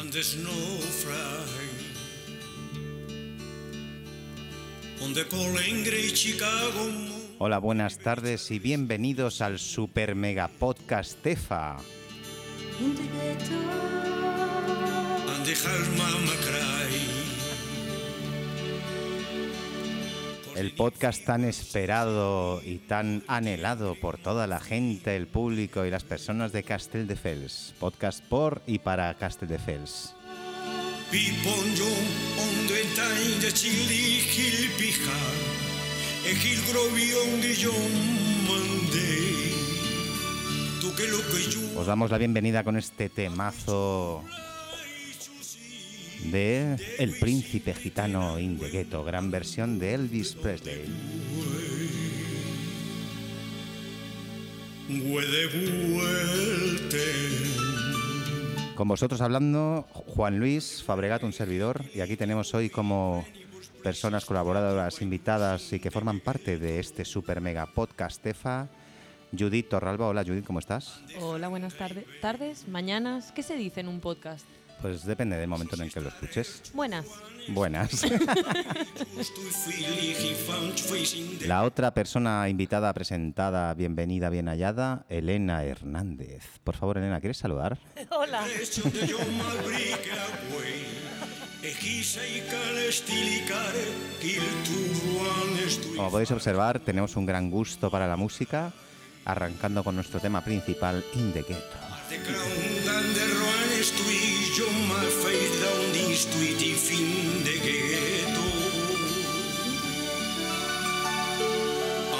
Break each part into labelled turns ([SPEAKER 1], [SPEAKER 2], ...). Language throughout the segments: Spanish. [SPEAKER 1] and there's no frying on the calling gray Chicago moon.
[SPEAKER 2] Hola, buenas tardes y bienvenidos al Super Mega Podcast Tefa.
[SPEAKER 3] In the ghetto,
[SPEAKER 1] and the hell mama cry.
[SPEAKER 2] El podcast tan esperado y tan anhelado por toda la gente, el público y las personas de Casteldefels. Podcast por y para Casteldefels.
[SPEAKER 1] People young on the time the chili hill pica. A hill grow young the young Monday. Tú que lo que yo
[SPEAKER 2] Os damos la bienvenida con este temazo de El Príncipe Gitano in the Ghetto, gran versión de Elvis Presley.
[SPEAKER 1] hue de vuelte.
[SPEAKER 2] Con vosotros hablando, Juan Luis Fabregat, un servidor, y aquí tenemos hoy como personas colaboradoras, invitadas y que forman parte de este super mega podcast EFA, Judith Torralba. Hola Judith, ¿cómo estás?
[SPEAKER 4] Hola, buenas tardes. ¿Tardes? ¿Mañanas? ¿Qué se dice en un podcast?
[SPEAKER 2] Pues depende del momento en el que lo escuches.
[SPEAKER 4] Buenas.
[SPEAKER 2] Buenas.
[SPEAKER 1] Estoy feliz y found facing the
[SPEAKER 2] La otra persona invitada, presentada, bienvenida, bien hallada, Elena Hernández. Por favor, Elena, ¿quieres saludar?
[SPEAKER 5] Hola,
[SPEAKER 1] question that you might break away. Egisa y calestilicare, kill to one estoy.
[SPEAKER 2] Como podéis observar, tenemos un gran gusto para la música, arrancando con nuestro tema principal, In the Ghetto.
[SPEAKER 1] The ground and the run estoy, yo my face down the street y fin de ghetto.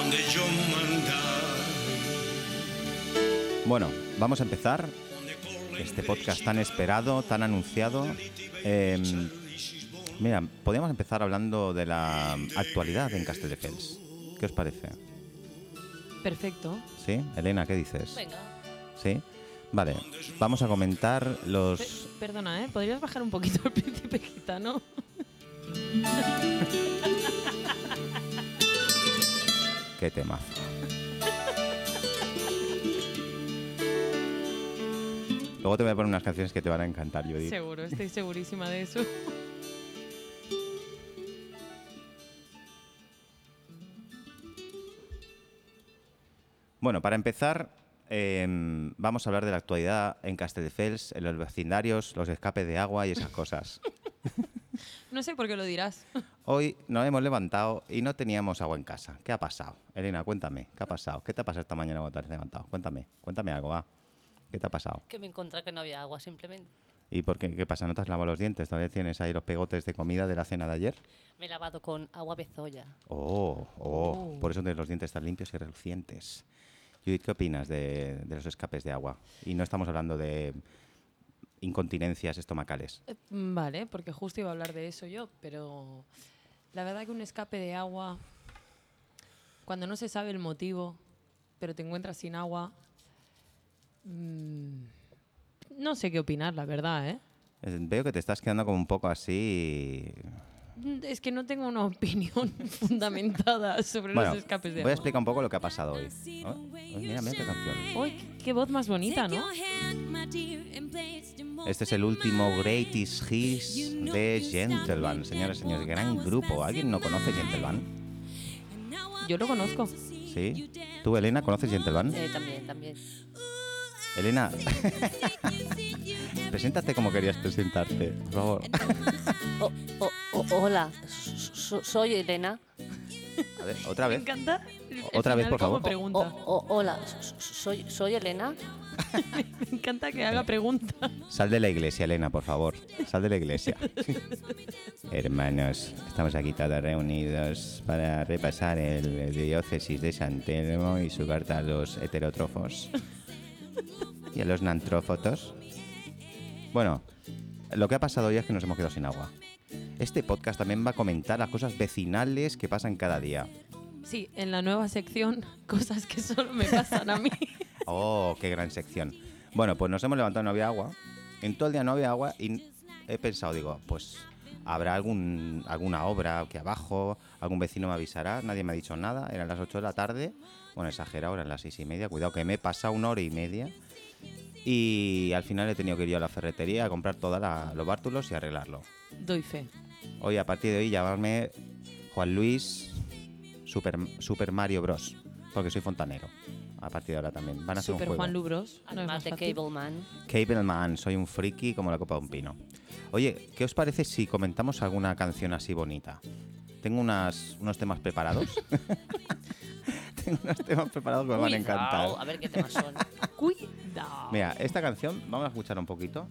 [SPEAKER 1] And the young man died.
[SPEAKER 2] Bueno, vamos a empezar
[SPEAKER 1] On the calling
[SPEAKER 2] este podcast tan esperado, tan anunciado. Eh, mira, podríamos empezar hablando de la actualidad en Castelldefels. ¿Qué os parece?
[SPEAKER 4] Perfecto.
[SPEAKER 2] ¿Sí? Elena, ¿qué dices?
[SPEAKER 5] venga.
[SPEAKER 2] ¿Sí? Vale, vamos a comentar
[SPEAKER 4] Pe-
[SPEAKER 2] los...
[SPEAKER 4] perdona, ¿eh? ¿Podrías bajar un poquito el príncipe gitano?
[SPEAKER 2] ¿Qué tema? Luego te voy a poner unas canciones que te van a encantar, Judith.
[SPEAKER 4] Seguro, estoy segurísima de eso.
[SPEAKER 2] Bueno, para empezar, em, vamos a hablar de la actualidad en Castelldefels, en los vecindarios, los escapes de agua y esas cosas.
[SPEAKER 4] No sé por qué lo dirás.
[SPEAKER 2] Hoy nos hemos levantado y no teníamos agua en casa. ¿Qué ha pasado? Elena, cuéntame, ¿qué ha pasado? ¿Qué te ha pasado esta mañana cuando te has levantado? Cuéntame, cuéntame algo, va. ¿Qué te ha pasado?
[SPEAKER 5] Que me encontré que no había agua simplemente.
[SPEAKER 2] ¿Y por qué? ¿Qué pasa? ¿No te has lavado los dientes? ¿Todavía tienes ahí los pegotes de comida de la cena de ayer?
[SPEAKER 5] Me he lavado con agua bezoya.
[SPEAKER 2] Oh, oh,
[SPEAKER 4] Oh.
[SPEAKER 2] por eso tienes los dientes tan limpios y relucientes. Judith, ¿qué opinas de, de los escapes de agua? Y no estamos hablando de incontinencias estomacales.
[SPEAKER 4] Eh, Vale, porque justo iba a hablar de eso yo, pero la verdad que un escape de agua, cuando no se sabe el motivo, pero te encuentras sin agua, mm, no sé qué opinar, la verdad, ¿eh?
[SPEAKER 2] Eh, Veo que te estás quedando como un poco así.
[SPEAKER 4] Mm, Es que no tengo una opinión fundamentada sobre
[SPEAKER 2] Bueno,
[SPEAKER 4] los escapes de
[SPEAKER 2] voy a
[SPEAKER 4] agua.
[SPEAKER 2] explicar un poco lo que ha pasado hoy. Oh, oh, mira, mira qué canción.
[SPEAKER 4] Uy, qué- qué voz más bonita, ¿no?
[SPEAKER 2] Este es el último Greatest Hits de Gentleman, señoras y señores. Gran grupo. ¿Alguien no conoce Gentleman?
[SPEAKER 4] Yo lo conozco.
[SPEAKER 2] ¿Sí? ¿Tú, Elena, conoces Gentleman?
[SPEAKER 5] Eh, también, también.
[SPEAKER 2] Elena, preséntate como querías presentarte, por favor.
[SPEAKER 5] Oh, oh, oh, hola, so- soy Elena.
[SPEAKER 2] A ver, otra vez.
[SPEAKER 4] encanta.
[SPEAKER 2] Otra vez, por favor.
[SPEAKER 4] Como pregunta.
[SPEAKER 5] Oh, oh, hola, so- soy, soy Elena.
[SPEAKER 4] Me encanta que haga pregunta.
[SPEAKER 2] Sal de la iglesia, Elena, por favor. Sal de la iglesia. Hermanos, estamos aquí todos reunidos para repasar el diócesis de San Telmo y su carta a los heterótrofos y a los nantrófotos. Bueno, lo que ha pasado hoy es que nos hemos quedado sin agua. Este podcast también va a comentar las cosas vecinales que pasan cada día.
[SPEAKER 4] Sí, en la nueva sección, cosas que solo me pasan a mí.
[SPEAKER 2] Oh, qué gran sección. Bueno, pues nos hemos levantado y no había agua. En todo el día no había agua y he pensado, digo, pues habrá algún, alguna obra aquí abajo, algún vecino me avisará, nadie me ha dicho nada, eran las 8 de la tarde, bueno, exagerado, eran las 6 y media, cuidado que me he pasado una hora y media Y al final he tenido que ir yo a la ferretería a comprar todos los bártulos y arreglarlo.
[SPEAKER 4] Doy fe.
[SPEAKER 2] Hoy, a partir de hoy, llamarme Juan Luis Super, Super Mario Bros. Porque soy fontanero. A partir de ahora también. Van a hacer
[SPEAKER 4] Super
[SPEAKER 2] un juego.
[SPEAKER 4] Juan Lubros. no es
[SPEAKER 5] Además
[SPEAKER 4] más
[SPEAKER 5] de
[SPEAKER 4] fácil.
[SPEAKER 5] Cableman.
[SPEAKER 2] Cableman, soy un friki como la copa de un pino. Oye, ¿qué os parece si comentamos alguna canción así bonita? Tengo unas, unos temas preparados. Tengo unos temas preparados que me van a encantar.
[SPEAKER 5] Cuidado, A ver qué temas son.
[SPEAKER 4] Cuidado.
[SPEAKER 2] Mira, esta canción, vamos a escuchar un poquito.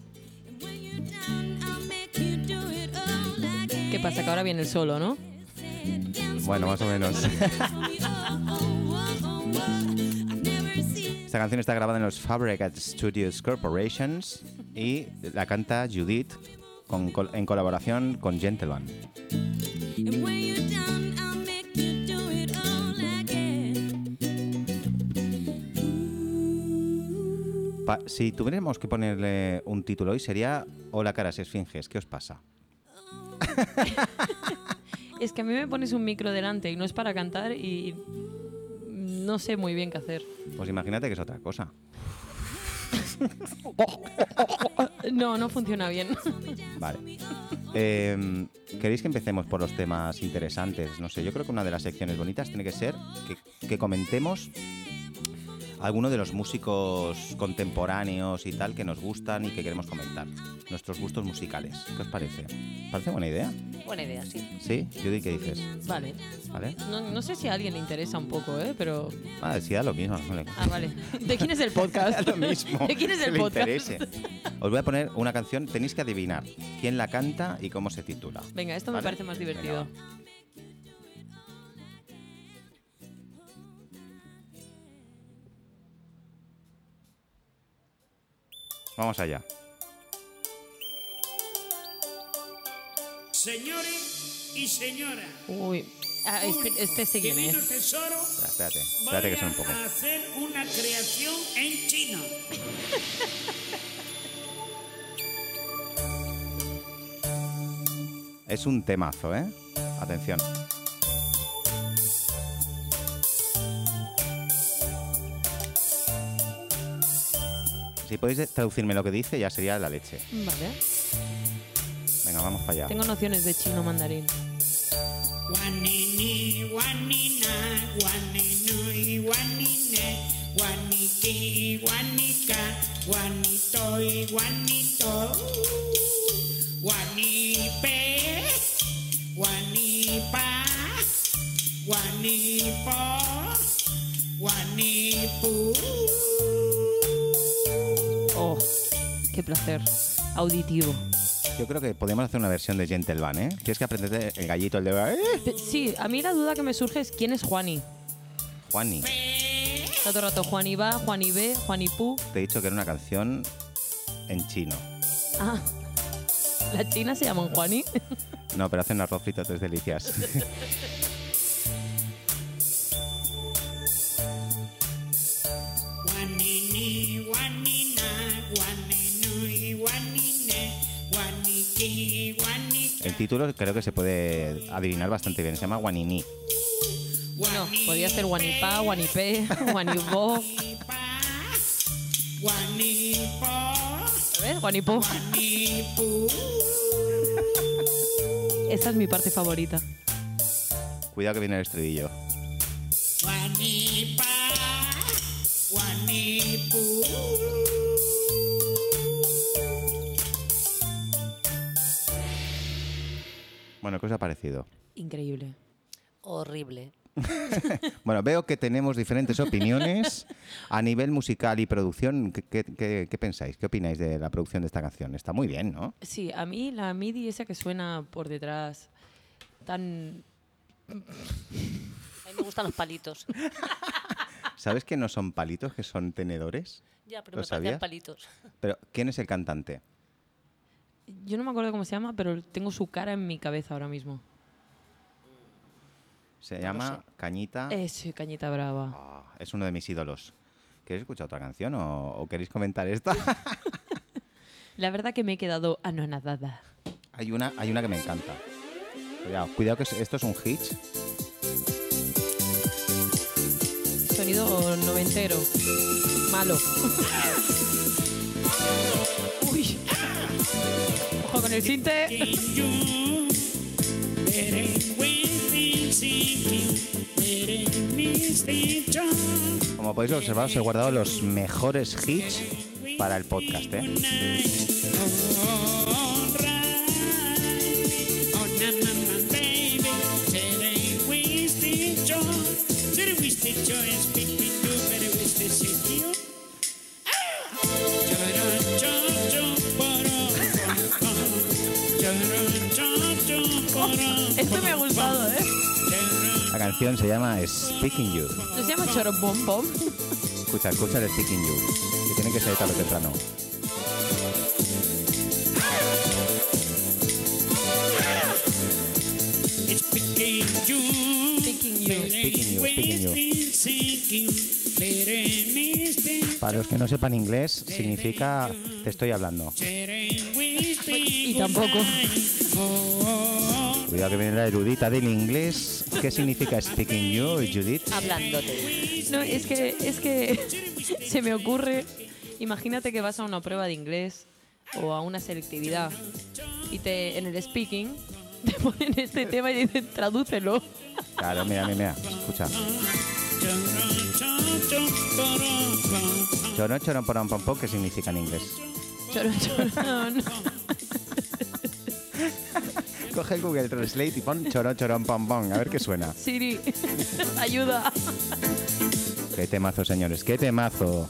[SPEAKER 4] ¿Qué pasa? Que ahora viene el solo, ¿no?
[SPEAKER 2] Bueno, más o menos. Esta canción está grabada en los Fabricat Studios Corporations y la canta Judith con col- en colaboración con Gentleman. Pa- si tuviéramos que ponerle un título hoy sería Hola caras esfinges, ¿qué os pasa?
[SPEAKER 4] Es que a mí me pones un micro delante y no es para cantar y no sé muy bien qué hacer.
[SPEAKER 2] Pues imagínate que es otra cosa.
[SPEAKER 4] No, no funciona bien.
[SPEAKER 2] Vale. Em, ¿Queréis que empecemos por los temas interesantes? No sé, yo creo que una de las secciones bonitas tiene que ser que, que comentemos alguno de los músicos contemporáneos y tal que nos gustan y que queremos comentar. Nuestros gustos musicales. ¿Qué os parece? ¿Parece buena idea?
[SPEAKER 5] Buena idea, sí.
[SPEAKER 2] ¿Sí? Judy, ¿qué dices?
[SPEAKER 4] Vale.
[SPEAKER 2] ¿Vale?
[SPEAKER 4] No, no sé si a alguien le interesa un poco, ¿eh? Pero.
[SPEAKER 2] Ah, sí, da lo mismo. no le-
[SPEAKER 4] Ah, vale. ¿De quién es el podcast?
[SPEAKER 2] da lo mismo.
[SPEAKER 4] ¿De quién es
[SPEAKER 2] que
[SPEAKER 4] el
[SPEAKER 2] le
[SPEAKER 4] podcast?
[SPEAKER 2] interese. Os voy a poner una canción, tenéis que adivinar quién la canta y cómo se titula.
[SPEAKER 4] Venga, esto me
[SPEAKER 2] ¿Vale?
[SPEAKER 4] parece más
[SPEAKER 2] Venga,
[SPEAKER 4] divertido.
[SPEAKER 2] va. Vamos allá.
[SPEAKER 3] Señores y señoras,
[SPEAKER 4] Uy. Ah,
[SPEAKER 3] público,
[SPEAKER 4] este, este sí quién
[SPEAKER 3] divino
[SPEAKER 4] es.
[SPEAKER 3] tesoro,
[SPEAKER 2] Espera, Espérate,
[SPEAKER 3] voy
[SPEAKER 2] espérate que suene un poco.
[SPEAKER 3] a hacer una creación en chino.
[SPEAKER 2] Es un temazo, ¿eh? Atención. Si podéis traducirme lo que dice, ya sería la leche.
[SPEAKER 4] Vale.
[SPEAKER 2] Venga, vamos para allá.
[SPEAKER 4] Tengo nociones de chino mandarín.
[SPEAKER 3] Guanini, guanina, guaninui, guanine, guaniki, guanica, guanitoi, guanito, guanipe, guanipa, guanipo, guanipu.
[SPEAKER 4] Oh, qué placer. Auditivo.
[SPEAKER 2] Yo creo que podemos hacer una versión de Gentleman, ¿eh? Tienes que aprenderte el gallito, el de... ¡Eh!
[SPEAKER 4] Pe- Sí, a mí la duda que me surge es quién es Juani.
[SPEAKER 2] Juani.
[SPEAKER 4] Está todo el rato Juani va, Juani ve, Juani pu.
[SPEAKER 2] Te he dicho que era una canción en chino.
[SPEAKER 4] Ah, ¿las chinas se llaman Juani?
[SPEAKER 2] No, pero hacen arroz frito tres delicias.
[SPEAKER 3] Guanini, guanina, guaninui, guanine, guaniki, guanica,
[SPEAKER 2] El título creo que se puede adivinar bastante bien. Se llama Guaniní.
[SPEAKER 4] Bueno, podría ser Guanipá, Guanipé, Guanibó.
[SPEAKER 3] guanipa, guanipo,
[SPEAKER 4] A ver, Guanipó.
[SPEAKER 3] guanipu.
[SPEAKER 4] Esa es mi parte favorita.
[SPEAKER 2] Cuidado que viene el estribillo.
[SPEAKER 3] Guanipa, guanipu.
[SPEAKER 2] Bueno, ¿qué os ha parecido?
[SPEAKER 4] Increíble.
[SPEAKER 5] Horrible.
[SPEAKER 2] Bueno, veo que tenemos diferentes opiniones a nivel musical y producción. ¿Qué, qué- qué- qué pensáis? ¿Qué opináis de la producción de esta canción? Está muy bien, ¿no?
[SPEAKER 4] Sí, a mí la MIDI esa que suena por detrás, tan...
[SPEAKER 5] A mí me gustan los palitos.
[SPEAKER 2] ¿Sabes que no son palitos, que son tenedores?
[SPEAKER 5] Ya, pero
[SPEAKER 2] ¿Lo
[SPEAKER 5] me parecían
[SPEAKER 2] sabías?
[SPEAKER 5] palitos.
[SPEAKER 2] Pero, ¿quién es el cantante?
[SPEAKER 4] Yo no me acuerdo cómo se llama, pero tengo su cara en mi cabeza ahora mismo.
[SPEAKER 2] Se llama Cañita.
[SPEAKER 4] Ese, Cañita Brava.
[SPEAKER 2] Ah, es uno de mis ídolos. ¿Queréis escuchar otra canción o, o queréis comentar esta?
[SPEAKER 4] La verdad que me he quedado anonadada.
[SPEAKER 2] hay, una, hay una que me encanta. Cuidado, cuidado que es- esto es un hitch.
[SPEAKER 4] Sonido noventero. Malo. Uy. Ojo con el cinte.
[SPEAKER 2] Como podéis observar, os he guardado los mejores hits para el podcast, ¿eh?
[SPEAKER 4] Este me ha gustado, ¿eh?
[SPEAKER 2] La canción se llama Speaking You.
[SPEAKER 4] ¿No se llama Chorobom Bom?
[SPEAKER 2] Escucha, escucha el Speaking You. Que tiene que salir tarde o temprano. Speaking You, Speaking You. Para los que no sepan inglés, significa te estoy hablando.
[SPEAKER 4] Y tampoco.
[SPEAKER 2] Cuidado que viene la erudita del inglés. ¿Qué significa Speaking You, Judith?
[SPEAKER 5] hablándote.
[SPEAKER 4] No, es que, es que se me ocurre. Imagínate que vas a una prueba de inglés o a una selectividad y te en el speaking te ponen este tema y dicen tradúcelo.
[SPEAKER 2] Claro, mira, mira, mira. Escucha. Chorón, chorón, porón, pom, pom, ¿qué significa en inglés?
[SPEAKER 4] Choro, choro, no.
[SPEAKER 2] Coge el Google Translate y pon chorón, chorón, pom, pom, a ver qué suena.
[SPEAKER 4] Siri, ayuda.
[SPEAKER 2] Qué temazo, señores, qué temazo.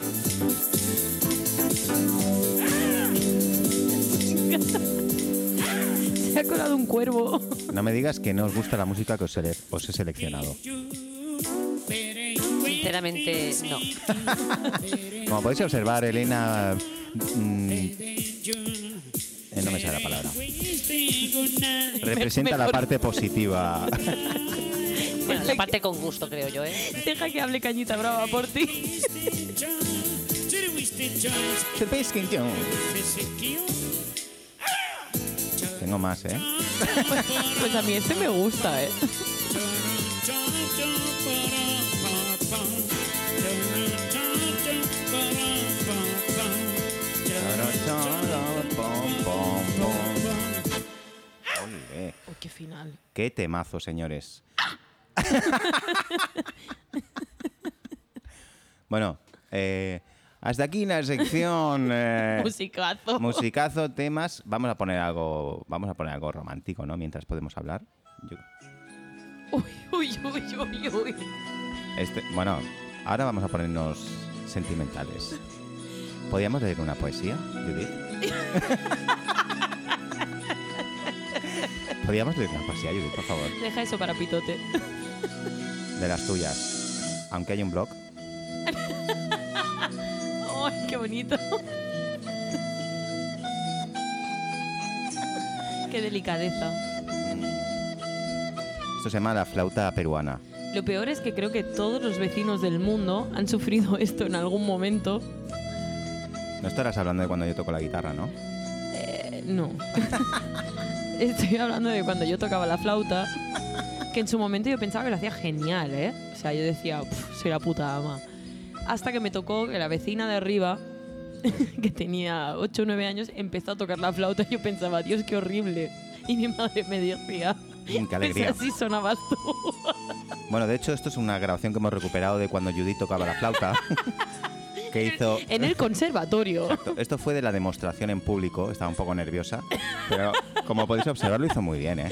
[SPEAKER 4] Se ha colado un cuervo.
[SPEAKER 2] No me digas que no os gusta la música que os, sele- os he seleccionado.
[SPEAKER 5] Sinceramente, no.
[SPEAKER 2] Como podéis observar, Elena... mm, eh, no me sale la palabra. Representa la
[SPEAKER 4] mejor.
[SPEAKER 2] parte positiva.
[SPEAKER 5] Bueno, la parte con gusto, creo yo, ¿eh?
[SPEAKER 4] Deja que hable Cañita Brava por ti.
[SPEAKER 2] Tengo más, ¿eh?
[SPEAKER 4] Pues a mí este me gusta, ¿eh?
[SPEAKER 2] Ole.
[SPEAKER 4] Oh, qué final.
[SPEAKER 2] Qué temazo, señores. bueno, eh, hasta aquí la sección eh,
[SPEAKER 4] Pues Musicazo.
[SPEAKER 2] musicazo, temas. Vamos a poner algo, vamos a poner algo romántico, ¿no? Mientras podemos hablar. Yo-
[SPEAKER 4] Uy, uy, uy, uy, uy.
[SPEAKER 2] este- bueno, ahora vamos a ponernos sentimentales. ¿Podríamos leer una poesía, Judith? ¿Podríamos leer una poesía, Judith, por favor?
[SPEAKER 4] Deja eso para Pitote.
[SPEAKER 2] De las tuyas. Aunque hay un blog.
[SPEAKER 4] Ay, qué bonito. Qué delicadeza.
[SPEAKER 2] Esto se llama la flauta peruana.
[SPEAKER 4] Lo peor es que creo que todos los vecinos del mundo han sufrido esto en algún momento.
[SPEAKER 2] No estarás hablando de cuando yo toco la guitarra, ¿no?
[SPEAKER 4] Eh, no. Estoy hablando de cuando yo tocaba la flauta, que en su momento yo pensaba que lo hacía genial, ¿eh? O sea, yo decía, "Pf, soy la puta ama. Hasta que me tocó que la vecina de arriba, que tenía 8 o 9 años, empezó a tocar la flauta y yo pensaba, Dios, qué horrible. Y mi madre me decía,
[SPEAKER 2] Mm, ¡Qué
[SPEAKER 4] "Pues
[SPEAKER 2] alegría!
[SPEAKER 4] así sonabas tú.
[SPEAKER 2] Bueno, de hecho, esto es una grabación que hemos recuperado de cuando Judith tocaba la flauta. que hizo...
[SPEAKER 4] En el conservatorio.
[SPEAKER 2] Esto fue de la demostración en público, estaba un poco nerviosa, pero como podéis observar lo hizo muy bien, ¿eh?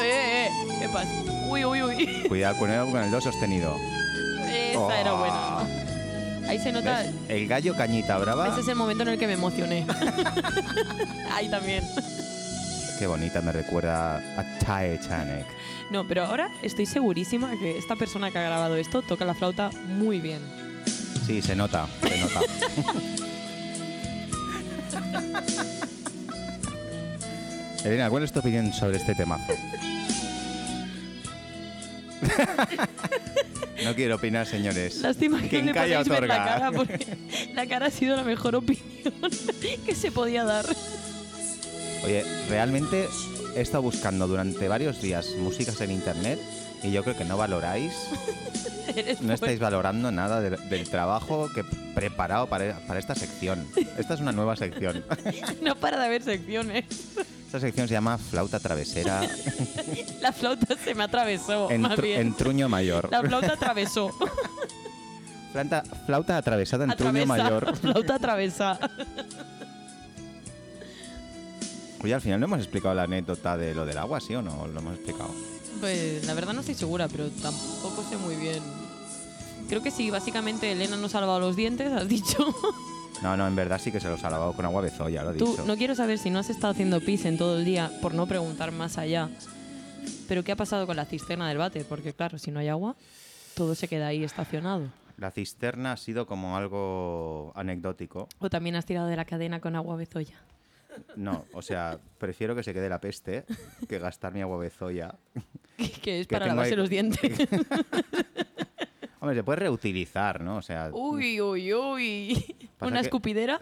[SPEAKER 4] Eh, eh, ¿Qué pasa? Uy, uy, uy.
[SPEAKER 2] Cuidado con el, con el do sostenido.
[SPEAKER 4] Esa era buena. Ahí se nota...
[SPEAKER 2] Ah. ¿Ves? El gallo cañita brava.
[SPEAKER 4] Ese es el momento en el que me emocioné. Ahí también.
[SPEAKER 2] Qué bonita, me recuerda a Titanic.
[SPEAKER 4] No, pero ahora estoy segurísima que esta persona que ha grabado esto toca la flauta muy bien.
[SPEAKER 2] Sí, se nota, se nota. Elena, ¿cuál es tu opinión sobre este tema? no quiero opinar, señores.
[SPEAKER 4] Lástima que
[SPEAKER 2] Quien
[SPEAKER 4] no le
[SPEAKER 2] calla
[SPEAKER 4] podáis ver la
[SPEAKER 2] otorga.
[SPEAKER 4] cara porque la cara ha sido la mejor opinión que se podía dar.
[SPEAKER 2] Oye, realmente he estado buscando durante varios días músicas en internet y yo creo que no valoráis,
[SPEAKER 4] Eres
[SPEAKER 2] no
[SPEAKER 4] fuerte.
[SPEAKER 2] estáis valorando nada del- del trabajo que he preparado para, para esta sección. Esta es una nueva sección.
[SPEAKER 4] No para de haber secciones.
[SPEAKER 2] Esta sección se llama Flauta Travesera
[SPEAKER 4] La flauta se me atravesó,
[SPEAKER 2] en,
[SPEAKER 4] Oh, más
[SPEAKER 2] tru-
[SPEAKER 4] bien.
[SPEAKER 2] en Truño Mayor.
[SPEAKER 4] La flauta atravesó.
[SPEAKER 2] Flauta, flauta atravesada en Truño
[SPEAKER 4] atravesa.
[SPEAKER 2] Mayor.
[SPEAKER 4] Flauta atravesa.
[SPEAKER 2] Oye, al final no hemos explicado la anécdota de lo del agua, ¿sí o no? Lo hemos explicado.
[SPEAKER 4] Pues la verdad no estoy segura, pero tampoco sé muy bien. Creo que sí, básicamente Elena nos ha lavado los dientes, has dicho.
[SPEAKER 2] No, no, en verdad sí que se los ha lavado con agua de zoya, lo he
[SPEAKER 4] Tú,
[SPEAKER 2] dicho.
[SPEAKER 4] no quiero saber si no has estado haciendo pis en todo el día por no preguntar más allá. Pero ¿qué ha pasado con la cisterna del váter? Porque claro, si no hay agua, todo se queda ahí estacionado.
[SPEAKER 2] La cisterna ha sido como algo anecdótico.
[SPEAKER 4] O también has tirado de la cadena con agua bezoya.
[SPEAKER 2] No, o sea, prefiero que se quede la peste que gastar mi agua de zoya.
[SPEAKER 4] Que, que es
[SPEAKER 2] Que
[SPEAKER 4] para
[SPEAKER 2] tengo
[SPEAKER 4] lavarse
[SPEAKER 2] ahí-
[SPEAKER 4] los dientes.
[SPEAKER 2] Hombre, se puede reutilizar, ¿no? O sea,
[SPEAKER 4] uy, uy, uy.
[SPEAKER 2] Pasa
[SPEAKER 4] ¿Una
[SPEAKER 2] que-
[SPEAKER 4] escupidera?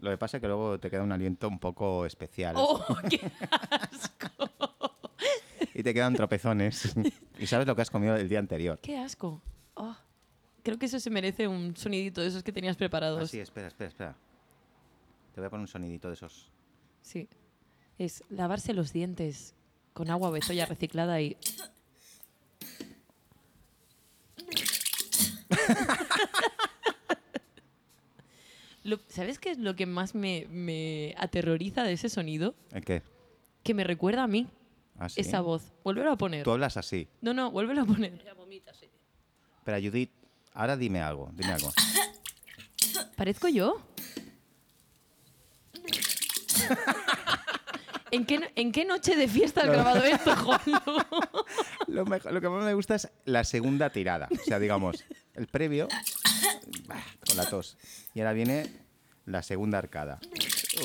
[SPEAKER 2] lo que pasa es que luego te queda un aliento un poco especial
[SPEAKER 4] ¡Oh, qué asco!
[SPEAKER 2] y te quedan tropezones. y sabes lo que has comido el día anterior.
[SPEAKER 4] ¡Qué asco! Oh, creo que eso se merece un sonidito de esos que tenías preparados.
[SPEAKER 2] Ah, sí, espera, espera, espera. Te voy a poner un sonidito de esos.
[SPEAKER 4] Sí. Es lavarse los dientes con agua bezoya reciclada y. Lo- ¿Sabes qué es lo que más me, me aterroriza de ese sonido?
[SPEAKER 2] ¿El qué?
[SPEAKER 4] Que me recuerda a mí
[SPEAKER 2] Ah, sí.
[SPEAKER 4] esa voz. Vuélvelo a poner.
[SPEAKER 2] Tú hablas así.
[SPEAKER 4] No, no, vuélvelo a poner.
[SPEAKER 2] Pero Judith, ahora dime algo, dime algo.
[SPEAKER 4] ¿Parezco yo? ¿En qué, no- ¿En qué noche de fiesta has
[SPEAKER 2] No.
[SPEAKER 4] grabado esto, Juan?
[SPEAKER 2] Lo, mejo- lo que más me gusta es la segunda tirada. O sea, digamos, el previo bah, con la tos. Y ahora viene la segunda arcada.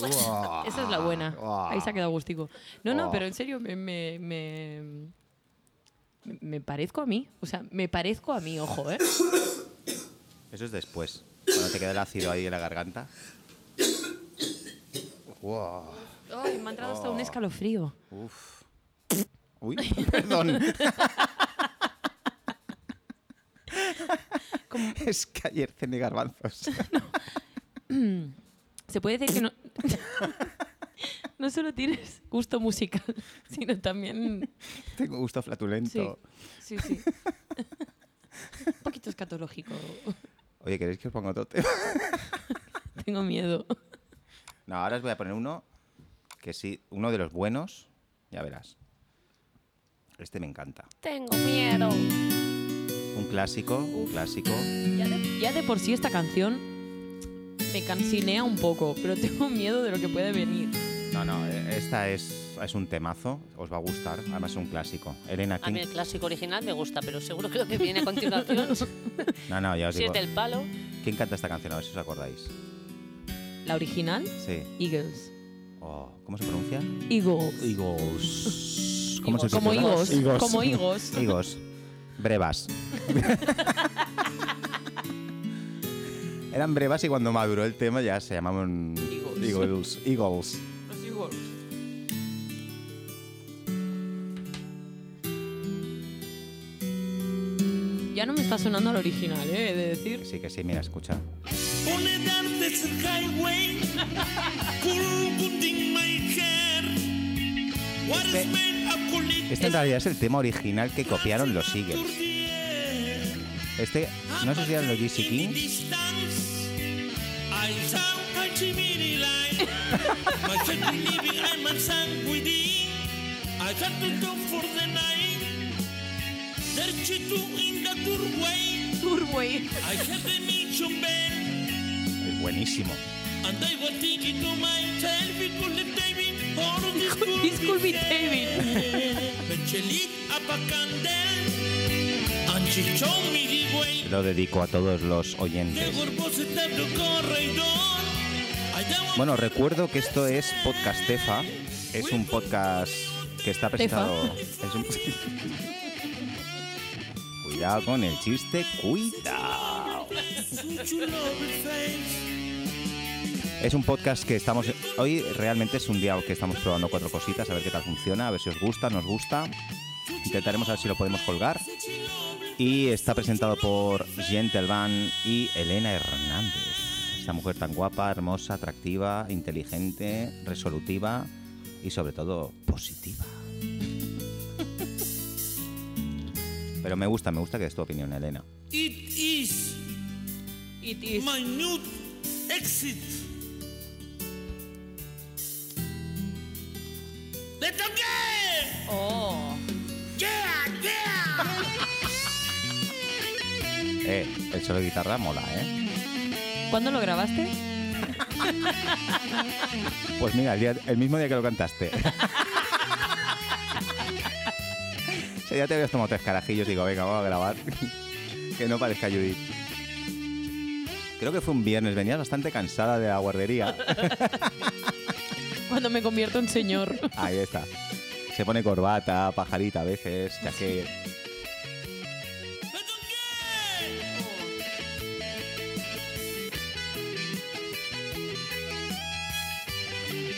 [SPEAKER 2] Uah,
[SPEAKER 4] Esa es la buena.
[SPEAKER 2] uah.
[SPEAKER 4] Ahí se ha quedado gustico. No, no,
[SPEAKER 2] Oh.
[SPEAKER 4] pero en serio, me, me, me, me parezco a mí. O sea, me parezco a mí, ojo, ¿eh?
[SPEAKER 2] Eso es después. Cuando te queda el ácido ahí en la garganta. Uah,
[SPEAKER 4] Ay, me ha entrado hasta un escalofrío.
[SPEAKER 2] uf. Uy, perdón. Es que ayer cené garbanzos.
[SPEAKER 4] Se puede decir que no... No solo tienes gusto musical, sino también...
[SPEAKER 2] Tengo gusto flatulento.
[SPEAKER 4] Sí, sí, sí. Un poquito escatológico.
[SPEAKER 2] Oye, ¿queréis que os ponga otro tema?
[SPEAKER 4] Tengo miedo.
[SPEAKER 2] No, ahora os voy a poner uno que sí, uno de los buenos, ya verás. Este me encanta.
[SPEAKER 5] Tengo miedo.
[SPEAKER 2] Un clásico, un clásico.
[SPEAKER 4] Ya de, ya de por sí esta canción me cansinea un poco, pero tengo miedo de lo que puede venir.
[SPEAKER 2] No, no, eh, esta es, es un temazo, os va a gustar, además es un clásico. Elena
[SPEAKER 5] A mí
[SPEAKER 2] King.
[SPEAKER 5] el clásico original me gusta, pero seguro que lo que viene a continuación,
[SPEAKER 2] No, no, ya os
[SPEAKER 5] si
[SPEAKER 2] digo.
[SPEAKER 5] es del palo,
[SPEAKER 2] ¿Quién canta esta canción? A ver si os acordáis.
[SPEAKER 4] La original,
[SPEAKER 2] Sí.
[SPEAKER 4] Eagles.
[SPEAKER 2] Oh, ¿Cómo se pronuncia?
[SPEAKER 4] Eagles.
[SPEAKER 2] Higos. ¿Cómo se
[SPEAKER 4] Como
[SPEAKER 2] pronuncia?
[SPEAKER 4] higos. Como higos.
[SPEAKER 2] Higos. Brevas. Eran brevas y cuando maduró el tema ya se llamaban Eagles. Eagles.
[SPEAKER 4] Ya no me está sonando al original, ¿eh? He de decir.
[SPEAKER 2] Sí, que sí, mira, escucha.
[SPEAKER 1] On a darkness highway, cool putting my hair. What is made of gold
[SPEAKER 2] Este en realidad es el tema original que copiaron los
[SPEAKER 1] to
[SPEAKER 2] Eagles.
[SPEAKER 1] the air.
[SPEAKER 2] Este, no sé si eran los GC
[SPEAKER 1] In
[SPEAKER 2] King.
[SPEAKER 1] distance, I sound like Jiminy Light. My friend believing I'm a sang within. I got the dog for the night. There's you two in the doorway. I had the mission bell.
[SPEAKER 2] Es buenísimo.
[SPEAKER 1] And I was thinking to myself, it could have David or it
[SPEAKER 4] It could be
[SPEAKER 1] But she lit up a candle and she showed me the way.
[SPEAKER 2] Lo dedico a todos los
[SPEAKER 1] There
[SPEAKER 2] oyentes.
[SPEAKER 1] were voices down the corridor. I don't want
[SPEAKER 2] Bueno, recuerdo que esto es Podcast Tefa. Es un podcast que está presentado. es un- Cuidado con el chiste, cuidado.
[SPEAKER 1] Such a lovely face.
[SPEAKER 2] Es un podcast que estamos. Hoy realmente es un día que estamos probando cuatro cositas, a ver qué tal funciona, a ver si os gusta, nos gusta. Intentaremos a ver si lo podemos colgar. Y está presentado por Gentleman y Elena Hernández. Esta mujer tan guapa, hermosa, atractiva, inteligente, resolutiva y sobre todo positiva. Pero me gusta, me gusta que es tu opinión, Elena.
[SPEAKER 6] It is
[SPEAKER 4] It is.
[SPEAKER 6] minute exit. Let's go!
[SPEAKER 4] Oh.
[SPEAKER 6] Yeah, yeah.
[SPEAKER 2] Eh, el solo de guitarra mola, ¿eh?
[SPEAKER 4] ¿Cuándo lo grabaste?
[SPEAKER 2] Pues mira, el, día- el mismo día que lo cantaste. O sea, ya te habías tomado tres carajillos, digo, venga, vamos a grabar. que no parezca Judith. Creo que fue un viernes, venías bastante cansada de la guardería.
[SPEAKER 4] Cuando me convierto en señor.
[SPEAKER 2] Ahí está. Se pone corbata, pajarita a veces, ya que...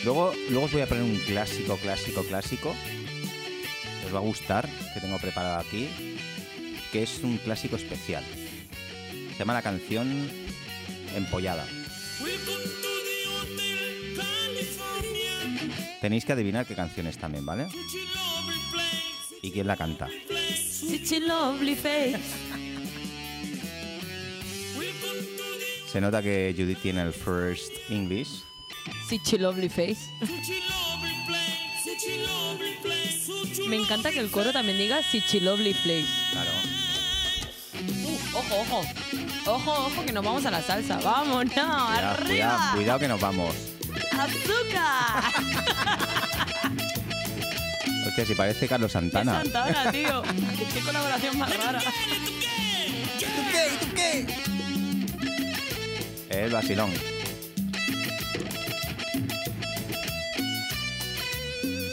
[SPEAKER 2] Luego, luego os voy a poner un clásico, clásico, clásico. que Os va a gustar, que tengo preparado aquí. Que es un clásico especial. Se llama la canción Empollada.
[SPEAKER 6] Welcome to the Hotel California.
[SPEAKER 2] Tenéis que adivinar qué canción es también, ¿vale?
[SPEAKER 6] Such a lovely place.
[SPEAKER 2] Y quién la canta.
[SPEAKER 6] place.
[SPEAKER 4] Such a lovely face.
[SPEAKER 6] Welcome to the
[SPEAKER 2] Se nota que Judith tiene el first English.
[SPEAKER 4] Such a lovely face.
[SPEAKER 6] such a lovely place. Such a lovely place. Such a
[SPEAKER 4] Me encanta que el coro también diga Such a lovely place.
[SPEAKER 2] Claro.
[SPEAKER 4] Uh, ojo, ojo. Ojo, ojo, que nos vamos a la salsa. Vamos, no,
[SPEAKER 2] Cuidado,
[SPEAKER 4] arriba.
[SPEAKER 2] cuidado, cuidado que nos vamos.
[SPEAKER 4] ¡Azúcar!
[SPEAKER 2] Hostia, si parece Carlos
[SPEAKER 4] ¡Qué
[SPEAKER 2] Santana.
[SPEAKER 4] Santana, tío! ¡Qué colaboración más rara!
[SPEAKER 2] ¿eh? El vacilón.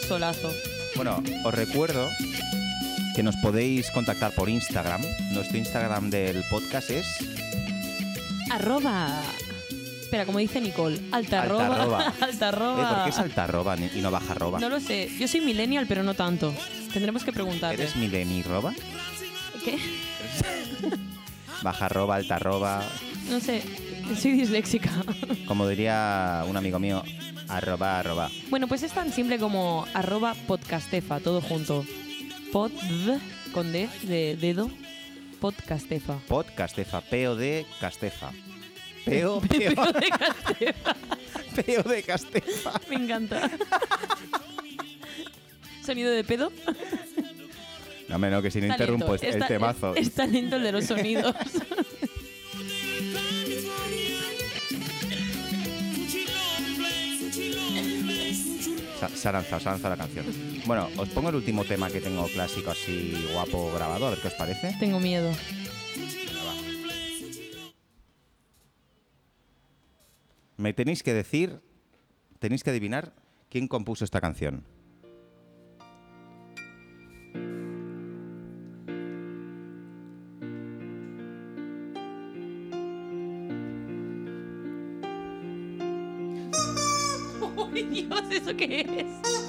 [SPEAKER 4] Solazo.
[SPEAKER 2] Bueno, os recuerdo que nos podéis contactar por Instagram. Nuestro Instagram del podcast es eh,
[SPEAKER 4] Arroba. Espera, como dice Nicole. Alta arroba.
[SPEAKER 2] Altarroba.
[SPEAKER 4] Alta
[SPEAKER 2] Eh,
[SPEAKER 4] arroba.
[SPEAKER 2] ¿Por qué es altarroba ni- y no bajarroba?
[SPEAKER 4] No lo sé. Yo soy millennial, pero no tanto. Tendremos que preguntarle.
[SPEAKER 2] ¿Eres mileniroba?
[SPEAKER 4] ¿Qué?
[SPEAKER 2] Bajarroba, altarroba.
[SPEAKER 4] No sé. Soy disléxica.
[SPEAKER 2] Como diría un amigo mío, arroba, arroba.
[SPEAKER 4] Bueno, pues es tan simple como arroba podcastefa, todo junto. Pod con D de dedo. Podcastefa.
[SPEAKER 2] Podcastefa, P-O-D, Castefa. P-O, P-O,
[SPEAKER 4] De Castefa.
[SPEAKER 2] P-O-D, Castefa.
[SPEAKER 4] Me encanta. Sonido de pedo.
[SPEAKER 2] No, hombre, no, que si no
[SPEAKER 4] Está
[SPEAKER 2] interrumpo
[SPEAKER 4] lento.
[SPEAKER 2] el
[SPEAKER 4] Está-
[SPEAKER 2] temazo.
[SPEAKER 4] Está lento el de los sonidos.
[SPEAKER 2] Se- Se ha lanzado, se ha lanzado la canción. Bueno, os pongo el último tema que tengo clásico así guapo grabado, a ver qué os parece.
[SPEAKER 4] Tengo miedo.
[SPEAKER 2] Me tenéis que decir, tenéis que adivinar quién compuso esta canción.
[SPEAKER 4] ¡Uy, Dios! ¿Eso qué es?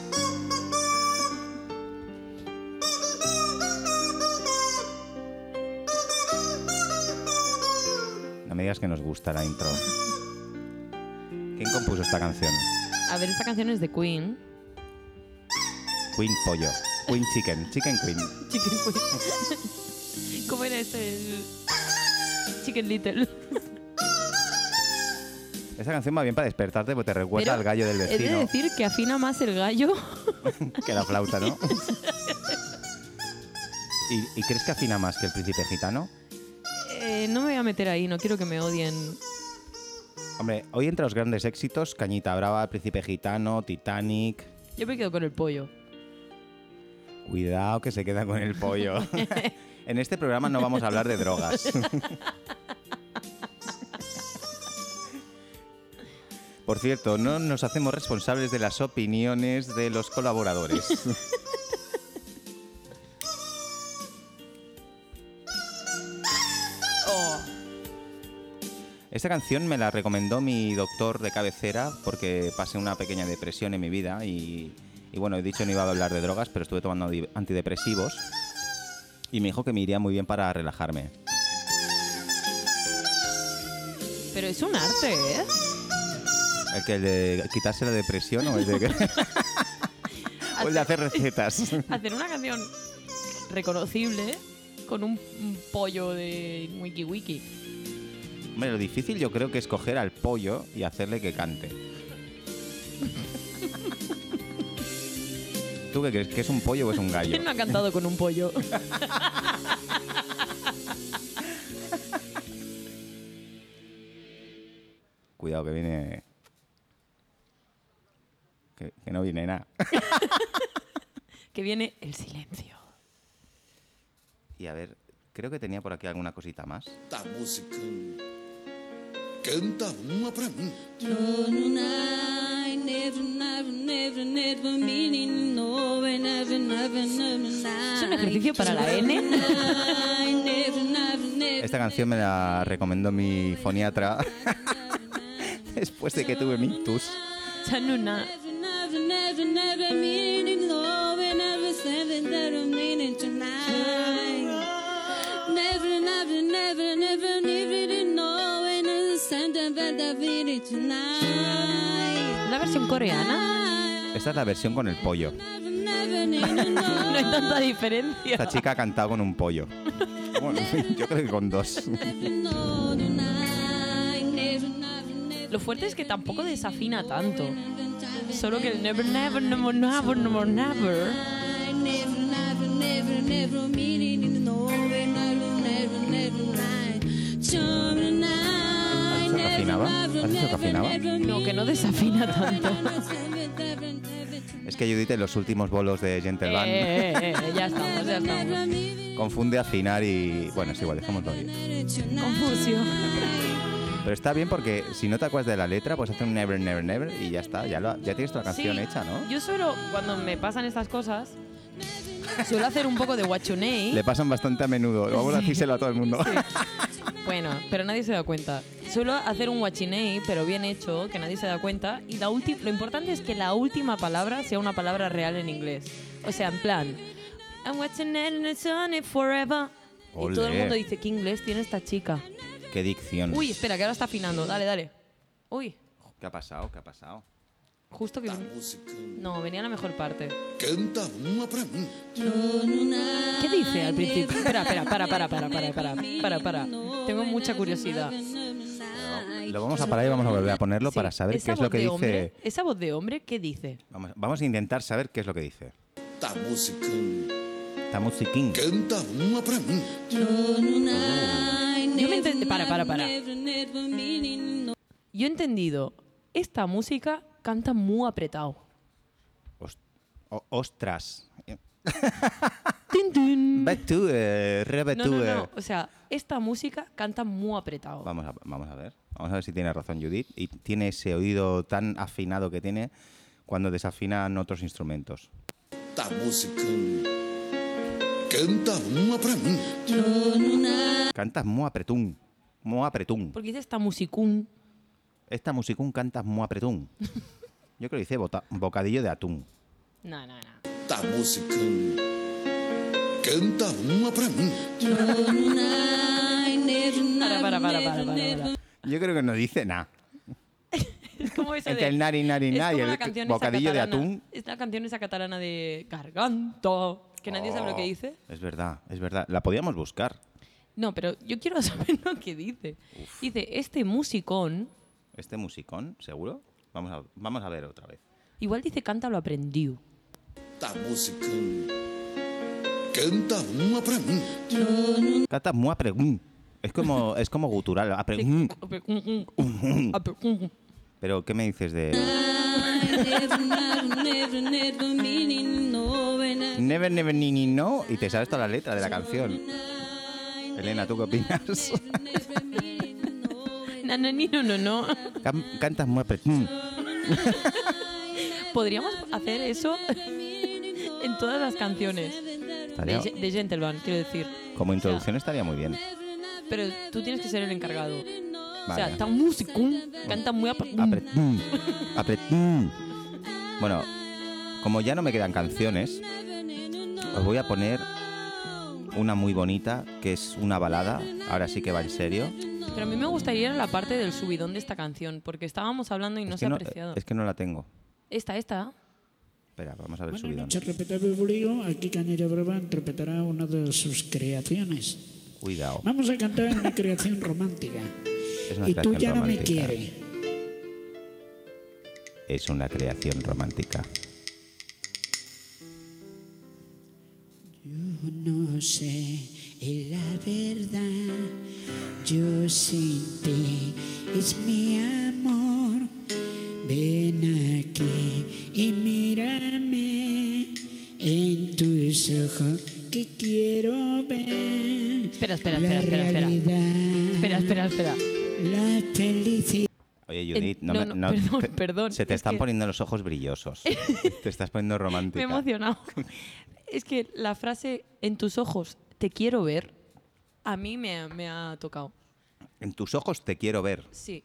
[SPEAKER 2] No me digas que nos gusta la intro. ¿Quién compuso esta canción?
[SPEAKER 4] A ver, esta canción es de Queen.
[SPEAKER 2] Queen Pollo. Queen Chicken. Chicken Queen.
[SPEAKER 4] Chicken Queen. ¿Cómo era este? El- Chicken Little.
[SPEAKER 2] Esta canción va bien para despertarte porque te recuerda
[SPEAKER 4] Pero
[SPEAKER 2] al gallo del
[SPEAKER 4] He de
[SPEAKER 2] vecino
[SPEAKER 4] decir que afina más el gallo.
[SPEAKER 2] que la flauta, ¿no? ¿Y, y crees que afina más que el príncipe gitano?
[SPEAKER 4] Eh, no me voy a meter ahí, no quiero que me odien.
[SPEAKER 2] Hombre, hoy entre los grandes éxitos, Cañita Brava, Príncipe Gitano, Titanic.
[SPEAKER 4] Yo me quedo con el pollo.
[SPEAKER 2] Cuidado que se queda con el pollo. en este programa no vamos a hablar de drogas. Por cierto, no nos hacemos responsables de las opiniones de los colaboradores. Esta canción me la recomendó mi doctor de cabecera porque pasé una pequeña depresión en mi vida y, y bueno, he dicho no iba a hablar de drogas, pero estuve tomando di- antidepresivos y me dijo que me iría muy bien para relajarme.
[SPEAKER 4] Pero es un arte, ¿eh?
[SPEAKER 2] ¿El que el de quitarse la depresión o el de, o el de hacer recetas?
[SPEAKER 4] Hacer una canción reconocible con un un pollo de Wiki Wiki.
[SPEAKER 2] Hombre, lo difícil yo creo que es coger al pollo y hacerle que cante. ¿Tú qué crees? ¿Que es un pollo o es un gallo?
[SPEAKER 4] ¿Quién no ha cantado con un pollo?
[SPEAKER 2] Cuidado, que viene. Que, que no viene nada.
[SPEAKER 4] que viene el silencio.
[SPEAKER 2] Y a ver, creo que tenía por aquí alguna cosita más.
[SPEAKER 6] Tá musicando. Canta uma pra mim.
[SPEAKER 4] Es un ejercicio para la N.
[SPEAKER 2] Esta canción me la recomendó mi foniatra después de que tuve mi ictus.
[SPEAKER 4] Chanuna. Una versión coreana.
[SPEAKER 2] Esta es la versión con el pollo.
[SPEAKER 4] No hay tanta diferencia.
[SPEAKER 2] Esta chica ha cantado con un pollo. Bueno, yo creo que con dos.
[SPEAKER 4] Lo fuerte es que tampoco desafina tanto. Solo que el never, never, never, never, never, never.
[SPEAKER 2] ¿Has dicho que afinaba? ¿Has dicho que afinaba?
[SPEAKER 4] No, que no desafina tanto.
[SPEAKER 2] Es que Judith en los últimos bolos de Gentleman
[SPEAKER 4] Eh, eh, eh, eh, ya estamos, ya estamos.
[SPEAKER 2] confunde afinar y... Bueno, es igual, dejémoslo ahí.
[SPEAKER 4] Confusión.
[SPEAKER 2] Pero está bien porque si no te acuerdas de la letra, pues hace un never, never, never y ya está. Ya, lo- ya tienes la canción
[SPEAKER 4] Sí,
[SPEAKER 2] hecha, ¿no?
[SPEAKER 4] Yo suelo, cuando me pasan estas cosas, suelo hacer un poco de guachunei.
[SPEAKER 2] Le pasan bastante a menudo. Vamos a decírselo a todo el mundo.
[SPEAKER 4] Bueno, pero nadie se da cuenta. Suelo hacer un guachinei, pero bien hecho, que nadie se da cuenta. Y la ulti- lo importante es que la última palabra sea una palabra real en inglés. O sea, en plan... I'm watching it and it's on it forever. Y todo el
[SPEAKER 2] Ole. Mm.
[SPEAKER 4] mundo dice, ¿qué inglés tiene esta chica?
[SPEAKER 2] Qué dicción.
[SPEAKER 4] Uy, espera, que ahora está afinando. Dale, dale. Uy,
[SPEAKER 2] ¿Qué ha pasado? ¿Qué ha pasado?
[SPEAKER 4] justo que... No, venía la mejor parte.
[SPEAKER 6] Canta uma pra mim.
[SPEAKER 4] ¿Qué dice al principio? Espera, espera, para, para, para, para, para, para, para. Tengo mucha curiosidad.
[SPEAKER 2] Lo vamos a parar y vamos a volver a ponerlo
[SPEAKER 4] Sí,
[SPEAKER 2] para saber
[SPEAKER 4] esa
[SPEAKER 2] qué es lo
[SPEAKER 4] voz
[SPEAKER 2] que
[SPEAKER 4] de
[SPEAKER 2] dice.
[SPEAKER 4] hombre- esa voz de hombre, ¿qué dice?
[SPEAKER 2] Vamos, vamos a intentar saber qué es lo que dice.
[SPEAKER 6] Tá musicando.
[SPEAKER 2] Tamutsi King.
[SPEAKER 6] Canta uma pra mim.
[SPEAKER 4] Yo me entendí. Para, para, para. Yo he entendido. Esta música canta muy apretado.
[SPEAKER 2] Os- o- ostras.
[SPEAKER 4] Tin, tin.
[SPEAKER 2] Back to, eh, re back
[SPEAKER 4] No,
[SPEAKER 2] to,
[SPEAKER 4] no,
[SPEAKER 2] eh.
[SPEAKER 4] no. O sea, esta música canta muy apretado.
[SPEAKER 2] Vamos a, vamos a ver. Vamos a ver si tiene razón Judith. Y tiene ese oído tan afinado que tiene cuando desafinan otros instrumentos.
[SPEAKER 6] Tá musicando. Canta uma pra mí.
[SPEAKER 2] Cantas muy apretún. Muy apretún.
[SPEAKER 4] Porque dice esta musicún.
[SPEAKER 2] Esta musicún cantas muy apretún. Yo creo que dice bota- bocadillo de atún.
[SPEAKER 4] No, no, no.
[SPEAKER 6] Tá musicando. Canta uma pra mí.
[SPEAKER 4] Para, para, para, para, para, para.
[SPEAKER 2] Yo creo que no dice nada.
[SPEAKER 4] Es como eso
[SPEAKER 2] Entre
[SPEAKER 4] de-
[SPEAKER 2] el nari, nari,
[SPEAKER 4] es
[SPEAKER 2] nari,
[SPEAKER 4] como
[SPEAKER 2] el
[SPEAKER 4] la canción esa
[SPEAKER 2] bocadillo de
[SPEAKER 4] catalana-
[SPEAKER 2] atún.
[SPEAKER 4] Es la canción esa catalana de garganto. Que nadie sabe lo
[SPEAKER 2] Oh.
[SPEAKER 4] que dice.
[SPEAKER 2] Es verdad, es verdad. La podíamos buscar.
[SPEAKER 4] No, pero yo quiero saber lo que dice. Dice, este musicón,
[SPEAKER 2] Este musicón, seguro. Vamos a, vamos a ver otra vez.
[SPEAKER 4] igual dice canta lo aprendió.
[SPEAKER 6] Tá musicando. Canta uma pra mí.
[SPEAKER 2] Cata muy apretún. Es como, es como gutural. apretún. Mm-hmm. Pero, ¿qué me dices de...? Never, never, ni, ni, no. Y te sabes toda la letra de la canción. Elena, ¿tú qué opinas?
[SPEAKER 4] No, no, ni, no, no, no.
[SPEAKER 2] Can- Cantas muy apretún.
[SPEAKER 4] Podríamos hacer eso en todas las canciones de,
[SPEAKER 2] Estaría-
[SPEAKER 4] Ge- de Gentleman, quiero decir.
[SPEAKER 2] Como introducción estaría muy bien.
[SPEAKER 4] Pero tú tienes que ser el encargado. O sea,
[SPEAKER 2] Vale.
[SPEAKER 4] está un musicón, canta muy mm. apretado.
[SPEAKER 7] Mm.
[SPEAKER 2] Apretín, apretín. mm. Bueno, como ya no me quedan canciones, os voy a poner una muy bonita, que es una balada. Ahora sí que va en serio.
[SPEAKER 4] Pero a mí me gustaría ir a la parte del subidón de esta canción, porque estábamos hablando y no
[SPEAKER 2] es,
[SPEAKER 4] se
[SPEAKER 2] que
[SPEAKER 4] ha
[SPEAKER 2] no,
[SPEAKER 4] apreciado.
[SPEAKER 2] es que no la tengo.
[SPEAKER 4] Esta, esta.
[SPEAKER 2] Espera, vamos a ver el
[SPEAKER 7] Buenas
[SPEAKER 2] subidón.
[SPEAKER 7] noches, respetable público. Aquí Cañero Brava interpretará una de sus creaciones.
[SPEAKER 2] Cuidado.
[SPEAKER 7] Vamos a cantar una creación romántica.
[SPEAKER 2] Es una
[SPEAKER 7] Y tú
[SPEAKER 2] creación
[SPEAKER 7] ya no me
[SPEAKER 2] romántica.
[SPEAKER 7] quieres.
[SPEAKER 2] Es una creación romántica.
[SPEAKER 7] Yo no sé la verdad, yo sin ti es mi amor. Ven aquí y mírame en tus ojos que quiero ver.
[SPEAKER 4] Espera, espera,
[SPEAKER 7] la
[SPEAKER 4] espera, espera, espera.
[SPEAKER 7] realidad,
[SPEAKER 4] Espera, espera, espera.
[SPEAKER 7] La felicidad.
[SPEAKER 2] Oye, Judith, no,
[SPEAKER 4] no,
[SPEAKER 2] me-
[SPEAKER 4] no,
[SPEAKER 2] no-
[SPEAKER 4] perdón,
[SPEAKER 2] te-
[SPEAKER 4] perdón,
[SPEAKER 2] Se te
[SPEAKER 4] es
[SPEAKER 2] están
[SPEAKER 4] que-
[SPEAKER 2] poniendo los ojos brillosos. te estás poniendo romántica.
[SPEAKER 4] Me he emocionado. es que la frase en tus ojos, te quiero ver, a mí me, me ha tocado.
[SPEAKER 2] En tus ojos te quiero ver.
[SPEAKER 4] Sí.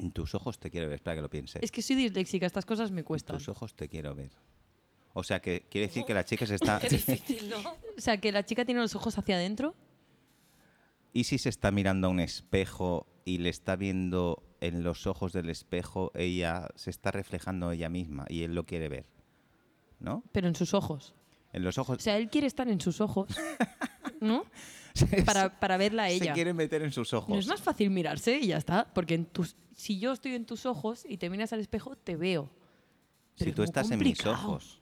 [SPEAKER 2] En tus ojos te quiero ver. Espera que lo piense.
[SPEAKER 4] Es que soy disléxica, estas cosas me
[SPEAKER 2] En
[SPEAKER 4] cuestan.
[SPEAKER 2] tus ojos te quiero ver. O sea, que quiere decir que la chica se está...
[SPEAKER 4] O sea, que la chica tiene los ojos hacia adentro.
[SPEAKER 2] ¿Y si se está mirando a un espejo y le está viendo en los ojos del espejo, ella se está reflejando ella misma y él lo quiere ver? ¿No?
[SPEAKER 4] pero en sus ojos.
[SPEAKER 2] En los
[SPEAKER 4] O
[SPEAKER 2] ojos...
[SPEAKER 4] sea, él quiere estar en sus ojos, ¿no? Para, para verla a
[SPEAKER 2] Se
[SPEAKER 4] ella.
[SPEAKER 2] quiere meter en sus ojos.
[SPEAKER 4] No es más fácil mirarse y ya está, porque en tus, si yo estoy en tus ojos y te miras al espejo, te veo. Pero
[SPEAKER 2] si
[SPEAKER 4] es
[SPEAKER 2] tú
[SPEAKER 4] muy
[SPEAKER 2] estás en mis
[SPEAKER 4] complicado.
[SPEAKER 2] ojos.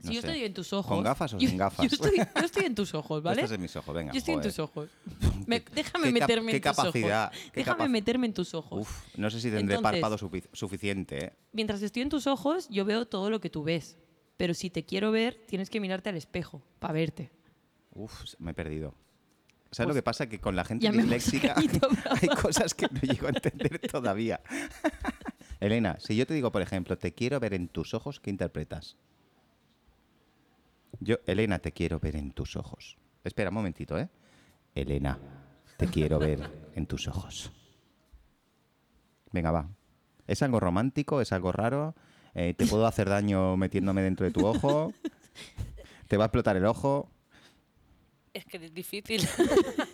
[SPEAKER 4] Si
[SPEAKER 2] No
[SPEAKER 4] yo
[SPEAKER 2] sé.
[SPEAKER 4] estoy en tus ojos.
[SPEAKER 2] ¿Con gafas o
[SPEAKER 4] yo-
[SPEAKER 2] sin gafas?
[SPEAKER 4] Yo estoy, yo estoy en tus ojos, ¿vale?
[SPEAKER 2] estás en mis ojos, venga,
[SPEAKER 4] Yo estoy
[SPEAKER 2] joder.
[SPEAKER 4] en tus ojos. Me-
[SPEAKER 2] Qué-
[SPEAKER 4] déjame
[SPEAKER 2] qué cap-
[SPEAKER 4] meterme
[SPEAKER 2] qué
[SPEAKER 4] en tus ojos.
[SPEAKER 2] capacidad, qué
[SPEAKER 4] déjame
[SPEAKER 2] capac-
[SPEAKER 4] meterme en tus ojos.
[SPEAKER 2] Uf, no sé si tendré
[SPEAKER 4] Entonces,
[SPEAKER 2] párpado sufi- suficiente, ¿eh?
[SPEAKER 4] Mientras estoy en tus ojos, yo veo todo lo que tú ves. Pero si te quiero ver, tienes que mirarte al espejo para verte.
[SPEAKER 2] Uf, me he perdido. ¿Sabes lo que pasa? Que con la gente
[SPEAKER 4] Pues ya me hemos
[SPEAKER 2] disléxica
[SPEAKER 4] caído, bravo.
[SPEAKER 2] hay cosas que no llego a entender todavía. Elena, si yo te digo, por ejemplo, te quiero ver en tus ojos, ¿qué interpretas? Yo, Elena, te quiero ver en tus ojos. Espera un momentito, ¿eh? Elena, te quiero ver en tus ojos. Venga, va. ¿Es algo romántico? ¿Es algo raro? Eh, ¿Te puedo hacer daño metiéndome dentro de tu ojo? ¿Te va a explotar el ojo?
[SPEAKER 5] Es que es difícil.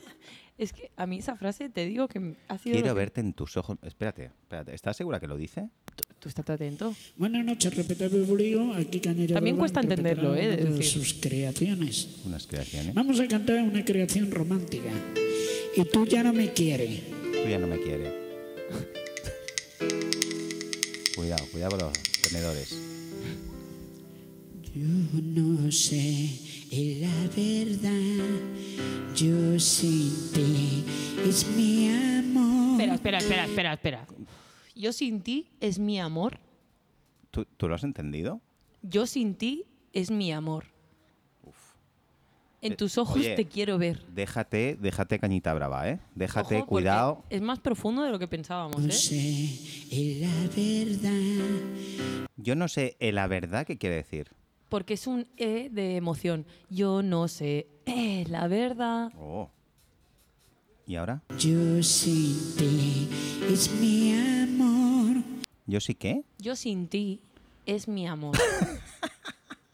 [SPEAKER 4] Es que a mí esa frase te digo que ha sido.
[SPEAKER 2] Quiero
[SPEAKER 4] lo que-
[SPEAKER 2] verte en tus ojos. Espérate, espérate. ¿Estás segura que lo dice?
[SPEAKER 4] Tú, tú estate atento.
[SPEAKER 7] Buenas noches, respetable público. Aquí Cañero
[SPEAKER 4] También
[SPEAKER 7] Brava
[SPEAKER 4] cuesta
[SPEAKER 7] interpretará
[SPEAKER 4] entenderlo, ¿eh?
[SPEAKER 7] una
[SPEAKER 4] de
[SPEAKER 7] de
[SPEAKER 4] decir.
[SPEAKER 7] sus creaciones.
[SPEAKER 2] Unas creaciones.
[SPEAKER 7] Vamos a cantar una creación romántica. Y tú ya no me quieres.
[SPEAKER 2] Tú ya no me quieres. Cuidado, cuidado con los tenedores.
[SPEAKER 7] Yo Oh, no sé la verdad, yo sin ti es mi amor.
[SPEAKER 4] Espera, espera, espera, espera, espera. Yo sin ti es mi amor.
[SPEAKER 2] ¿Tú, tú lo has entendido?
[SPEAKER 4] Yo sin ti es mi amor. En
[SPEAKER 2] Eh,
[SPEAKER 4] tus ojos
[SPEAKER 2] oye,
[SPEAKER 4] te quiero ver.
[SPEAKER 2] Déjate, déjate cañita brava, ¿eh? Déjate,
[SPEAKER 4] Ojo, porque
[SPEAKER 2] cuidado.
[SPEAKER 4] Es más profundo de lo que pensábamos,
[SPEAKER 7] No
[SPEAKER 4] ¿eh?
[SPEAKER 7] sé la verdad.
[SPEAKER 2] Yo no sé eh, la verdad qué quiere decir.
[SPEAKER 4] Porque es un E de emoción. Yo no sé. eh, la verdad.
[SPEAKER 2] Oh. ¿Y ahora?
[SPEAKER 7] Yo sin ti es mi amor.
[SPEAKER 2] ¿Yo sí qué?
[SPEAKER 4] Yo sin ti es mi amor.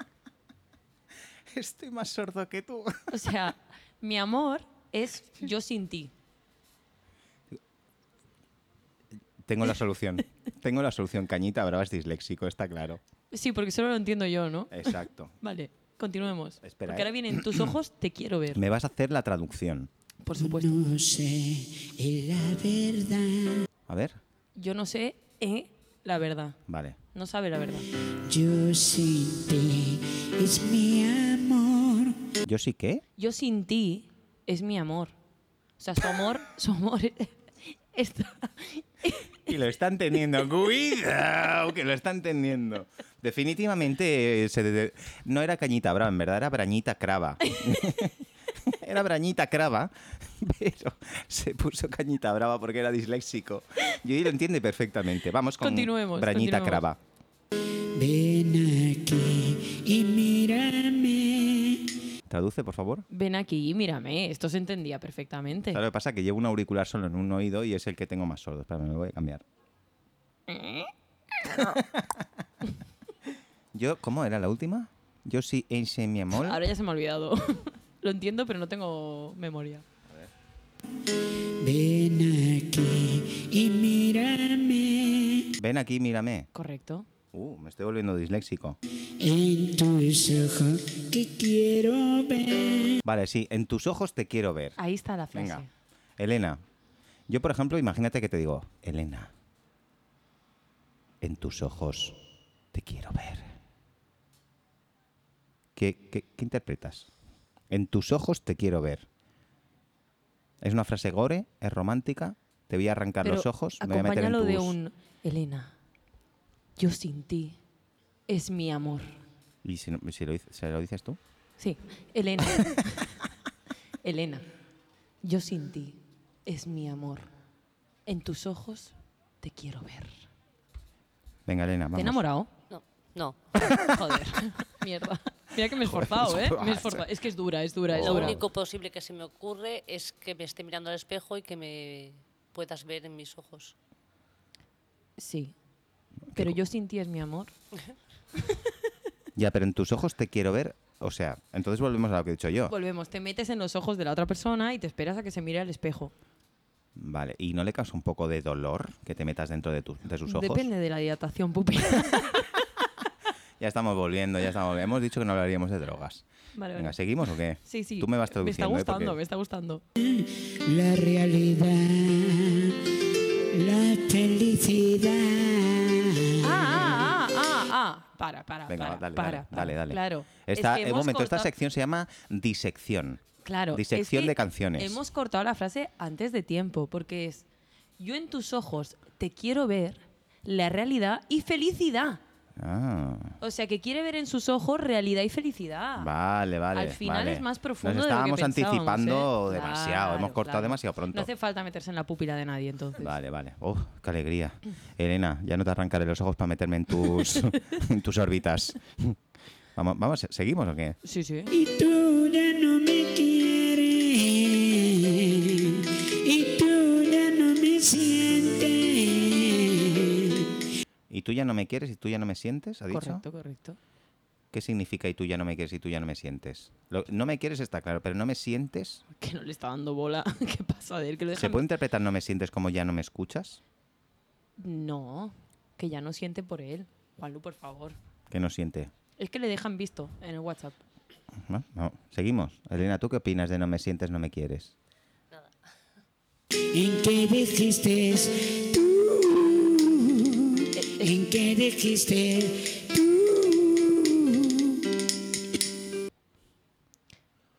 [SPEAKER 2] Estoy más sordo que tú.
[SPEAKER 4] O sea, mi amor es yo sin ti.
[SPEAKER 2] Tengo la solución. Tengo la solución. Cañita brava es disléxico, está claro.
[SPEAKER 4] Sí, porque solo lo entiendo yo, ¿no?
[SPEAKER 2] Exacto.
[SPEAKER 4] Vale, continuemos.
[SPEAKER 2] Eh. Espera,
[SPEAKER 4] porque
[SPEAKER 2] ¿eh?
[SPEAKER 4] ahora vienen tus ojos, te quiero ver.
[SPEAKER 2] Me vas a hacer la traducción.
[SPEAKER 4] Por supuesto.
[SPEAKER 7] No sé la verdad,
[SPEAKER 2] A ver.
[SPEAKER 4] Yo no sé eh, la verdad.
[SPEAKER 2] Vale.
[SPEAKER 4] No sabe la verdad.
[SPEAKER 7] yo sin ti es mi amor.
[SPEAKER 2] ¿Yo sí qué?
[SPEAKER 4] Yo sin ti es mi amor. O sea, su amor, su amor está.
[SPEAKER 2] Y lo está entendiendo. Cuidado, que lo está entendiendo. Definitivamente eh, se de- no era Cañita Brava, en verdad era Brañita Crava. era Brañita Crava, pero se puso Cañita Brava porque era disléxico. Y él lo entiende perfectamente. Vamos con
[SPEAKER 4] Continuemos,
[SPEAKER 2] Brañita
[SPEAKER 4] continuemos.
[SPEAKER 2] Crava.
[SPEAKER 7] Ven aquí y mírame
[SPEAKER 2] Traduce, por favor.
[SPEAKER 4] Ven aquí, mírame, esto se entendía perfectamente.
[SPEAKER 2] Claro, lo que pasa es que llevo un auricular solo en un oído y es el que tengo más sordo. Espera, me lo voy a cambiar. Yo, ¿cómo era la última? Yo sí enseñamol.
[SPEAKER 4] Ahora ya se me ha olvidado. Lo entiendo, pero no tengo memoria.
[SPEAKER 7] Ven aquí y mírame
[SPEAKER 2] Ven aquí, mírame.
[SPEAKER 4] Correcto.
[SPEAKER 2] Uh, me estoy volviendo disléxico.
[SPEAKER 7] en tus ojos que quiero ver.
[SPEAKER 2] Vale, sí, en tus ojos te quiero ver.
[SPEAKER 4] Ahí está la frase.
[SPEAKER 2] Venga. Elena, yo por ejemplo, imagínate que te digo, Elena, en tus ojos te quiero ver. ¿Qué, qué, qué interpretas? En tus ojos te quiero ver. ¿Es una frase gore? ¿Es romántica? ¿Te voy a arrancar
[SPEAKER 4] Pero
[SPEAKER 2] los ojos? ¿Me voy a meter en
[SPEAKER 4] acompáñalo de
[SPEAKER 2] tus-
[SPEAKER 4] un Elena, yo sin ti es mi amor.
[SPEAKER 2] ¿Y si, no- si lo, dices- se lo dices tú?
[SPEAKER 4] Sí, Elena. Elena, yo sin ti es mi amor. En tus ojos te quiero ver.
[SPEAKER 2] Venga, Elena, vamos.
[SPEAKER 4] ¿Te he enamorado?
[SPEAKER 5] No, no.
[SPEAKER 4] Joder, mierda. Mira que me he esforzado, ¿eh? Me he esforzado. Es que es dura, es dura, es
[SPEAKER 5] Lo
[SPEAKER 4] dura.
[SPEAKER 5] único posible que se me ocurre es que me esté mirando al espejo y que me puedas ver en mis ojos.
[SPEAKER 4] Sí. Pero yo sin ti es mi amor.
[SPEAKER 2] Ya, pero en tus ojos te quiero ver. O sea, entonces volvemos a lo que he dicho yo.
[SPEAKER 4] Volvemos, te metes en los ojos de la otra persona y te esperas a que se mire al espejo.
[SPEAKER 2] Vale, ¿y no le causa un poco de dolor que te metas dentro de, tus- de sus ojos?
[SPEAKER 4] Depende de la dilatación pupilar.
[SPEAKER 2] Ya estamos volviendo, ya estamos. Hemos dicho que no hablaríamos de drogas.
[SPEAKER 4] Vale,
[SPEAKER 2] Venga,
[SPEAKER 4] vale.
[SPEAKER 2] ¿seguimos o qué?
[SPEAKER 4] Sí, sí.
[SPEAKER 2] Tú me vas
[SPEAKER 4] Me está
[SPEAKER 2] traduciendo. ¿eh? Porque-
[SPEAKER 4] gustando, me está gustando.
[SPEAKER 7] La realidad, la felicidad.
[SPEAKER 4] Ah, ah, ah, ah, ah. Para, para,
[SPEAKER 2] Venga,
[SPEAKER 4] para,
[SPEAKER 2] va, dale,
[SPEAKER 4] para,
[SPEAKER 2] dale,
[SPEAKER 4] para.
[SPEAKER 2] dale, dale.
[SPEAKER 4] Claro.
[SPEAKER 2] Esta-
[SPEAKER 4] Es que
[SPEAKER 2] eh, un
[SPEAKER 4] hemos
[SPEAKER 2] momento, esta
[SPEAKER 4] cortado-
[SPEAKER 2] sección se llama disección.
[SPEAKER 4] Claro. es
[SPEAKER 2] Disección
[SPEAKER 4] que
[SPEAKER 2] de canciones.
[SPEAKER 4] Hemos cortado la frase antes de tiempo, porque es yo en tus ojos te quiero ver la realidad y felicidad.
[SPEAKER 2] Ah,
[SPEAKER 4] O sea, que quiere ver en sus ojos realidad y felicidad.
[SPEAKER 2] vale, vale.
[SPEAKER 4] Al final
[SPEAKER 2] vale.
[SPEAKER 4] es más profundo
[SPEAKER 2] Nos
[SPEAKER 4] de lo que
[SPEAKER 2] estábamos
[SPEAKER 4] pensábamos,
[SPEAKER 2] anticipando
[SPEAKER 4] ¿eh?
[SPEAKER 2] demasiado.
[SPEAKER 4] Claro,
[SPEAKER 2] hemos cortado
[SPEAKER 4] claro.
[SPEAKER 2] demasiado pronto.
[SPEAKER 4] No hace falta meterse en la pupila de nadie, entonces.
[SPEAKER 2] Vale, vale. ¡Oh, qué alegría! Elena, ya no te arrancaré los ojos para meterme en tus, en tus órbitas. Vamos, vamos, ¿seguimos o qué?
[SPEAKER 4] Sí, sí.
[SPEAKER 7] Y tú ya no me quieres, y tú ya no me sientes.
[SPEAKER 2] ¿Y tú ya no me quieres y tú ya no me sientes? ¿Ha dicho?
[SPEAKER 4] Correcto, correcto.
[SPEAKER 2] ¿Qué significa y tú ya no me quieres y tú ya no me sientes? Lo- no me quieres está claro, pero no me sientes.
[SPEAKER 4] Que no le está dando bola. ¿Qué pasa de él? Que lo
[SPEAKER 2] ¿Se
[SPEAKER 4] deja-
[SPEAKER 2] puede interpretar no me sientes como ya no me escuchas?
[SPEAKER 4] No, que ya no siente por él. Juanlu, por favor.
[SPEAKER 2] Que no siente.
[SPEAKER 4] Es que le dejan visto en el WhatsApp.
[SPEAKER 2] No, no. Seguimos. Elena, ¿tú qué opinas de no me sientes, no me quieres?
[SPEAKER 7] ¿En qué dijiste tú? ¿En qué dijiste tú?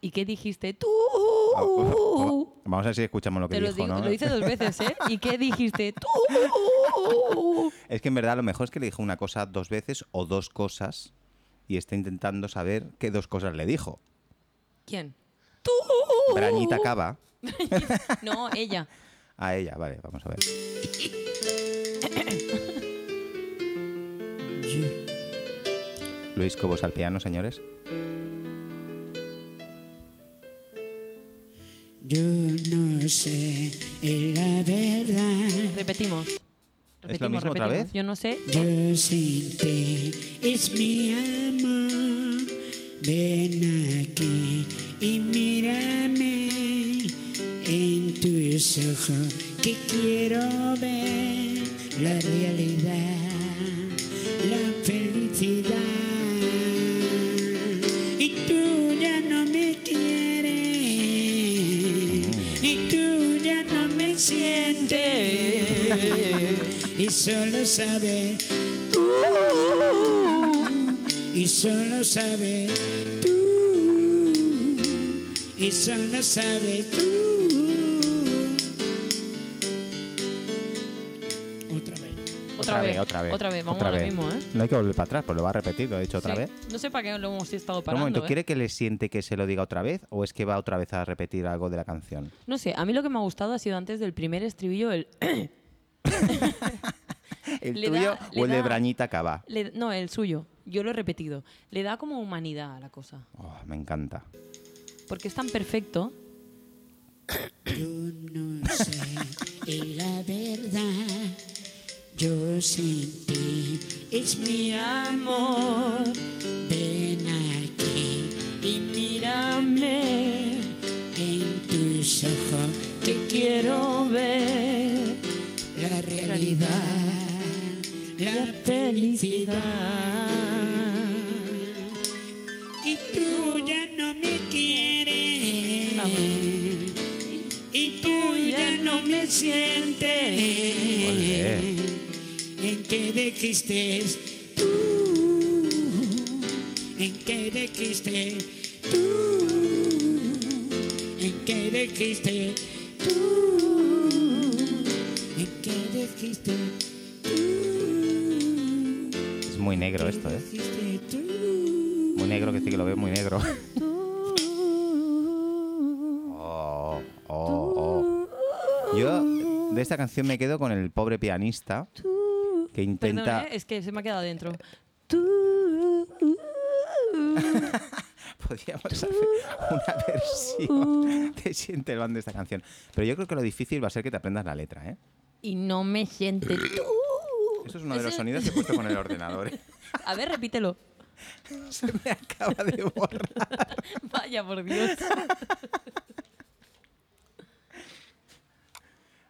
[SPEAKER 4] ¿Y qué dijiste tú?
[SPEAKER 2] Ah, Vamos a ver si escuchamos lo que
[SPEAKER 4] Uh. Te lo,
[SPEAKER 2] oh, dijo,
[SPEAKER 4] digo,
[SPEAKER 2] ¿no?
[SPEAKER 4] lo hice dos veces, ¿eh? ¿Y qué dijiste tú?
[SPEAKER 2] Es que en verdad lo mejor es que le dijo una cosa dos veces o dos cosas y está intentando saber qué dos cosas le dijo.
[SPEAKER 4] ¿Quién?
[SPEAKER 2] Brañita Cava
[SPEAKER 4] No, ella.
[SPEAKER 2] a ella. Vale, vamos a ver. Luis Cobos al piano, señores.
[SPEAKER 7] Yo no sé es la verdad.
[SPEAKER 4] Repetimos. Repetimos,
[SPEAKER 2] mismo otra
[SPEAKER 4] repetimos.
[SPEAKER 2] vez?
[SPEAKER 4] Yo no sé.
[SPEAKER 7] Yo sin ti es mi amor. Ven aquí y mírame en tus ojos que quiero ver la realidad, la felicidad. Y tú ya no me quieres, y tú ya no me sientes, y solo sabes tú, y solo sabes tú, y solo sabes tú. Otra vez.
[SPEAKER 4] Otra, vez,
[SPEAKER 2] otra vez.
[SPEAKER 4] Otra vez, vamos a lo mismo, ¿eh?
[SPEAKER 2] No hay que volver para atrás, pues lo va a repetir, lo he dicho otra
[SPEAKER 4] Sí.
[SPEAKER 2] vez.
[SPEAKER 4] No sé para qué lo hemos
[SPEAKER 2] Pero
[SPEAKER 4] estado
[SPEAKER 2] un
[SPEAKER 4] parando.
[SPEAKER 2] momento,
[SPEAKER 4] ¿eh?
[SPEAKER 2] ¿quiere que le siente que se lo diga otra vez o es que va otra vez a repetir algo de la canción?
[SPEAKER 4] No sé, a mí lo que me ha gustado ha sido antes del primer estribillo el.
[SPEAKER 2] ¿El
[SPEAKER 4] Le
[SPEAKER 2] tuyo
[SPEAKER 4] da- le
[SPEAKER 2] o el de
[SPEAKER 4] da-
[SPEAKER 2] Brañita Cava?
[SPEAKER 4] le- no, el suyo. Yo lo he repetido. Le da como humanidad a la cosa.
[SPEAKER 2] Oh, me encanta.
[SPEAKER 4] porque es tan perfecto.
[SPEAKER 7] Yo no sé y la verdad. Yo sin ti es mi amor. Ven aquí y mírame. En tus ojos te quiero ver. La realidad, la felicidad. Y tú ya no me quieres. Y tú ya no me
[SPEAKER 4] Eh,
[SPEAKER 7] sientes.
[SPEAKER 2] Olé.
[SPEAKER 7] En que dijiste tú. En que dijiste tú. En que dijiste tú. En que dijiste tú.
[SPEAKER 2] Es muy negro esto, ¿eh?
[SPEAKER 7] Dijiste tú.
[SPEAKER 2] Muy negro, que sí que lo veo muy negro. Oh, oh, oh. Yo de esta canción me quedo con el pobre pianista que
[SPEAKER 4] Perdón,
[SPEAKER 2] intenta...
[SPEAKER 4] ¿eh? es que se me ha quedado dentro. Tú.
[SPEAKER 2] Podríamos hacer una versión de Siente el Band de esta canción. Pero yo creo que lo difícil va a ser que te aprendas la letra, ¿eh?
[SPEAKER 4] Y no me sientes tú.
[SPEAKER 2] Eso es uno de los sonidos que he puesto con el ordenador. ¿eh?
[SPEAKER 4] A ver, repítelo.
[SPEAKER 2] Se me acaba de borrar.
[SPEAKER 4] Vaya, por Dios.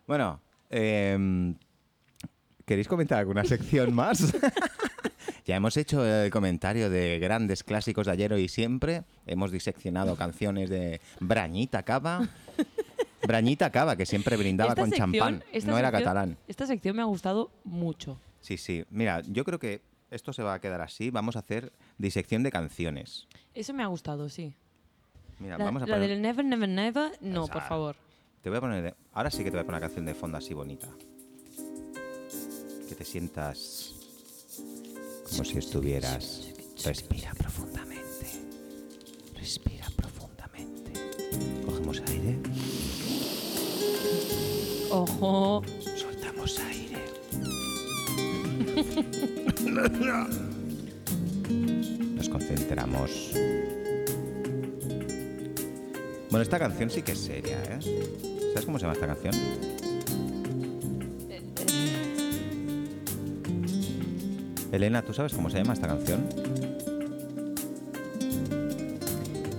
[SPEAKER 2] Bueno, em, ¿queréis comentar alguna sección más? ya hemos hecho el comentario de grandes clásicos de ayer, hoy y siempre. Hemos diseccionado canciones de Brañita Cava. Brañita Cava, que siempre brindaba
[SPEAKER 4] Esta
[SPEAKER 2] con
[SPEAKER 4] sección-
[SPEAKER 2] champán.
[SPEAKER 4] esta
[SPEAKER 2] No era
[SPEAKER 4] sección-
[SPEAKER 2] catalán.
[SPEAKER 4] Esta sección me ha gustado mucho.
[SPEAKER 2] Sí, sí. Mira, yo creo que esto se va a quedar así. Vamos a hacer disección de canciones.
[SPEAKER 4] Eso me ha gustado, sí.
[SPEAKER 2] Mira,
[SPEAKER 4] la
[SPEAKER 2] vamos a
[SPEAKER 4] la
[SPEAKER 2] poner-
[SPEAKER 4] del Never, Never, Never, no,
[SPEAKER 2] Esa.
[SPEAKER 4] por favor.
[SPEAKER 2] Te voy a poner. de- Ahora sí que te voy a poner una canción de fondo así bonita. Que te sientas como si estuvieras. Respira profundamente. Respira profundamente. Cogemos aire.
[SPEAKER 4] Ojo.
[SPEAKER 2] Soltamos aire. Nos concentramos. Bueno, esta canción sí que es seria, ¿eh? ¿Sabes cómo se llama esta canción? Elena, ¿tú sabes cómo se llama esta canción?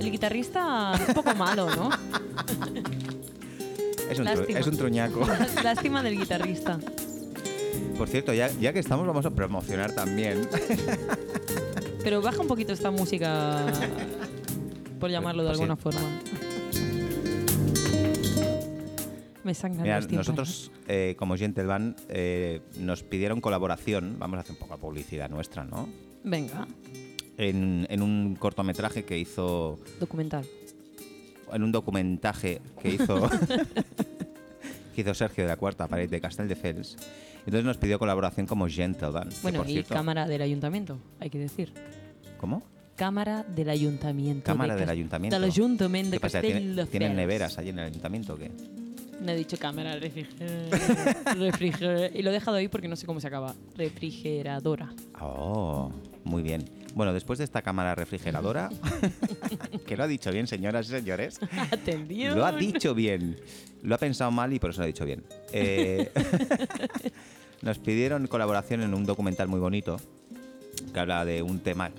[SPEAKER 4] El guitarrista es un poco malo, ¿no?
[SPEAKER 2] Es un, tru-
[SPEAKER 4] Lástima.
[SPEAKER 2] es un truñaco.
[SPEAKER 4] Lástima del guitarrista.
[SPEAKER 2] Por cierto, ya, ya que estamos, vamos a promocionar también.
[SPEAKER 4] Pero baja un poquito esta música, por llamarlo de
[SPEAKER 2] Pues sí.
[SPEAKER 4] alguna forma. Me sangran
[SPEAKER 2] Mira,
[SPEAKER 4] los tímpanos.
[SPEAKER 2] nosotros, eh, como Gentleman, eh, nos pidieron colaboración, vamos a hacer un poco de publicidad nuestra, ¿no?
[SPEAKER 4] ¿eh? Venga,
[SPEAKER 2] En, en un cortometraje que hizo,
[SPEAKER 4] documental.
[SPEAKER 2] en un documentaje que hizo, que hizo Sergio de la Cuarta Pared de Castelldefels. Entonces nos pidió colaboración como Gentleman. que,
[SPEAKER 4] Bueno,
[SPEAKER 2] por
[SPEAKER 4] y
[SPEAKER 2] cierto-
[SPEAKER 4] cámara del ayuntamiento, hay que decir.
[SPEAKER 2] ¿Cómo?
[SPEAKER 4] Cámara del ayuntamiento.
[SPEAKER 2] Cámara
[SPEAKER 4] de
[SPEAKER 2] del
[SPEAKER 4] Cas-
[SPEAKER 2] ayuntamiento.
[SPEAKER 4] Del ayuntamiento de
[SPEAKER 2] ¿Qué pasa? ¿Tiene-
[SPEAKER 4] Castelldefels.
[SPEAKER 2] ¿Tienen neveras allí en el ayuntamiento o qué?
[SPEAKER 4] No he dicho cámara, refrigeradora. refrigeradora. Y lo he dejado ahí porque no sé cómo se acaba. Refrigeradora.
[SPEAKER 2] Oh, muy bien. Bueno, después de esta cámara refrigeradora, que lo ha dicho bien, señoras y señores,
[SPEAKER 4] Atendido.
[SPEAKER 2] lo ha dicho bien. Lo ha pensado mal y por eso lo ha dicho bien. Eh, nos pidieron colaboración en un documental muy bonito que habla de un tema.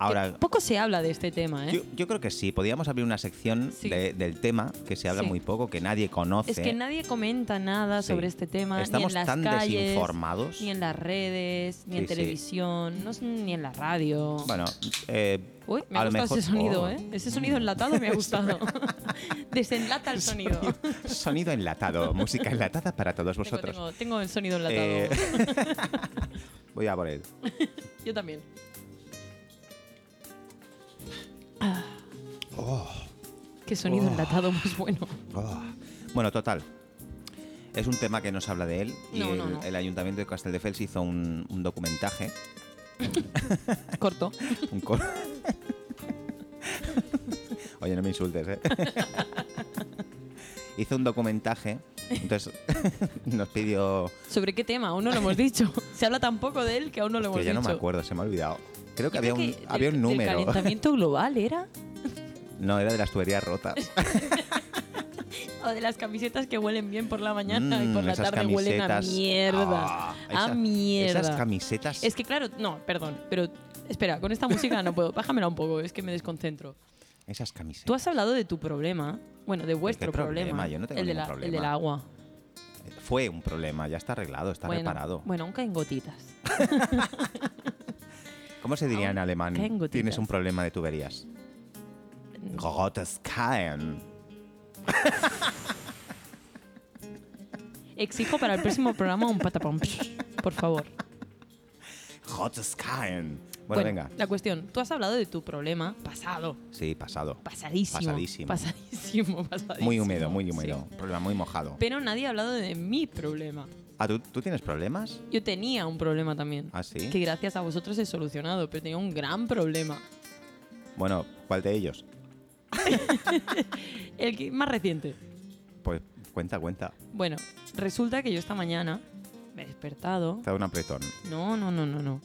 [SPEAKER 2] Ahora,
[SPEAKER 4] Poco se habla de este tema, ¿eh?
[SPEAKER 2] yo, yo creo que sí, podríamos abrir una sección
[SPEAKER 4] Sí.
[SPEAKER 2] de- del tema que se habla
[SPEAKER 4] Sí.
[SPEAKER 2] muy poco, que nadie conoce.
[SPEAKER 4] Es que nadie comenta nada
[SPEAKER 2] Sí.
[SPEAKER 4] sobre este tema,
[SPEAKER 2] Estamos
[SPEAKER 4] ni en las
[SPEAKER 2] tan
[SPEAKER 4] calles,
[SPEAKER 2] desinformados.
[SPEAKER 4] ni en las redes, ni
[SPEAKER 2] Sí,
[SPEAKER 4] en
[SPEAKER 2] sí.
[SPEAKER 4] televisión, no sé, ni en la radio.
[SPEAKER 2] Bueno, eh,
[SPEAKER 4] Uy, me ha
[SPEAKER 2] a lo
[SPEAKER 4] gustado
[SPEAKER 2] mejor-
[SPEAKER 4] ese sonido,
[SPEAKER 2] Oh.
[SPEAKER 4] ¿eh? Ese sonido enlatado me ha gustado. Desenlata el sonido.
[SPEAKER 2] Sonido enlatado, música enlatada para todos
[SPEAKER 4] Tengo,
[SPEAKER 2] vosotros.
[SPEAKER 4] tengo- tengo el sonido enlatado.
[SPEAKER 2] Eh, voy a por él.
[SPEAKER 4] Yo también.
[SPEAKER 2] Ah.
[SPEAKER 4] Qué sonido enlatado más bueno.
[SPEAKER 2] Oh. Bueno, total. Es un tema que no se habla de él. Y
[SPEAKER 4] No,
[SPEAKER 2] el,
[SPEAKER 4] no, no.
[SPEAKER 2] el ayuntamiento de Castelldefels hizo un, un documentaje.
[SPEAKER 4] Corto.
[SPEAKER 2] un cor- Oye, no me insultes, ¿eh? hizo un documentaje. Entonces nos pidió.
[SPEAKER 4] ¿Sobre qué tema? Aún no lo hemos dicho. Se habla tan poco de él que aún no lo
[SPEAKER 2] Que
[SPEAKER 4] hemos
[SPEAKER 2] ya no
[SPEAKER 4] dicho.
[SPEAKER 2] me acuerdo, se me ha olvidado. Creo que,
[SPEAKER 4] Yo
[SPEAKER 2] había,
[SPEAKER 4] creo
[SPEAKER 2] un,
[SPEAKER 4] que
[SPEAKER 2] había un
[SPEAKER 4] del- del
[SPEAKER 2] número.
[SPEAKER 4] calentamiento global era?
[SPEAKER 2] No, era de las tuberías rotas.
[SPEAKER 4] O de las camisetas que huelen bien por la mañana y por
[SPEAKER 2] Mm,
[SPEAKER 4] la
[SPEAKER 2] esas
[SPEAKER 4] tarde huelen a
[SPEAKER 2] camisetas.
[SPEAKER 4] mierda.
[SPEAKER 2] Ah,
[SPEAKER 4] a
[SPEAKER 2] esas-
[SPEAKER 4] mierda.
[SPEAKER 2] Esas camisetas.
[SPEAKER 4] Es que claro, no, perdón, pero espera, con esta música no puedo. Bájamela un poco, es que me desconcentro.
[SPEAKER 2] Esas camisetas.
[SPEAKER 4] Tú has hablado de tu problema, bueno, de vuestro
[SPEAKER 2] Este problema? Yo no tengo
[SPEAKER 4] el, de
[SPEAKER 2] ningún
[SPEAKER 4] la- el
[SPEAKER 2] problema.
[SPEAKER 4] del agua.
[SPEAKER 2] Fue un problema, ya está arreglado, está
[SPEAKER 4] bueno,
[SPEAKER 2] reparado.
[SPEAKER 4] Bueno, aún caen gotitas.
[SPEAKER 2] ¿Cómo se diría en alemán?
[SPEAKER 4] caen gotitas. Mm.
[SPEAKER 2] Tienes un problema de tuberías. Gotas caen.
[SPEAKER 4] Exijo para el próximo programa un patapam, por favor.
[SPEAKER 2] Gotas caen. Bueno,
[SPEAKER 4] Bueno,
[SPEAKER 2] venga.
[SPEAKER 4] La cuestión, tú has hablado de tu problema pasado,
[SPEAKER 2] Sí, pasado.
[SPEAKER 4] pasadísimo.
[SPEAKER 2] Pasadísimo.
[SPEAKER 4] Pasadísimo, pasadísimo.
[SPEAKER 2] Muy húmedo, muy
[SPEAKER 4] sí.
[SPEAKER 2] húmedo. Problema muy mojado.
[SPEAKER 4] Pero nadie ha hablado de mi problema.
[SPEAKER 2] Ah, ¿tú, tú tienes problemas?
[SPEAKER 4] Yo tenía un problema también.
[SPEAKER 2] ¿Ah, sí?
[SPEAKER 4] Que gracias a vosotros he solucionado, pero tenía un gran problema.
[SPEAKER 2] Bueno, ¿cuál de ellos?
[SPEAKER 4] El que- más reciente.
[SPEAKER 2] Pues cuenta, cuenta.
[SPEAKER 4] Bueno, resulta que yo esta mañana me he despertado.
[SPEAKER 2] Te da un apretón.
[SPEAKER 4] No, no, no, no, no.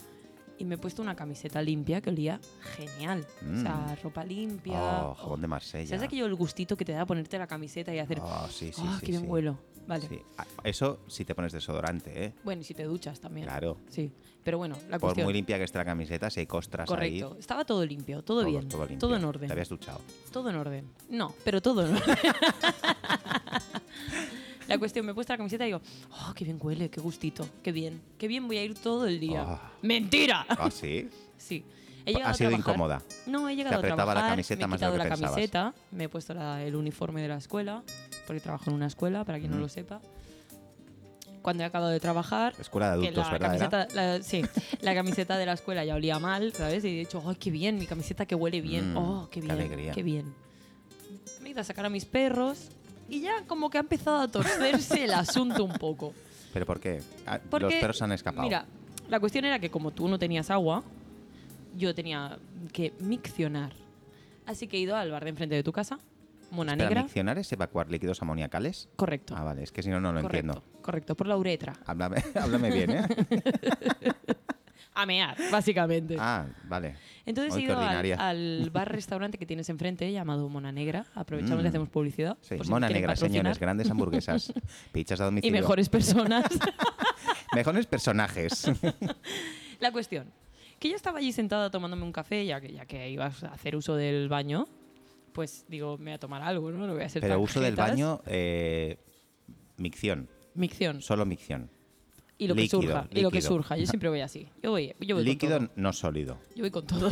[SPEAKER 4] Y me he puesto una camiseta limpia que olía genial. O sea, ropa limpia.
[SPEAKER 2] Mm. Oh, jabón de Marsella.
[SPEAKER 4] ¿Sabes aquello el gustito que te da ponerte la camiseta y hacer.
[SPEAKER 2] Oh, sí, sí,
[SPEAKER 4] "Ah,
[SPEAKER 2] sí,
[SPEAKER 4] qué bien
[SPEAKER 2] sí.
[SPEAKER 4] vuelo! Vale.
[SPEAKER 2] Sí. Ah, Eso si te pones desodorante, ¿eh?
[SPEAKER 4] Bueno, y si te duchas también.
[SPEAKER 2] Claro.
[SPEAKER 4] Sí. Pero bueno, la
[SPEAKER 2] Por
[SPEAKER 4] cuestión.
[SPEAKER 2] muy limpia que esté la camiseta, si hay costras
[SPEAKER 4] Correcto.
[SPEAKER 2] ahí.
[SPEAKER 4] Estaba todo limpio, todo, bien.
[SPEAKER 2] Todo, limpio.
[SPEAKER 4] en orden.
[SPEAKER 2] Te habías duchado.
[SPEAKER 4] Todo en orden. No, pero todo en orden. la cuestión, me he puesto la camiseta y digo, oh, qué bien huele, qué gustito, qué bien, qué bien voy a ir todo el día.
[SPEAKER 2] Ah.
[SPEAKER 4] ¡Mentira!
[SPEAKER 2] Ah, sí.
[SPEAKER 4] Sí. He llegado
[SPEAKER 2] ¿Ha
[SPEAKER 4] a
[SPEAKER 2] sido
[SPEAKER 4] trabajar-
[SPEAKER 2] incómoda?
[SPEAKER 4] No, he llegado
[SPEAKER 2] ¿Te
[SPEAKER 4] a
[SPEAKER 2] apretaba la
[SPEAKER 4] trabajar,
[SPEAKER 2] camiseta
[SPEAKER 4] me he
[SPEAKER 2] más de lo
[SPEAKER 4] quitado
[SPEAKER 2] que
[SPEAKER 4] la
[SPEAKER 2] pensabas?
[SPEAKER 4] camiseta, me he puesto la- el uniforme de la escuela, porque trabajo en una escuela, para quien no lo sepa. Cuando he acabado de trabajar,
[SPEAKER 2] Escuela de
[SPEAKER 4] que
[SPEAKER 2] adultos,
[SPEAKER 4] la
[SPEAKER 2] ¿verdad? era?
[SPEAKER 4] Camiseta, la- sí, la camiseta de la escuela ya olía mal, ¿sabes? Y he dicho, ¡ay, qué bien! Mi camiseta que huele bien.
[SPEAKER 2] Mm,
[SPEAKER 4] ¡Oh, qué
[SPEAKER 2] qué
[SPEAKER 4] bien!
[SPEAKER 2] alegría.
[SPEAKER 4] ¡Qué bien! Me he ido a sacar a mis perros y ya como que ha empezado a torcerse el asunto un poco.
[SPEAKER 2] ¿Pero por qué? Ah,
[SPEAKER 4] Porque,
[SPEAKER 2] los perros han escapado.
[SPEAKER 4] Mira, la cuestión era que como tú no tenías agua, yo tenía que miccionar. Así que he ido al bar de enfrente de tu casa, Mona
[SPEAKER 2] Espera,
[SPEAKER 4] Negra.
[SPEAKER 2] ¿miccionar es evacuar líquidos amoniacales?
[SPEAKER 4] Correcto.
[SPEAKER 2] Ah, vale, es que si no, no lo
[SPEAKER 4] correcto,
[SPEAKER 2] entiendo.
[SPEAKER 4] correcto, por la uretra.
[SPEAKER 2] Háblame, háblame bien, ¿eh?
[SPEAKER 4] A mear, básicamente.
[SPEAKER 2] Ah, vale.
[SPEAKER 4] Entonces
[SPEAKER 2] Hoy
[SPEAKER 4] he
[SPEAKER 2] qué
[SPEAKER 4] ido al,
[SPEAKER 2] ordinaria.
[SPEAKER 4] al bar-restaurante que tienes enfrente llamado Mona Negra. Aprovechamos
[SPEAKER 2] Mm.
[SPEAKER 4] y hacemos publicidad.
[SPEAKER 2] Sí,
[SPEAKER 4] por pues si nos
[SPEAKER 2] mona
[SPEAKER 4] quieren
[SPEAKER 2] negra,
[SPEAKER 4] patrocinar.
[SPEAKER 2] señores, grandes hamburguesas, pizzas a
[SPEAKER 4] Y
[SPEAKER 2] domicilio.
[SPEAKER 4] mejores personas.
[SPEAKER 2] Mejores personajes.
[SPEAKER 4] La cuestión, que yo estaba allí sentada tomándome un café, ya que, ya que ibas a hacer uso del baño, pues digo, me voy a tomar algo, ¿no? No voy a hacer
[SPEAKER 2] Pero
[SPEAKER 4] tan
[SPEAKER 2] uso del
[SPEAKER 4] jetas.
[SPEAKER 2] baño, eh, micción,
[SPEAKER 4] Micción.
[SPEAKER 2] solo micción.
[SPEAKER 4] Y lo
[SPEAKER 2] líquido,
[SPEAKER 4] que surja. Y lo que
[SPEAKER 2] líquido.
[SPEAKER 4] surja. Yo siempre voy así. Yo voy, yo voy
[SPEAKER 2] Líquido,
[SPEAKER 4] con todo.
[SPEAKER 2] no sólido.
[SPEAKER 4] Yo voy con todo.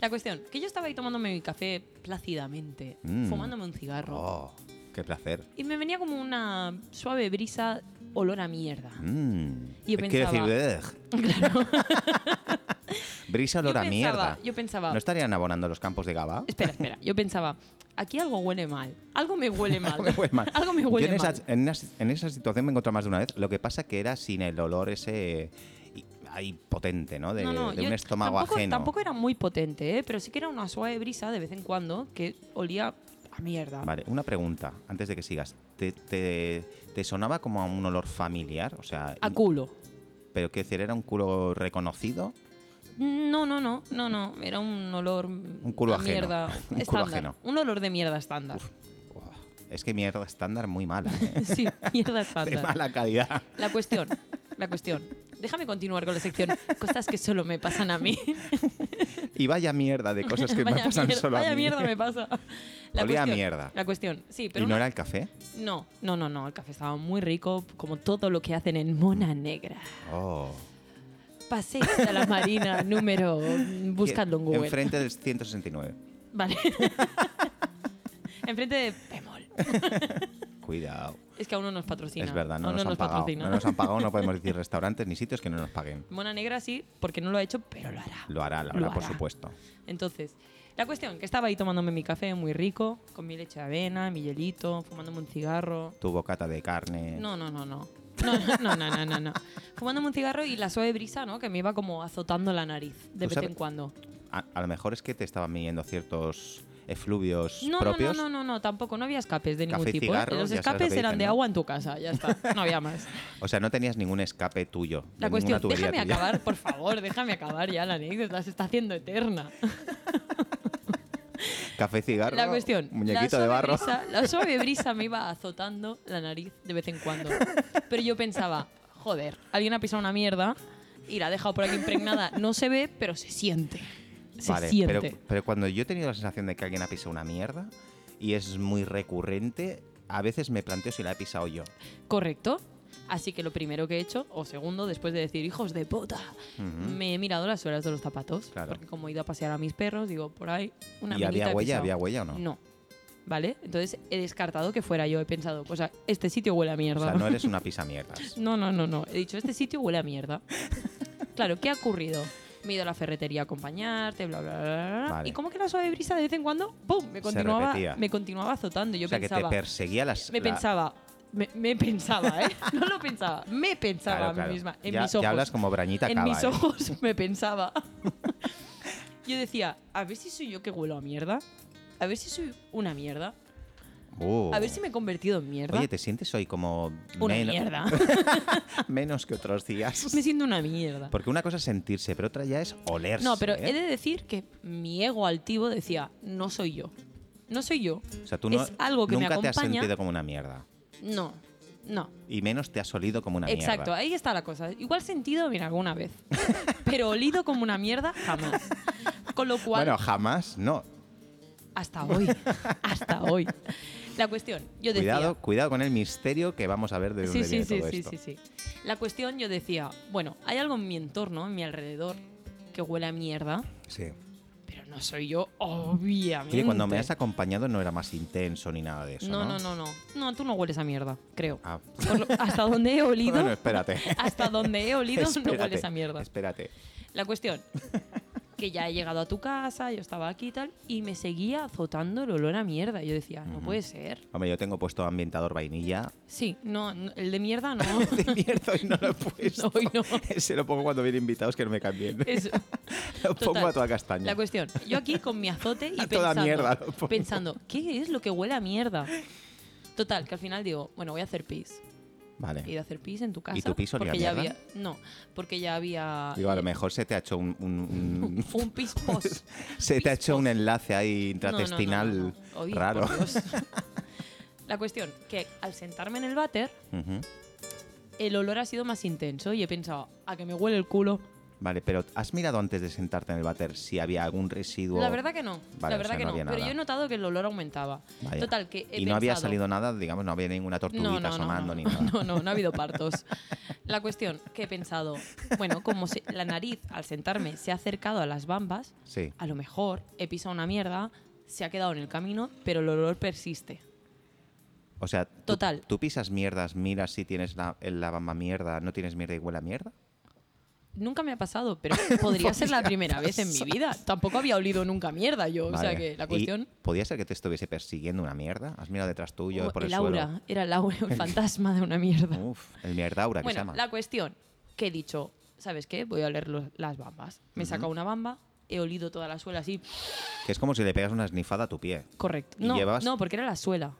[SPEAKER 4] La cuestión, que yo estaba ahí tomándome mi café plácidamente,
[SPEAKER 2] Mm.
[SPEAKER 4] fumándome un cigarro.
[SPEAKER 2] Oh, qué placer.
[SPEAKER 4] Y me venía como una suave brisa, olor a mierda.
[SPEAKER 2] Mm.
[SPEAKER 4] Yo
[SPEAKER 2] Quiero
[SPEAKER 4] pensaba-
[SPEAKER 2] decir, "Ugh". brisa olor
[SPEAKER 4] Yo
[SPEAKER 2] a
[SPEAKER 4] pensaba-
[SPEAKER 2] mierda.
[SPEAKER 4] yo pensaba-
[SPEAKER 2] ¿No estarían abonando los campos de Gaba?
[SPEAKER 4] Espera, espera. Yo pensaba, aquí algo huele mal. Algo me huele mal.
[SPEAKER 2] Algo me huele mal.
[SPEAKER 4] Algo me
[SPEAKER 2] Yo
[SPEAKER 4] huele
[SPEAKER 2] en esa-
[SPEAKER 4] mal.
[SPEAKER 2] en, esa, en esa situación me he encontrado más de una vez. Lo que pasa que era sin el olor ese eh, y- ahí potente, ¿no? De,
[SPEAKER 4] No, no,
[SPEAKER 2] de
[SPEAKER 4] yo
[SPEAKER 2] un estómago
[SPEAKER 4] tampoco,
[SPEAKER 2] ajeno.
[SPEAKER 4] Tampoco era muy potente, ¿eh? pero sí que era una suave brisa de vez en cuando que olía a mierda.
[SPEAKER 2] Vale, una pregunta antes de que sigas. ¿Te, te, te sonaba como a un olor familiar? O sea,
[SPEAKER 4] A
[SPEAKER 2] in-
[SPEAKER 4] culo.
[SPEAKER 2] ¿pero qué decir? ¿Era un culo reconocido?
[SPEAKER 4] No, no, no, no, no. Era un olor. Un
[SPEAKER 2] culo
[SPEAKER 4] a
[SPEAKER 2] ajeno.
[SPEAKER 4] Mierda.
[SPEAKER 2] Un culo
[SPEAKER 4] estándar.
[SPEAKER 2] ajeno.
[SPEAKER 4] Un olor de mierda estándar.
[SPEAKER 2] Buah, es que mierda estándar muy mala. ¿eh?
[SPEAKER 4] Sí, mierda
[SPEAKER 2] De
[SPEAKER 4] estándar.
[SPEAKER 2] mala calidad.
[SPEAKER 4] La cuestión, la cuestión. Déjame continuar con la sección. Cosas que solo me pasan a mí.
[SPEAKER 2] Y vaya mierda de cosas que me
[SPEAKER 4] Vaya
[SPEAKER 2] pasan
[SPEAKER 4] mierda,
[SPEAKER 2] solo
[SPEAKER 4] vaya
[SPEAKER 2] a mí.
[SPEAKER 4] mierda me pasa.
[SPEAKER 2] Olía a mierda.
[SPEAKER 4] La cuestión, sí,
[SPEAKER 2] ¿Y no
[SPEAKER 4] pero una-
[SPEAKER 2] era el café?
[SPEAKER 4] no, no, no, no, el café estaba muy rico, como todo lo que hacen en Mona Negra.
[SPEAKER 2] Oh.
[SPEAKER 4] Paséis a la Marina número, mm, buscadlo en Google.
[SPEAKER 2] Enfrente del 169.
[SPEAKER 4] Vale. Enfrente de Pemol.
[SPEAKER 2] Cuidado.
[SPEAKER 4] Es que aún no nos patrocina.
[SPEAKER 2] Es verdad, no,
[SPEAKER 4] aún
[SPEAKER 2] nos, han
[SPEAKER 4] nos
[SPEAKER 2] pagado.
[SPEAKER 4] patrocina.
[SPEAKER 2] No nos han pagado, no podemos decir restaurantes ni sitios que no nos paguen.
[SPEAKER 4] Mona Negra sí, porque no lo ha hecho, pero lo hará.
[SPEAKER 2] Lo hará, lo hará,
[SPEAKER 4] Lo
[SPEAKER 2] por
[SPEAKER 4] hará.
[SPEAKER 2] supuesto.
[SPEAKER 4] Entonces, la cuestión, que estaba ahí tomándome mi café muy rico, con mi leche de avena, mi hielito, fumándome un cigarro.
[SPEAKER 2] Tu bocata de carne.
[SPEAKER 4] No, no, no, no. No, no, no, no, no, no. Fumándome un cigarro y la suave brisa, ¿no? Que me iba como azotando la nariz de
[SPEAKER 2] ¿Tú
[SPEAKER 4] vez
[SPEAKER 2] sabes-
[SPEAKER 4] en cuando.
[SPEAKER 2] A, a lo mejor es que te estaban midiendo ciertos efluvios
[SPEAKER 4] No, no, no,
[SPEAKER 2] propios.
[SPEAKER 4] no, no, no, tampoco. No había escapes de ningún
[SPEAKER 2] Café y
[SPEAKER 4] tipo. ¿eh?
[SPEAKER 2] cigarro,
[SPEAKER 4] Los
[SPEAKER 2] ya sabes lo que
[SPEAKER 4] escapes eran
[SPEAKER 2] dicen,
[SPEAKER 4] de
[SPEAKER 2] ¿no?
[SPEAKER 4] agua en tu casa, ya está. No había más.
[SPEAKER 2] O sea, no tenías ningún escape tuyo.
[SPEAKER 4] La
[SPEAKER 2] de ninguna
[SPEAKER 4] cuestión,
[SPEAKER 2] tubería
[SPEAKER 4] déjame
[SPEAKER 2] tuya.
[SPEAKER 4] acabar, por favor, déjame acabar ya la anécdota, se está haciendo eterna.
[SPEAKER 2] Café, cigarro,
[SPEAKER 4] La cuestión. la
[SPEAKER 2] muñequito
[SPEAKER 4] suave
[SPEAKER 2] de barro.
[SPEAKER 4] brisa- la suave brisa me iba azotando la nariz de vez en cuando. Pero yo pensaba, joder, alguien ha pisado una mierda y la ha dejado por aquí impregnada. No se ve, pero se siente. Se
[SPEAKER 2] Vale,
[SPEAKER 4] siente.
[SPEAKER 2] pero, pero cuando yo he tenido la sensación de que alguien ha pisado una mierda y es muy recurrente, a veces me planteo si la he pisado yo.
[SPEAKER 4] Correcto. Así que lo primero que he hecho, o segundo, después de decir hijos de puta, me he mirado las suelas de los zapatos.
[SPEAKER 2] Claro.
[SPEAKER 4] Porque como he ido a pasear a mis perros, digo, por ahí una
[SPEAKER 2] ¿Y había
[SPEAKER 4] minita he
[SPEAKER 2] huella?
[SPEAKER 4] pisado.
[SPEAKER 2] ¿Había huella o no?
[SPEAKER 4] No. ¿Vale? Entonces he descartado que fuera yo. He pensado, pues a- este sitio huele a
[SPEAKER 2] O
[SPEAKER 4] mierda.
[SPEAKER 2] sea, no eres una pisa mierdas.
[SPEAKER 4] No, no, no, no. He dicho, este sitio huele a mierda. Claro, ¿qué ha ocurrido? Me he ido a la ferretería a acompañarte, bla, bla, bla, bla. bla.
[SPEAKER 2] Vale.
[SPEAKER 4] Y como que la suave brisa de vez en cuando, ¡pum! Me
[SPEAKER 2] Se
[SPEAKER 4] continuaba,
[SPEAKER 2] repetía.
[SPEAKER 4] me continuaba azotando. Yo
[SPEAKER 2] o sea, que
[SPEAKER 4] pensaba,
[SPEAKER 2] te perseguía las...
[SPEAKER 4] me
[SPEAKER 2] la-
[SPEAKER 4] pensaba, me, me pensaba, ¿eh? No lo pensaba, me pensaba
[SPEAKER 2] Claro,
[SPEAKER 4] a mí
[SPEAKER 2] claro.
[SPEAKER 4] misma. En
[SPEAKER 2] Ya-
[SPEAKER 4] mis
[SPEAKER 2] ya
[SPEAKER 4] ojos.
[SPEAKER 2] hablas como Brañita
[SPEAKER 4] En
[SPEAKER 2] Cava,
[SPEAKER 4] mis
[SPEAKER 2] ¿eh?
[SPEAKER 4] ojos me pensaba. yo decía, a ver si soy yo que huelo a mierda. A ver si soy una mierda.
[SPEAKER 2] Uh.
[SPEAKER 4] A ver si me he convertido en mierda.
[SPEAKER 2] Oye, ¿te sientes hoy como
[SPEAKER 4] una
[SPEAKER 2] men-
[SPEAKER 4] mierda.
[SPEAKER 2] menos que otros días?
[SPEAKER 4] me siento una mierda.
[SPEAKER 2] Porque una cosa es sentirse, pero otra ya es olerse.
[SPEAKER 4] No, pero
[SPEAKER 2] ¿eh?
[SPEAKER 4] he de decir que mi ego altivo decía, no soy yo. No soy yo.
[SPEAKER 2] O sea, tú no-
[SPEAKER 4] es algo que me
[SPEAKER 2] nunca te has
[SPEAKER 4] acompaña.
[SPEAKER 2] sentido como una mierda.
[SPEAKER 4] No, no.
[SPEAKER 2] Y menos te has olido como una
[SPEAKER 4] Exacto,
[SPEAKER 2] mierda.
[SPEAKER 4] ahí está la cosa. Igual sentido, bien, alguna vez. pero olido como una mierda, jamás. Con lo cual,
[SPEAKER 2] Bueno, jamás, no.
[SPEAKER 4] hasta hoy. Hasta hoy. La cuestión, yo decía...
[SPEAKER 2] Cuidado, cuidado con el misterio que vamos a ver de dónde
[SPEAKER 4] Sí, sí,
[SPEAKER 2] viene
[SPEAKER 4] sí,
[SPEAKER 2] todo
[SPEAKER 4] sí,
[SPEAKER 2] esto.
[SPEAKER 4] sí, sí. La cuestión, yo decía, bueno, hay algo en mi entorno, en mi alrededor, que huele a mierda,
[SPEAKER 2] Sí.
[SPEAKER 4] pero no soy yo, obviamente.
[SPEAKER 2] Oye, cuando me has acompañado no era más intenso ni nada de eso.
[SPEAKER 4] No,
[SPEAKER 2] No,
[SPEAKER 4] no, no, no. No, tú no hueles a mierda, creo.
[SPEAKER 2] Ah.
[SPEAKER 4] Por lo- hasta donde he olido.
[SPEAKER 2] Bueno, espérate.
[SPEAKER 4] Hasta donde he olido no
[SPEAKER 2] Espérate,
[SPEAKER 4] hueles a mierda.
[SPEAKER 2] Espérate.
[SPEAKER 4] La cuestión. Que ya he llegado a tu casa, yo estaba aquí y tal, y me seguía azotando el olor a mierda. Yo decía, no puede ser.
[SPEAKER 2] Hombre, yo tengo puesto ambientador vainilla.
[SPEAKER 4] Sí, no, no, el de mierda no.
[SPEAKER 2] De mierda y no lo he puesto.
[SPEAKER 4] hoy no.
[SPEAKER 2] Se lo pongo cuando vienen invitados que no me cambien.
[SPEAKER 4] Eso.
[SPEAKER 2] lo pongo
[SPEAKER 4] Total.
[SPEAKER 2] a toda castaña.
[SPEAKER 4] La cuestión, yo aquí con mi azote y
[SPEAKER 2] A
[SPEAKER 4] pensando,
[SPEAKER 2] toda mierda lo pongo.
[SPEAKER 4] pensando, ¿qué es lo que huele a mierda? Total, que al final digo, bueno, voy a hacer pis. He
[SPEAKER 2] Vale.
[SPEAKER 4] ido a hacer pis en tu casa.
[SPEAKER 2] tu pis olía
[SPEAKER 4] porque ya
[SPEAKER 2] a mierda?
[SPEAKER 4] había, No, porque ya había
[SPEAKER 2] Digo, a lo
[SPEAKER 4] eh,
[SPEAKER 2] mejor se te ha hecho un... un- un-
[SPEAKER 4] un pis pos.
[SPEAKER 2] se te ha hecho un enlace ahí
[SPEAKER 4] No, no, no, no,
[SPEAKER 2] intratestinal
[SPEAKER 4] no. Oí,
[SPEAKER 2] raro.
[SPEAKER 4] por Dios. La cuestión, que al sentarme en el váter,
[SPEAKER 2] Ujú.
[SPEAKER 4] el olor ha sido más intenso y he pensado, a que me huele el culo.
[SPEAKER 2] Vale, pero ¿has mirado antes de sentarte en el váter si había algún residuo?
[SPEAKER 4] La verdad que no,
[SPEAKER 2] Vale,
[SPEAKER 4] la verdad
[SPEAKER 2] o sea,
[SPEAKER 4] que
[SPEAKER 2] no
[SPEAKER 4] no,
[SPEAKER 2] había
[SPEAKER 4] pero
[SPEAKER 2] nada.
[SPEAKER 4] yo he notado que el olor aumentaba.
[SPEAKER 2] Vaya.
[SPEAKER 4] Total, que he
[SPEAKER 2] y no había
[SPEAKER 4] pensado-
[SPEAKER 2] salido nada, digamos, no había ninguna tortuguita
[SPEAKER 4] No, no, no,
[SPEAKER 2] asomando
[SPEAKER 4] no,
[SPEAKER 2] ni nada.
[SPEAKER 4] No, no, no ha habido partos. La cuestión que he pensado, bueno, como se- la nariz al sentarme se ha acercado a las bambas,
[SPEAKER 2] Sí.
[SPEAKER 4] a lo mejor he pisado una mierda, se ha quedado en el camino, pero el olor persiste.
[SPEAKER 2] O sea, tú-
[SPEAKER 4] Total.
[SPEAKER 2] Tú, pisas mierdas, miras si tienes la, el lavamba mierda, no tienes mierda y huele a mierda.
[SPEAKER 4] Nunca me ha pasado, pero podría ser la primera vez en mi vida. Tampoco había olido nunca mierda yo, o sea
[SPEAKER 2] Vale.
[SPEAKER 4] que la
[SPEAKER 2] ¿Y
[SPEAKER 4] cuestión...
[SPEAKER 2] ¿Podía ser que te estuviese persiguiendo una mierda? ¿Has mirado detrás tuyo,
[SPEAKER 4] Oh,
[SPEAKER 2] por el,
[SPEAKER 4] el aura, era el aura, el fantasma de una mierda.
[SPEAKER 2] suelo? Uf, el mierdaura que se
[SPEAKER 4] Bueno,
[SPEAKER 2] llama.
[SPEAKER 4] la cuestión que he dicho, ¿sabes qué? Voy a oler los- las bambas. Me he sacado una bamba, he olido toda la suela así,
[SPEAKER 2] Que es como si le pegas una snifada a tu pie.
[SPEAKER 4] correcto.
[SPEAKER 2] Y
[SPEAKER 4] No,
[SPEAKER 2] llevabas-
[SPEAKER 4] no, porque era la suela.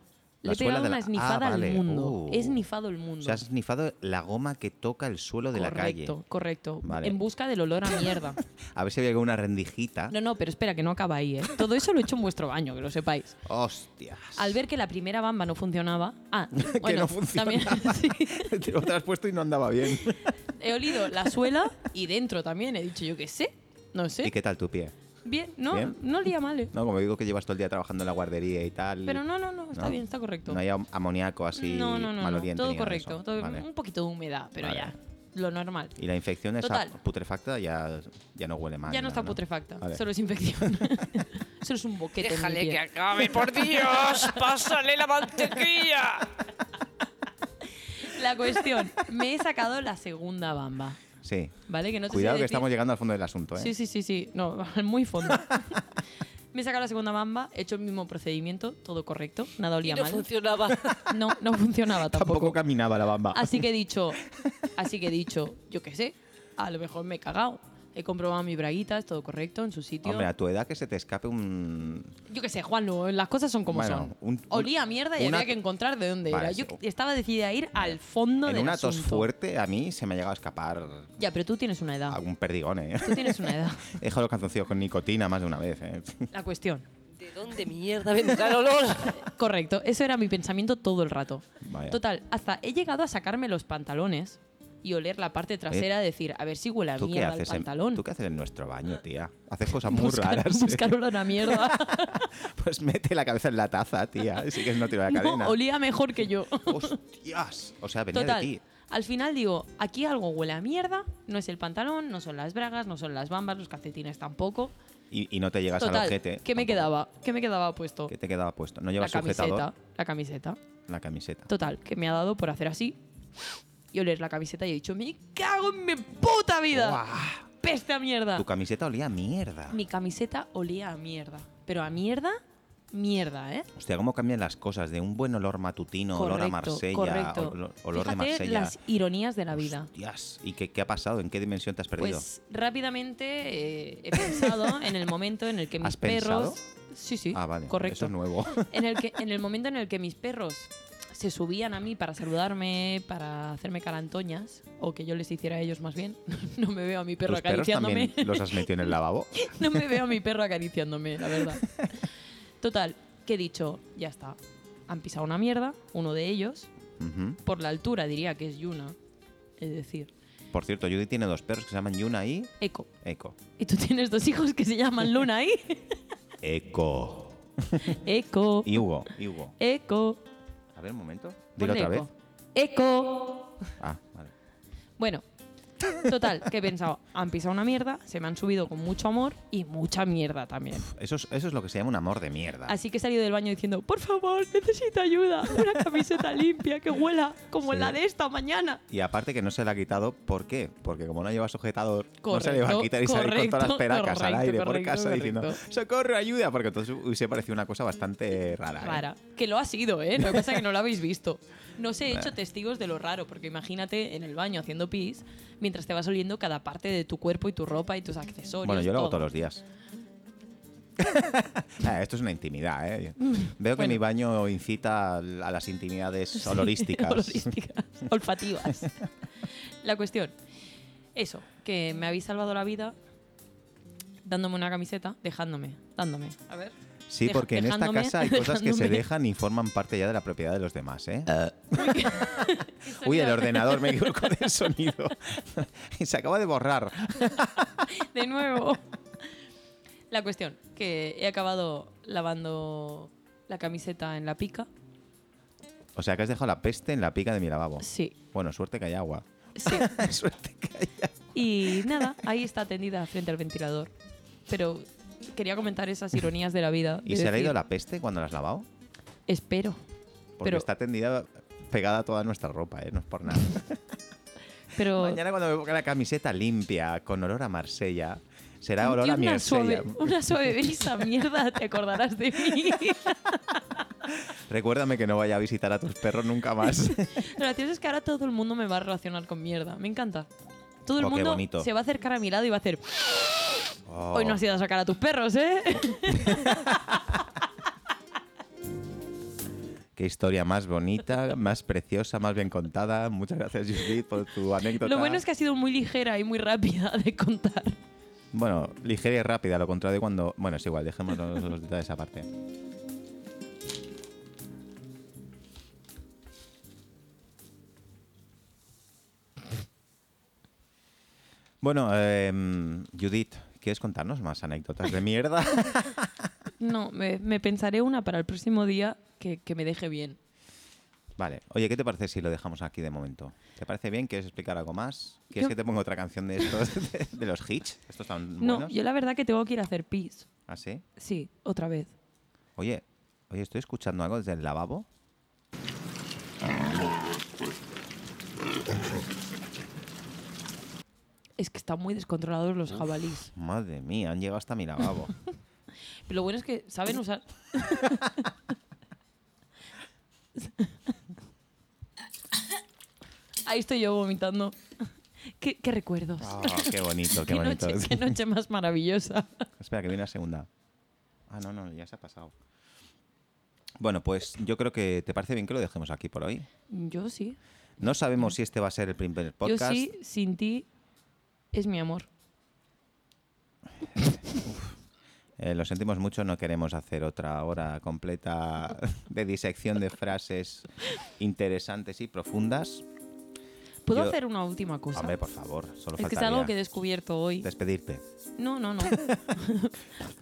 [SPEAKER 2] La
[SPEAKER 4] Le he
[SPEAKER 2] suela
[SPEAKER 4] pegado
[SPEAKER 2] de la-
[SPEAKER 4] una esnifada
[SPEAKER 2] Ah, vale.
[SPEAKER 4] al mundo.
[SPEAKER 2] Uh.
[SPEAKER 4] He esnifado el
[SPEAKER 2] O
[SPEAKER 4] mundo.
[SPEAKER 2] sea, has snifado la goma que toca el suelo de la calle.
[SPEAKER 4] correcto, correcto.
[SPEAKER 2] Vale.
[SPEAKER 4] En busca del olor a mierda.
[SPEAKER 2] A ver si había alguna rendijita.
[SPEAKER 4] No, no, pero espera, que no acaba ahí, ¿eh? Todo eso lo he hecho en vuestro baño, que lo sepáis.
[SPEAKER 2] Hostias.
[SPEAKER 4] Al ver que la primera bamba no funcionaba. Ah,
[SPEAKER 2] que
[SPEAKER 4] bueno,
[SPEAKER 2] no funcionaba.
[SPEAKER 4] También, sí.
[SPEAKER 2] Te lo has puesto y no andaba bien.
[SPEAKER 4] He olido la suela y dentro también. He dicho, yo qué sé, no sé.
[SPEAKER 2] ¿Y qué tal tu pie?
[SPEAKER 4] Bien, no,
[SPEAKER 2] Bien.
[SPEAKER 4] no olía mal, ¿eh?
[SPEAKER 2] No, como digo que llevas todo el día trabajando en la guardería y tal.
[SPEAKER 4] Pero no, no, no, está bien, está correcto.
[SPEAKER 2] No hay am- amoníaco así
[SPEAKER 4] no, no, no, no,
[SPEAKER 2] maloliente
[SPEAKER 4] todo
[SPEAKER 2] ni nada de
[SPEAKER 4] correcto.
[SPEAKER 2] eso.
[SPEAKER 4] todo-
[SPEAKER 2] Vale.
[SPEAKER 4] Un poquito de humedad, pero
[SPEAKER 2] Vale.
[SPEAKER 4] ya, lo normal.
[SPEAKER 2] Y la infección esa
[SPEAKER 4] Total.
[SPEAKER 2] putrefacta ya, ya no huele mal.
[SPEAKER 4] ya no
[SPEAKER 2] nada,
[SPEAKER 4] está putrefacta,
[SPEAKER 2] Vale.
[SPEAKER 4] solo es infección. solo es un boquete. en mi
[SPEAKER 5] Déjale
[SPEAKER 4] pie.
[SPEAKER 5] que acabe, por Dios. Pásale la mantequilla.
[SPEAKER 4] La cuestión, me he sacado la segunda bamba,
[SPEAKER 2] Sí.
[SPEAKER 4] ¿vale? Que no te
[SPEAKER 2] Cuidado
[SPEAKER 4] sé
[SPEAKER 2] que
[SPEAKER 4] decir-
[SPEAKER 2] estamos llegando al fondo del asunto, ¿eh?
[SPEAKER 4] Sí, sí, sí, sí, no, muy fondo. me he sacado la segunda bamba, he hecho el mismo procedimiento, todo correcto, nada
[SPEAKER 5] Y
[SPEAKER 4] olía
[SPEAKER 5] no
[SPEAKER 4] mal.
[SPEAKER 5] funcionaba.
[SPEAKER 4] No, no funcionaba
[SPEAKER 2] Tampoco.
[SPEAKER 4] tampoco.
[SPEAKER 2] caminaba la bamba.
[SPEAKER 4] Así que he dicho, así que he dicho, yo qué sé, a lo mejor me he cagado. He comprobado mi braguita, es todo correcto, en su sitio.
[SPEAKER 2] Hombre, a tu edad que se te escape un...
[SPEAKER 4] Yo qué sé, Juan, no, las cosas son como
[SPEAKER 2] Bueno,
[SPEAKER 4] son.
[SPEAKER 2] un- un-
[SPEAKER 4] Olía a mierda y
[SPEAKER 2] una-
[SPEAKER 4] había que encontrar de dónde
[SPEAKER 2] Vale,
[SPEAKER 4] era.
[SPEAKER 2] sí.
[SPEAKER 4] Yo estaba decidida a ir al fondo
[SPEAKER 2] en
[SPEAKER 4] del
[SPEAKER 2] una tos
[SPEAKER 4] asunto. Ah.
[SPEAKER 2] fuerte Ah, a mí se me ha llegado a escapar
[SPEAKER 4] Ya, pero tú tienes una edad.
[SPEAKER 2] algún perdigón, ¿eh?
[SPEAKER 4] Tú tienes una edad.
[SPEAKER 2] He dejado los canzoncillos con nicotina más de una vez, ¿eh?
[SPEAKER 4] La cuestión
[SPEAKER 5] ¿De dónde mierda vendrá el olor?
[SPEAKER 4] Correcto, eso era mi pensamiento todo el rato.
[SPEAKER 2] Vaya.
[SPEAKER 4] Total, hasta he llegado a sacarme los pantalones y oler la parte trasera, decir, a ver si huele a
[SPEAKER 2] Eh, ¿Tú qué,
[SPEAKER 4] mierda el
[SPEAKER 2] haces en,
[SPEAKER 4] pantalón.
[SPEAKER 2] ¿Tú qué haces en nuestro baño, tía? Haces cosas muy
[SPEAKER 4] Buscar-
[SPEAKER 2] raras. ¿eh?
[SPEAKER 4] buscar olor a mierda.
[SPEAKER 2] Pues mete la cabeza en la taza, tía. Sí que es no tiro de cadena.
[SPEAKER 4] No, olía mejor que yo.
[SPEAKER 2] ¡Hostias! O sea, venía de
[SPEAKER 4] Total.
[SPEAKER 2] ti.
[SPEAKER 4] Al final digo, aquí algo huele a mierda, no es el pantalón, no son las bragas, no son las bambas, los calcetines tampoco.
[SPEAKER 2] Y, y no te llegas al
[SPEAKER 4] Total,
[SPEAKER 2] ojete.
[SPEAKER 4] ¿qué me
[SPEAKER 2] tampoco.
[SPEAKER 4] quedaba? ¿Qué me quedaba puesto?
[SPEAKER 2] ¿Qué te quedaba puesto? ¿No
[SPEAKER 4] La
[SPEAKER 2] llevas
[SPEAKER 4] camiseta,
[SPEAKER 2] sujetador?
[SPEAKER 4] la camiseta.
[SPEAKER 2] La camiseta.
[SPEAKER 4] Total, que me ha dado por hacer así y oler la camiseta y he dicho, me cago en mi puta vida.
[SPEAKER 2] ¡Guau!
[SPEAKER 4] Peste a mierda.
[SPEAKER 2] Tu camiseta olía a mierda.
[SPEAKER 4] Ah. Mi camiseta olía a mierda. Pero a mierda, mierda, ¿eh?
[SPEAKER 2] Hostia, cómo cambian las cosas. De un buen olor matutino, olor a Marsella,
[SPEAKER 4] correcto.
[SPEAKER 2] olor, olor de
[SPEAKER 4] Fíjate
[SPEAKER 2] Marsella.
[SPEAKER 4] las ironías de la vida.
[SPEAKER 2] Hostias, ¿Y qué, qué ha pasado? ¿En qué dimensión te has perdido?
[SPEAKER 4] Pues rápidamente eh, he pensado en el momento en el que mis
[SPEAKER 2] ¿Has
[SPEAKER 4] perros.
[SPEAKER 2] pensado?
[SPEAKER 4] Sí, sí.
[SPEAKER 2] ah, vale.
[SPEAKER 4] Correcto.
[SPEAKER 2] Eso es nuevo.
[SPEAKER 4] en, el que, en el momento en el que mis perros se subían a mí para saludarme, para hacerme carantoñas, o que yo les hiciera a ellos más bien. No me veo a mi perro
[SPEAKER 2] ¿Tus perros
[SPEAKER 4] acariciándome.
[SPEAKER 2] también los has metido en el lavabo?
[SPEAKER 4] No me veo a mi perro acariciándome, la verdad. Total, que he dicho, ya está. Han pisado una mierda, uno de ellos.
[SPEAKER 2] Ujú.
[SPEAKER 4] Por la altura diría que es Yuna. Es decir,
[SPEAKER 2] Por cierto, Judy tiene dos perros que se llaman Yuna y
[SPEAKER 4] Eco.
[SPEAKER 2] Eco.
[SPEAKER 4] Y tú tienes dos hijos que se llaman Luna y
[SPEAKER 2] Eco.
[SPEAKER 4] Eco.
[SPEAKER 2] Y Hugo. Y Hugo.
[SPEAKER 4] Eco.
[SPEAKER 2] A ver, un momento. Dilo
[SPEAKER 4] Ponle
[SPEAKER 2] otra vez.
[SPEAKER 4] eco. Eco.
[SPEAKER 2] Ah, vale.
[SPEAKER 4] Bueno, total, que he pensado, han pisado una mierda, se me han subido con mucho amor y mucha mierda también.
[SPEAKER 2] Eso es, eso es lo que se llama un amor de mierda.
[SPEAKER 4] Así que he salido del baño diciendo, por favor, necesito ayuda, una camiseta limpia que huela como
[SPEAKER 2] Sí.
[SPEAKER 4] la de esta mañana.
[SPEAKER 2] Y aparte que no se la ha quitado, ¿por qué? Porque como no lleva sujetador, no se le va a
[SPEAKER 4] Correcto,
[SPEAKER 2] quitar y salir con todas las
[SPEAKER 4] correcto,
[SPEAKER 2] peracas al
[SPEAKER 4] correcto,
[SPEAKER 2] aire por
[SPEAKER 4] correcto,
[SPEAKER 2] casa diciendo
[SPEAKER 4] correcto.
[SPEAKER 2] ¡Socorro, ayuda! Porque entonces hubiese parecido una cosa bastante rara. ¿eh?
[SPEAKER 4] Rara. Que lo ha sido, ¿eh? Lo que pasa es que no lo habéis visto. No se he hecho
[SPEAKER 2] Bueno.
[SPEAKER 4] testigos de lo raro, porque imagínate en el baño haciendo pis mientras te vas oliendo cada parte de tu cuerpo y tu ropa y tus accesorios.
[SPEAKER 2] Bueno, yo lo hago
[SPEAKER 4] todo.
[SPEAKER 2] todos los días. Ah, esto es una intimidad, ¿eh? Veo que
[SPEAKER 4] Mm. Bueno.
[SPEAKER 2] mi baño incita al- a las intimidades
[SPEAKER 4] Sí,
[SPEAKER 2] olorísticas.
[SPEAKER 4] Olorísticas, olfativas. la cuestión, eso, que me habéis salvado la vida dándome una camiseta, dejándome, dándome. A ver.
[SPEAKER 2] Sí,
[SPEAKER 4] Deja-
[SPEAKER 2] porque en esta
[SPEAKER 4] dejándome-
[SPEAKER 2] casa hay cosas que se
[SPEAKER 4] dejándome.
[SPEAKER 2] dejan y forman parte ya de la propiedad de los demás, ¿eh? Uy, el ordenador me equivoco del sonido. y se acaba de borrar.
[SPEAKER 4] De nuevo. La cuestión, que he acabado lavando la camiseta en la pica.
[SPEAKER 2] O sea, que has dejado la peste en la pica de mi lavabo.
[SPEAKER 4] Sí,
[SPEAKER 2] Bueno, suerte que hay agua.
[SPEAKER 4] sí.
[SPEAKER 2] suerte que hay agua.
[SPEAKER 4] Y nada, ahí está tendida frente al ventilador. Pero quería comentar esas ironías de la vida.
[SPEAKER 2] ¿Y
[SPEAKER 4] de
[SPEAKER 2] se le ha
[SPEAKER 4] decir,
[SPEAKER 2] ido la peste cuando la has lavado?
[SPEAKER 4] Espero.
[SPEAKER 2] Porque
[SPEAKER 4] Pero-
[SPEAKER 2] está tendida pegada a toda nuestra ropa, ¿eh? No es por nada.
[SPEAKER 4] Pero
[SPEAKER 2] Mañana cuando me ponga la camiseta limpia, con olor a Marsella, será olor
[SPEAKER 4] Y
[SPEAKER 2] a
[SPEAKER 4] una
[SPEAKER 2] Marsella.
[SPEAKER 4] suave, una suave brisa, mierda, te acordarás de mí.
[SPEAKER 2] Recuérdame que no vaya a visitar a tus perros nunca más.
[SPEAKER 4] Lo gracioso es que ahora todo el mundo me va a relacionar con mierda. Me encanta. Todo el
[SPEAKER 2] Oh, qué
[SPEAKER 4] mundo
[SPEAKER 2] bonito.
[SPEAKER 4] se va a acercar a mi lado y va a hacer.
[SPEAKER 2] Oh.
[SPEAKER 4] Hoy no has ido a sacar a tus perros, ¿eh?
[SPEAKER 2] Qué historia más bonita, más preciosa, más bien contada. Muchas gracias, Judith, por tu anécdota.
[SPEAKER 4] Lo bueno es que ha sido muy ligera y muy rápida de contar.
[SPEAKER 2] Bueno, ligera y rápida, lo contrario de cuando... Bueno, es igual, dejemos los, los detalles aparte. Bueno, em, Judith, ¿quieres contarnos más anécdotas de mierda?
[SPEAKER 4] No, me, me pensaré una para el próximo día que, que me deje bien.
[SPEAKER 2] Vale. Oye, ¿qué te parece si lo dejamos aquí de momento? ¿Te parece bien? ¿Quieres explicar algo más? ¿Quieres
[SPEAKER 4] Yo-
[SPEAKER 2] que te ponga otra canción de estos, de, de los hits? ¿Estos tan
[SPEAKER 4] No,
[SPEAKER 2] buenos?
[SPEAKER 4] yo la verdad que tengo que ir a hacer pis.
[SPEAKER 2] ¿Ah, sí?
[SPEAKER 4] Sí, otra vez.
[SPEAKER 2] Oye, oye, estoy escuchando algo desde el lavabo.
[SPEAKER 4] Es que están muy descontrolados los jabalís.
[SPEAKER 2] Madre mía, han llegado hasta mi lavabo.
[SPEAKER 4] Pero lo bueno es que saben usar. Ahí estoy yo vomitando. Qué, qué recuerdos.
[SPEAKER 2] Ah, qué bonito, qué,
[SPEAKER 4] qué,
[SPEAKER 2] bonito.
[SPEAKER 4] noche, qué noche más maravillosa.
[SPEAKER 2] Espera, que viene la segunda. Ah, no, no, ya se ha pasado. Bueno, pues yo creo que te parece bien que lo dejemos aquí por hoy.
[SPEAKER 4] Yo sí.
[SPEAKER 2] No sabemos si este va a ser el primer podcast.
[SPEAKER 4] Yo sí, sin ti es mi amor.
[SPEAKER 2] Eh, lo sentimos mucho, no queremos hacer otra hora completa de disección de frases interesantes y profundas.
[SPEAKER 4] ¿Puedo
[SPEAKER 2] Yo-
[SPEAKER 4] hacer una última cosa?
[SPEAKER 2] Hombre, por favor, solo
[SPEAKER 4] es que
[SPEAKER 2] faltaría
[SPEAKER 4] es algo que he descubierto hoy.
[SPEAKER 2] despedirte.
[SPEAKER 4] No, no, no.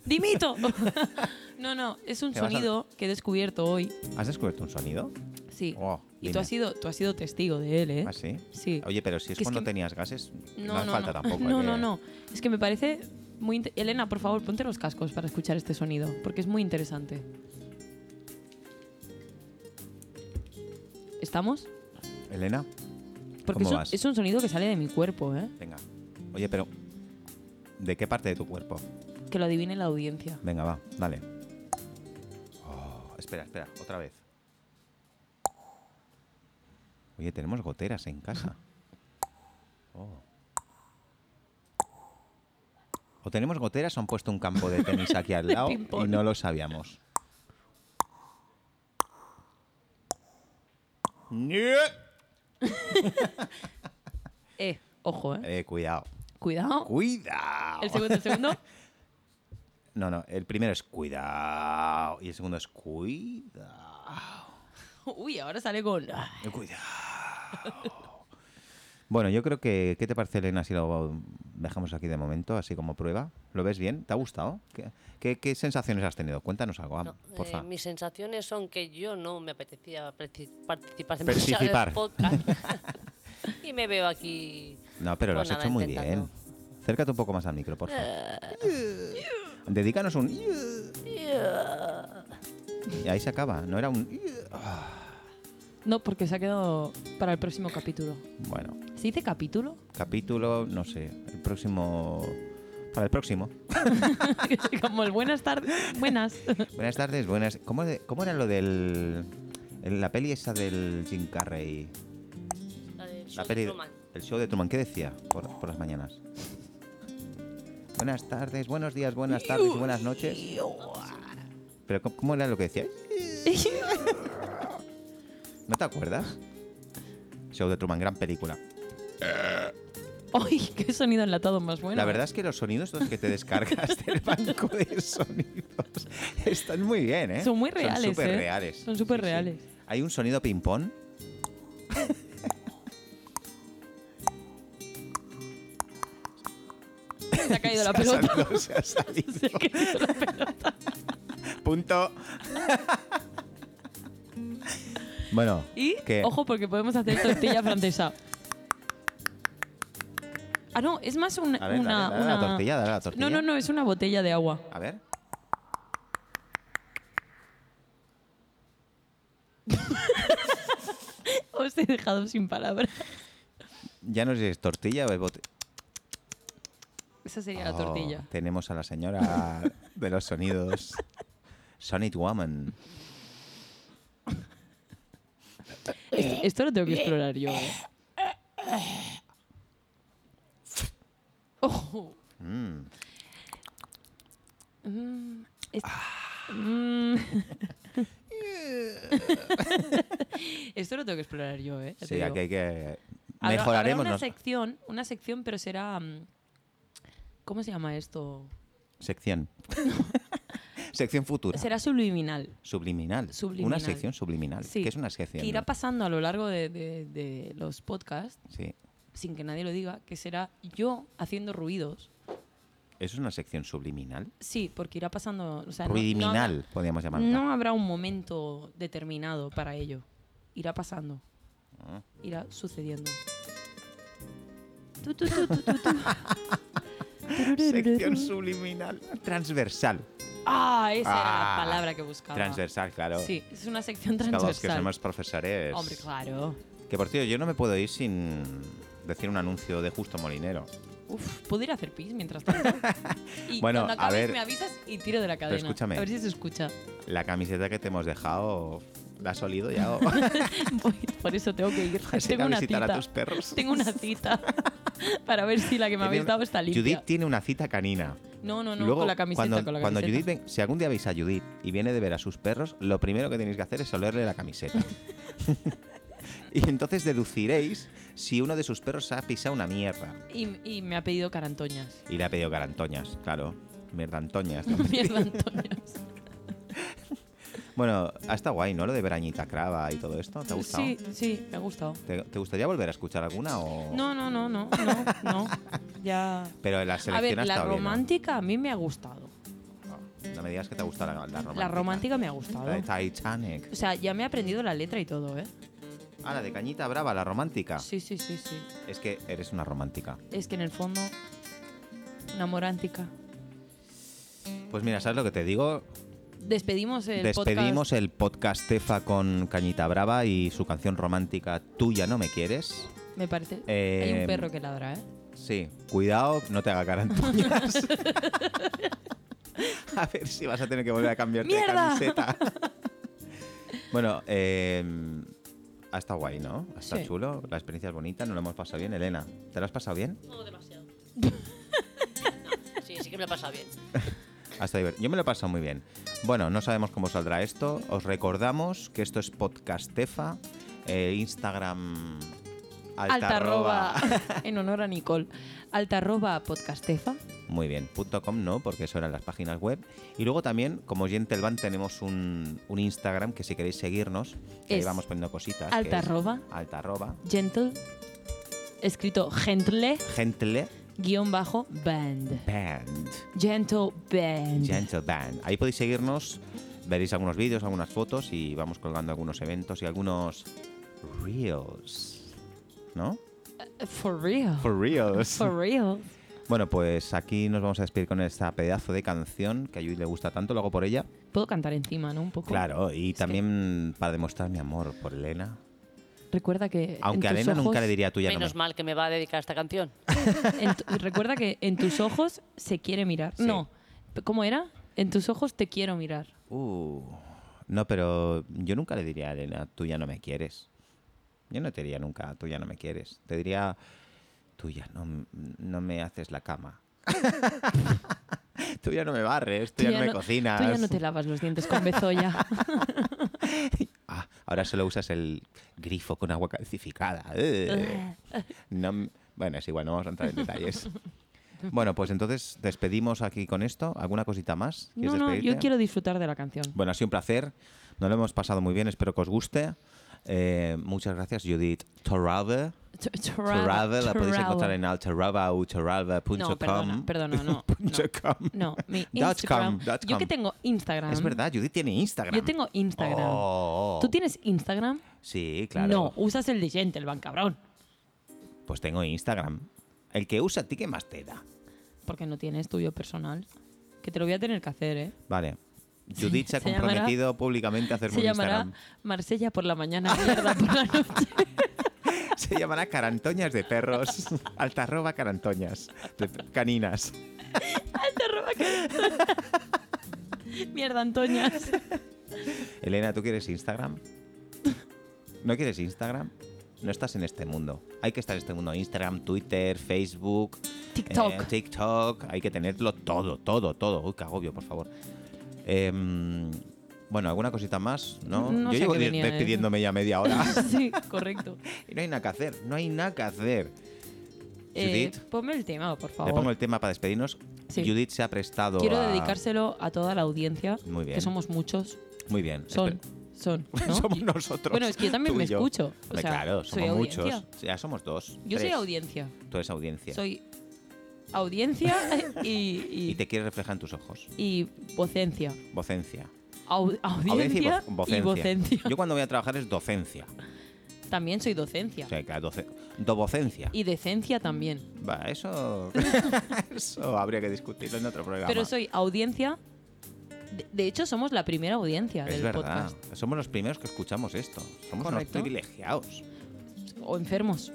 [SPEAKER 4] ¡Dimito! no, no, es un
[SPEAKER 2] ¿Qué vas a-
[SPEAKER 4] sonido que he descubierto hoy.
[SPEAKER 2] ¿Has descubierto un sonido?
[SPEAKER 4] Sí.
[SPEAKER 2] Oh,
[SPEAKER 4] y tú
[SPEAKER 2] dime.
[SPEAKER 4] has, sido, tú has sido testigo de él, ¿eh?
[SPEAKER 2] ¿Ah, sí?
[SPEAKER 4] Sí.
[SPEAKER 2] Oye, pero si es
[SPEAKER 4] Que es
[SPEAKER 2] cuando
[SPEAKER 4] que-
[SPEAKER 2] tenías gases, no,
[SPEAKER 4] No,
[SPEAKER 2] hace
[SPEAKER 4] no,
[SPEAKER 2] falta
[SPEAKER 4] no.
[SPEAKER 2] tampoco. ¿eh?
[SPEAKER 4] No,
[SPEAKER 2] que-
[SPEAKER 4] no, no. Es que me parece muy... inte- Elena, por favor, ponte los cascos para escuchar este sonido, porque es muy interesante. ¿Estamos?
[SPEAKER 2] Elena,
[SPEAKER 4] Porque
[SPEAKER 2] ¿Cómo
[SPEAKER 4] es un,
[SPEAKER 2] vas?
[SPEAKER 4] es un sonido que sale de mi cuerpo, ¿eh?
[SPEAKER 2] venga. Oye, pero ¿de qué parte de tu cuerpo?
[SPEAKER 4] Que lo adivine la audiencia.
[SPEAKER 2] Venga, va, dale. Oh, espera, espera, otra vez. Oye, tenemos goteras en casa. Oh. O tenemos goteras o han puesto un campo de tenis aquí al lado y
[SPEAKER 4] ping-pong.
[SPEAKER 2] no lo sabíamos.
[SPEAKER 4] Eh, ojo, ¿eh?
[SPEAKER 2] Eh, cuidado.
[SPEAKER 4] Cuidado.
[SPEAKER 2] Cuidado.
[SPEAKER 4] El segundo, el segundo.
[SPEAKER 2] No, no, el primero es cuidado y el segundo es cuidado.
[SPEAKER 4] Uy, ahora sale con...
[SPEAKER 2] Cuidado. Bueno, yo creo que. ¿Qué te parece, Elena, si lo dejamos aquí de momento, así como prueba? ¿Lo ves bien? ¿Te ha gustado? ¿Qué, qué- qué sensaciones has tenido? Cuéntanos algo, ah,
[SPEAKER 5] No,
[SPEAKER 2] porfa.
[SPEAKER 5] eh, mis sensaciones son que yo no me apetecía partici- participar de
[SPEAKER 2] Participar.
[SPEAKER 5] podcast. y me veo aquí.
[SPEAKER 2] No, pero lo
[SPEAKER 5] pues
[SPEAKER 2] has
[SPEAKER 5] nada,
[SPEAKER 2] hecho muy
[SPEAKER 5] intentando.
[SPEAKER 2] bien. Cércate un poco más al micro, porfa. Dedícanos un. Y ahí se acaba, no era un.
[SPEAKER 4] No, porque se ha quedado para el próximo capítulo.
[SPEAKER 2] Bueno,
[SPEAKER 4] ¿Se dice capítulo?
[SPEAKER 2] capítulo, no sé. El próximo. Para el próximo.
[SPEAKER 4] Como el buenas tardes. Buenas.
[SPEAKER 2] Buenas tardes, buenas. ¿Cómo, de- cómo era lo del. el- la peli esa del Jim Carrey?
[SPEAKER 5] La del show
[SPEAKER 2] La
[SPEAKER 5] de
[SPEAKER 2] peli.
[SPEAKER 5] Truman.
[SPEAKER 2] El show de Truman. ¿Qué decía por, por las mañanas? Buenas tardes, buenos días, buenas tardes y buenas noches. Pero ¿cómo, cómo era lo que decía? ¿No te acuerdas? Show de Truman, gran película.
[SPEAKER 4] ¡Uy, qué sonido enlatado más bueno!
[SPEAKER 2] la verdad es que los sonidos los que te descargas del banco de sonidos están muy bien, ¿eh?
[SPEAKER 4] Son muy reales,
[SPEAKER 2] Son súper
[SPEAKER 4] ¿eh?
[SPEAKER 2] reales.
[SPEAKER 4] Son
[SPEAKER 2] Sí,
[SPEAKER 4] súper
[SPEAKER 2] sí.
[SPEAKER 4] reales.
[SPEAKER 2] Hay un sonido ping-pong.
[SPEAKER 4] ¿eh? Se ha caído la
[SPEAKER 2] Se ha
[SPEAKER 4] pelota.
[SPEAKER 2] salido, se ha salido.
[SPEAKER 4] Se ha caído la pelota.
[SPEAKER 2] Punto. bueno,
[SPEAKER 4] Y,
[SPEAKER 2] ¿qué?
[SPEAKER 4] ojo, porque podemos hacer tortilla francesa. Ah, no, es más un-
[SPEAKER 2] A ver,
[SPEAKER 4] una...
[SPEAKER 2] dale, dale la
[SPEAKER 4] una-
[SPEAKER 2] tortilla, dale la tortilla.
[SPEAKER 4] No, no, no, es una botella de agua.
[SPEAKER 2] A ver.
[SPEAKER 4] Os he dejado sin palabras.
[SPEAKER 2] Ya no sé si es tortilla o es bote-
[SPEAKER 4] Esa sería la
[SPEAKER 2] Oh,
[SPEAKER 4] tortilla.
[SPEAKER 2] Tenemos a la señora de los sonidos. Sonic Woman.
[SPEAKER 4] Esto, esto lo tengo que explorar yo. ¿eh? Ojo. Mm, es-
[SPEAKER 2] Ah.
[SPEAKER 4] mm. esto lo tengo que explorar yo, ¿eh? Ya te
[SPEAKER 2] Sí,
[SPEAKER 4] digo.
[SPEAKER 2] aquí hay que.
[SPEAKER 4] Habrá-
[SPEAKER 2] Mejoraremos.
[SPEAKER 4] habrá una
[SPEAKER 2] nos-
[SPEAKER 4] sección, una sección, pero será... mm, ¿Cómo se llama esto?
[SPEAKER 2] Sección. sección futura.
[SPEAKER 4] Será subliminal.
[SPEAKER 2] Subliminal. Una
[SPEAKER 4] Subliminal.
[SPEAKER 2] sección subliminal.
[SPEAKER 4] Sí,
[SPEAKER 2] ¿Qué es una sección?
[SPEAKER 4] Que irá pasando a lo largo de- de- de los podcasts
[SPEAKER 2] sí.
[SPEAKER 4] sin que nadie lo diga, que será yo haciendo ruidos.
[SPEAKER 2] ¿Eso es una sección subliminal?
[SPEAKER 4] Sí, porque irá pasando. O sea, no-
[SPEAKER 2] Ruidiminal,
[SPEAKER 4] No,
[SPEAKER 2] podríamos
[SPEAKER 4] habrá,
[SPEAKER 2] llamarlo.
[SPEAKER 4] no habrá un momento determinado para ello. Irá pasando.
[SPEAKER 2] Ah.
[SPEAKER 4] Irá sucediendo. Tu, tu, tu, tu, tu, tu.
[SPEAKER 2] Sección subliminal. Transversal.
[SPEAKER 4] Ah, esa era
[SPEAKER 2] Ah,
[SPEAKER 4] la palabra que buscaba.
[SPEAKER 2] Transversal, claro.
[SPEAKER 4] Sí, es una sección
[SPEAKER 2] Es que los que
[SPEAKER 4] transversal.
[SPEAKER 2] somos profesores.
[SPEAKER 4] Hombre, claro.
[SPEAKER 2] Que por cierto, yo no me puedo ir sin decir un anuncio de Justo Molinero.
[SPEAKER 4] Uf, ¿puedo ir a hacer pis mientras tanto? Y
[SPEAKER 2] Bueno,
[SPEAKER 4] cuando
[SPEAKER 2] a
[SPEAKER 4] acabes
[SPEAKER 2] ver.
[SPEAKER 4] me avisas y tiro de la cadena.
[SPEAKER 2] escúchame.
[SPEAKER 4] A ver si se escucha.
[SPEAKER 2] La camiseta que te hemos dejado, ¿la has olido ya? o-
[SPEAKER 4] Voy- por eso tengo que ir.
[SPEAKER 2] ¿Has ido
[SPEAKER 4] tengo
[SPEAKER 2] a
[SPEAKER 4] una
[SPEAKER 2] visitar
[SPEAKER 4] cita.
[SPEAKER 2] a tus perros?
[SPEAKER 4] Tengo una cita para ver si la que me
[SPEAKER 2] Tiene
[SPEAKER 4] habéis
[SPEAKER 2] un-
[SPEAKER 4] dado está limpia.
[SPEAKER 2] Judith tiene una cita canina.
[SPEAKER 4] no, no, no,
[SPEAKER 2] Luego,
[SPEAKER 4] con la camiseta,
[SPEAKER 2] cuando,
[SPEAKER 4] con la
[SPEAKER 2] cuando
[SPEAKER 4] camiseta.
[SPEAKER 2] Judith ven- si algún día veis a Judith y viene de ver a sus perros, lo primero que tenéis que hacer es olerle la camiseta. y entonces deduciréis si uno de sus perros ha pisado una mierda.
[SPEAKER 4] Y, y me ha pedido carantoñas.
[SPEAKER 2] Y le ha pedido carantoñas, claro. Mierda Antoñas. ¿no?
[SPEAKER 4] Mierda, Antonio.
[SPEAKER 2] bueno, ha estado guay, ¿no? Lo de Verañita Crava y todo esto. ¿Te ha gustado?
[SPEAKER 4] Sí, sí, me ha gustado.
[SPEAKER 2] ¿Te, te gustaría volver a escuchar alguna o...?
[SPEAKER 4] No, no, no, no, no, no. Ya.
[SPEAKER 2] Pero la
[SPEAKER 4] A
[SPEAKER 2] selección
[SPEAKER 4] ver,
[SPEAKER 2] ha
[SPEAKER 4] la
[SPEAKER 2] estado bien, ¿no?
[SPEAKER 4] romántica a mí me ha gustado.
[SPEAKER 2] No me digas que te ha gustado la, la romántica.
[SPEAKER 4] La romántica me ha gustado.
[SPEAKER 2] La de Titanic.
[SPEAKER 4] O sea, ya me he aprendido la letra y todo, ¿eh?
[SPEAKER 2] Ah, la de Cañita Brava, la romántica.
[SPEAKER 4] Sí, sí, sí, sí.
[SPEAKER 2] Es que eres una romántica.
[SPEAKER 4] Es que en el fondo, una morántica.
[SPEAKER 2] Pues mira, ¿sabes lo que te digo?
[SPEAKER 4] Despedimos el
[SPEAKER 2] Despedimos
[SPEAKER 4] podcast.
[SPEAKER 2] el podcast Tefa con Cañita Brava y su canción romántica Tuya no me quieres.
[SPEAKER 4] Me parece.
[SPEAKER 2] Eh,
[SPEAKER 4] Hay un perro que ladra, ¿eh?
[SPEAKER 2] Sí, cuidado, no te haga carantuñas. a ver si vas a tener que volver a cambiarte de
[SPEAKER 4] ¡Mierda!
[SPEAKER 2] camiseta. bueno, eh, ha estado guay, ¿no? Ha estado
[SPEAKER 4] Sí.
[SPEAKER 2] chulo, la experiencia es bonita, nos lo hemos pasado bien. Elena, ¿te lo has pasado bien?
[SPEAKER 5] No demasiado. sí, sí que me lo he pasado bien.
[SPEAKER 2] Hasta diver- Yo me lo he pasado muy bien. Bueno, no sabemos cómo saldrá esto. Os recordamos que esto es Podcastefa, eh, Instagram
[SPEAKER 4] Altarroba.
[SPEAKER 2] altarroba.
[SPEAKER 4] en honor a Nicole. Altarroba podcastefa.
[SPEAKER 2] Muy bien, .com no, porque eso eran las páginas web. Y luego también, como Gentelban, tenemos un, un Instagram que si queréis seguirnos, que ahí
[SPEAKER 4] Es
[SPEAKER 2] vamos poniendo cositas. que es
[SPEAKER 4] Altarroba.
[SPEAKER 2] Altarroba.
[SPEAKER 4] Gentle. Escrito gentle
[SPEAKER 2] Gentle
[SPEAKER 4] guión bajo band.
[SPEAKER 2] Band.
[SPEAKER 4] Gentle band.
[SPEAKER 2] Gentle Band. Ahí podéis seguirnos, veréis algunos vídeos, algunas fotos y vamos colgando algunos eventos y algunos reels. ¿No?
[SPEAKER 4] For real.
[SPEAKER 2] For reels.
[SPEAKER 4] For real.
[SPEAKER 2] Bueno, pues aquí nos vamos a despedir con esta pedazo de canción que a Yui le gusta tanto, lo hago por ella.
[SPEAKER 4] Puedo cantar encima, ¿no? Un poco.
[SPEAKER 2] Claro, y
[SPEAKER 4] Es que-
[SPEAKER 2] también para demostrar mi amor por Elena.
[SPEAKER 4] Recuerda que. Eh, en
[SPEAKER 2] Aunque a
[SPEAKER 4] tus
[SPEAKER 2] Elena nunca
[SPEAKER 4] ojos-
[SPEAKER 2] le diría tuya no
[SPEAKER 5] Menos
[SPEAKER 2] me-
[SPEAKER 5] mal que me va a dedicar esta canción.
[SPEAKER 4] en tu- recuerda que en tus ojos se quiere mirar.
[SPEAKER 2] Sí.
[SPEAKER 4] No. ¿Cómo era? En tus ojos te quiero mirar.
[SPEAKER 2] Uh, no, pero yo nunca le diría a Elena, tú ya no me quieres. Yo no te diría nunca, tú ya no me quieres. Te diría, tú ya no, m- no me haces la cama. tú ya no me barres, tú, ya, no me cocinas.
[SPEAKER 4] Tú ya no te lavas los dientes con bezoya.
[SPEAKER 2] Ah, ahora solo usas el grifo con agua calcificada. Eh. No m- bueno, es igual, no vamos a entrar en detalles. Bueno, pues entonces despedimos aquí con esto. ¿Alguna cosita más? ¿Quieres
[SPEAKER 4] no, no, yo
[SPEAKER 2] despedirte?
[SPEAKER 4] quiero disfrutar de la canción.
[SPEAKER 2] Bueno, ha sido un placer. Nos lo hemos pasado muy bien. Espero que os guste. Eh, muchas gracias, Judith Torrave.
[SPEAKER 4] Tra- tra-
[SPEAKER 2] Torrave, la podéis
[SPEAKER 4] travel.
[SPEAKER 2] encontrar en altarrava o torrava.com.
[SPEAKER 4] No, perdona, perdona, no,
[SPEAKER 2] Punto com.
[SPEAKER 4] No, mi
[SPEAKER 2] Dot
[SPEAKER 4] Instagram.
[SPEAKER 2] com, dot
[SPEAKER 4] Yo que
[SPEAKER 2] com.
[SPEAKER 4] tengo Instagram.
[SPEAKER 2] Es verdad, Judith tiene Instagram.
[SPEAKER 4] Yo tengo Instagram.
[SPEAKER 2] Oh.
[SPEAKER 4] ¿Tú tienes Instagram?
[SPEAKER 2] Sí, claro.
[SPEAKER 4] No, usas el de Gentleman, cabrón.
[SPEAKER 2] Pues tengo Instagram. El que usa a ti, ¿qué más te da?
[SPEAKER 4] Porque no tienes tuyo personal. Que te lo voy a tener que hacer, ¿eh?
[SPEAKER 2] Vale. Judith se ha
[SPEAKER 4] se llamará-
[SPEAKER 2] comprometido públicamente a hacerme
[SPEAKER 4] Se
[SPEAKER 2] un
[SPEAKER 4] llamará
[SPEAKER 2] Instagram.
[SPEAKER 4] Marsella por la mañana, mierda por la noche.
[SPEAKER 2] Se llamará Carantoñas de Perros. Altarroba Carantoñas. De caninas.
[SPEAKER 4] Te roba que- Mierda, Antoñas.
[SPEAKER 2] Elena, ¿tú quieres Instagram? ¿No quieres Instagram? No estás en este mundo. Hay que estar en este mundo. Instagram, Twitter, Facebook,
[SPEAKER 4] TikTok.
[SPEAKER 2] eh, TikTok. Hay que tenerlo todo, todo, todo. Uy, qué agobio, por favor. Em, bueno, ¿alguna cosita más? No,
[SPEAKER 4] No
[SPEAKER 2] yo
[SPEAKER 4] sé
[SPEAKER 2] llevo
[SPEAKER 4] qué
[SPEAKER 2] de-
[SPEAKER 4] venía, eh.
[SPEAKER 2] despidiéndome ya media hora.
[SPEAKER 4] Sí, correcto.
[SPEAKER 2] y no hay nada que hacer. No hay nada que hacer.
[SPEAKER 4] Eh,
[SPEAKER 2] Judith,
[SPEAKER 4] ponme el tema, por
[SPEAKER 2] le pongo
[SPEAKER 4] favor.
[SPEAKER 2] el tema para despedirnos.
[SPEAKER 4] Sí.
[SPEAKER 2] Judith se ha prestado
[SPEAKER 4] Quiero
[SPEAKER 2] a-
[SPEAKER 4] dedicárselo a toda la audiencia,
[SPEAKER 2] Muy bien.
[SPEAKER 4] que somos muchos.
[SPEAKER 2] Muy bien.
[SPEAKER 4] Son,
[SPEAKER 2] Espe-
[SPEAKER 4] son, ¿no?
[SPEAKER 2] Somos
[SPEAKER 4] Y-
[SPEAKER 2] nosotros.
[SPEAKER 4] Bueno, es que yo también
[SPEAKER 2] tú y
[SPEAKER 4] me
[SPEAKER 2] yo.
[SPEAKER 4] escucho. O
[SPEAKER 2] Hombre,
[SPEAKER 4] sea,
[SPEAKER 2] claro,
[SPEAKER 4] soy
[SPEAKER 2] somos
[SPEAKER 4] audiencia.
[SPEAKER 2] muchos. Ya somos dos.
[SPEAKER 4] Yo soy
[SPEAKER 2] tres.
[SPEAKER 4] audiencia.
[SPEAKER 2] Tú eres audiencia.
[SPEAKER 4] Soy audiencia y, y,
[SPEAKER 2] Y te quieres reflejar en tus ojos.
[SPEAKER 4] y vocencia.
[SPEAKER 2] Vocencia.
[SPEAKER 4] Au- audiencia,
[SPEAKER 2] y voc-
[SPEAKER 4] y vocencia.
[SPEAKER 2] Yo cuando voy a trabajar es docencia.
[SPEAKER 4] También soy docencia.
[SPEAKER 2] O sea, que doce- dovocencia.
[SPEAKER 4] Y decencia también.
[SPEAKER 2] Va, eso... eso habría que discutirlo en otro programa.
[SPEAKER 4] Pero soy audiencia. De, de hecho, somos la primera audiencia
[SPEAKER 2] es
[SPEAKER 4] del
[SPEAKER 2] verdad.
[SPEAKER 4] podcast.
[SPEAKER 2] Somos los primeros que escuchamos esto. Somos
[SPEAKER 4] Correcto.
[SPEAKER 2] unos privilegiados.
[SPEAKER 4] O enfermos.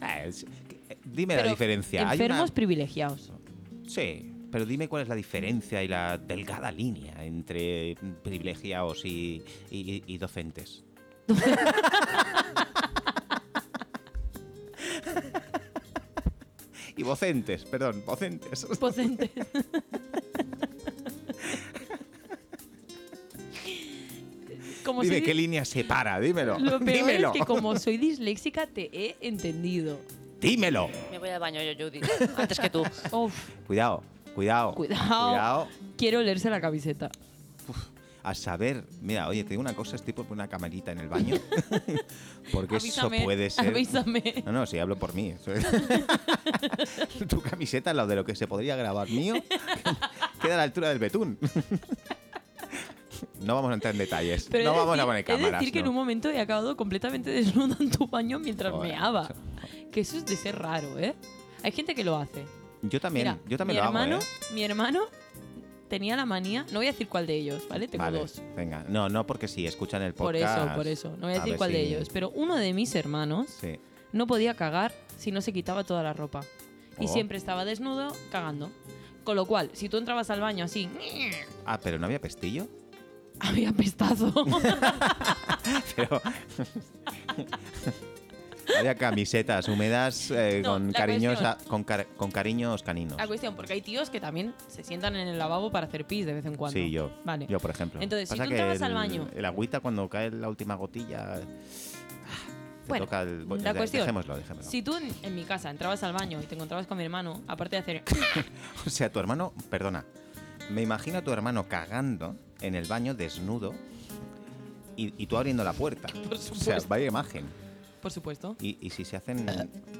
[SPEAKER 2] Ah, es- que- eh, Dime
[SPEAKER 4] Pero
[SPEAKER 2] la diferencia. Hay
[SPEAKER 4] Enfermos
[SPEAKER 2] una-
[SPEAKER 4] privilegiados.
[SPEAKER 2] Sí, pero dime cuál es la diferencia y la delgada línea entre privilegiados y, y- y docentes. y vocentes, perdón, vocentes.
[SPEAKER 4] Pues, Potentes. Como
[SPEAKER 2] Dime
[SPEAKER 4] soy
[SPEAKER 2] qué
[SPEAKER 4] di-
[SPEAKER 2] línea separa, dímelo.
[SPEAKER 4] Lo peor
[SPEAKER 2] dímelo.
[SPEAKER 4] es que como soy disléxica te he entendido.
[SPEAKER 2] Dímelo.
[SPEAKER 5] Me voy al baño yo, Judy, antes que tú.
[SPEAKER 4] Uf,
[SPEAKER 2] Cuidado, Cuidado.
[SPEAKER 4] Cuidado.
[SPEAKER 2] Cuidado.
[SPEAKER 4] Quiero leerse la camiseta.
[SPEAKER 2] A saber, mira, oye, te digo una cosa, estoy por poner una camarita en el baño. Porque
[SPEAKER 4] Avísame,
[SPEAKER 2] eso puede ser.
[SPEAKER 4] avísame.
[SPEAKER 2] No, no, si hablo por mí. eso es. tu camiseta, lo de lo que se podría grabar mío, queda a la altura del betún. no vamos a entrar en detalles.
[SPEAKER 4] Pero he
[SPEAKER 2] no
[SPEAKER 4] de
[SPEAKER 2] vamos a
[SPEAKER 4] decir-
[SPEAKER 2] poner
[SPEAKER 4] He de
[SPEAKER 2] cámaras.
[SPEAKER 4] decir que en
[SPEAKER 2] no.
[SPEAKER 4] un momento he acabado completamente desnuda en tu baño mientras
[SPEAKER 2] Joder,
[SPEAKER 4] meaba.
[SPEAKER 2] eso-
[SPEAKER 4] Que eso es de ser raro, ¿eh? Hay gente que lo hace.
[SPEAKER 2] Yo también,
[SPEAKER 4] Mira,
[SPEAKER 2] yo también
[SPEAKER 4] mi
[SPEAKER 2] lo
[SPEAKER 4] hermano,
[SPEAKER 2] hago. ¿eh?
[SPEAKER 4] Mi hermano tenía la manía, no voy a decir cuál de ellos, ¿vale? Tengo
[SPEAKER 2] Vale,
[SPEAKER 4] dos.
[SPEAKER 2] venga. No, no, porque si escuchan el
[SPEAKER 4] Por
[SPEAKER 2] podcast.
[SPEAKER 4] eso, por eso. No voy a decir
[SPEAKER 2] ver
[SPEAKER 4] cuál de
[SPEAKER 2] si-
[SPEAKER 4] ellos. Pero uno de mis hermanos
[SPEAKER 2] Sí.
[SPEAKER 4] no podía cagar si no se quitaba toda la ropa. Y
[SPEAKER 2] Oh.
[SPEAKER 4] siempre estaba desnudo cagando. Con lo cual, si tú entrabas al baño así,
[SPEAKER 2] Ah, pero no había pestillo.
[SPEAKER 4] había pestazo.
[SPEAKER 2] Pero. Había camisetas húmedas eh,
[SPEAKER 4] No,
[SPEAKER 2] con,
[SPEAKER 4] la
[SPEAKER 2] cariños,
[SPEAKER 4] cuestión-
[SPEAKER 2] a- con, car- con cariños caninos.
[SPEAKER 4] La cuestión, porque hay tíos que también se sientan en el lavabo para hacer pis de vez en cuando.
[SPEAKER 2] Sí, yo.
[SPEAKER 4] Vale.
[SPEAKER 2] Yo, por ejemplo.
[SPEAKER 4] Entonces, si
[SPEAKER 2] Pasa
[SPEAKER 4] tú
[SPEAKER 2] que
[SPEAKER 4] entrabas
[SPEAKER 2] el,
[SPEAKER 4] al baño-
[SPEAKER 2] El agüita, cuando cae la última gotilla. ah, te
[SPEAKER 4] Bueno,
[SPEAKER 2] toca el.
[SPEAKER 4] la
[SPEAKER 2] de-
[SPEAKER 4] cuestión-
[SPEAKER 2] Dejémoslo, dejémoslo.
[SPEAKER 4] Si tú en, en mi casa entrabas al baño y te encontrabas con mi hermano, aparte de hacer.
[SPEAKER 2] O sea, tu hermano. Perdona. Me imagino a tu hermano cagando en el baño desnudo y, y tú abriendo la puerta. Por O sea,
[SPEAKER 4] supuesto.
[SPEAKER 2] vaya imagen.
[SPEAKER 4] Por supuesto.
[SPEAKER 2] Y, y si se hacen.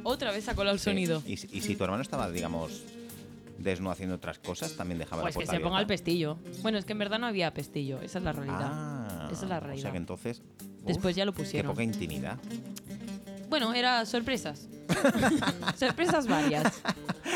[SPEAKER 4] Otra vez sacó el
[SPEAKER 2] sí,
[SPEAKER 4] sonido.
[SPEAKER 2] Y, si- y si tu hermano estaba, digamos, desnudo haciendo otras cosas, también dejaba
[SPEAKER 4] Pues
[SPEAKER 2] la
[SPEAKER 4] que
[SPEAKER 2] puerta
[SPEAKER 4] se ponga el
[SPEAKER 2] abierta.
[SPEAKER 4] pestillo. Bueno, es que en verdad no había pestillo. Esa es la realidad.
[SPEAKER 2] Ah,
[SPEAKER 4] Esa es la
[SPEAKER 2] O sea
[SPEAKER 4] realidad.
[SPEAKER 2] que entonces.
[SPEAKER 4] Después ya lo
[SPEAKER 2] Qué
[SPEAKER 4] pusieron.
[SPEAKER 2] poca intimidad.
[SPEAKER 4] Bueno, era sorpresas. sorpresas varias.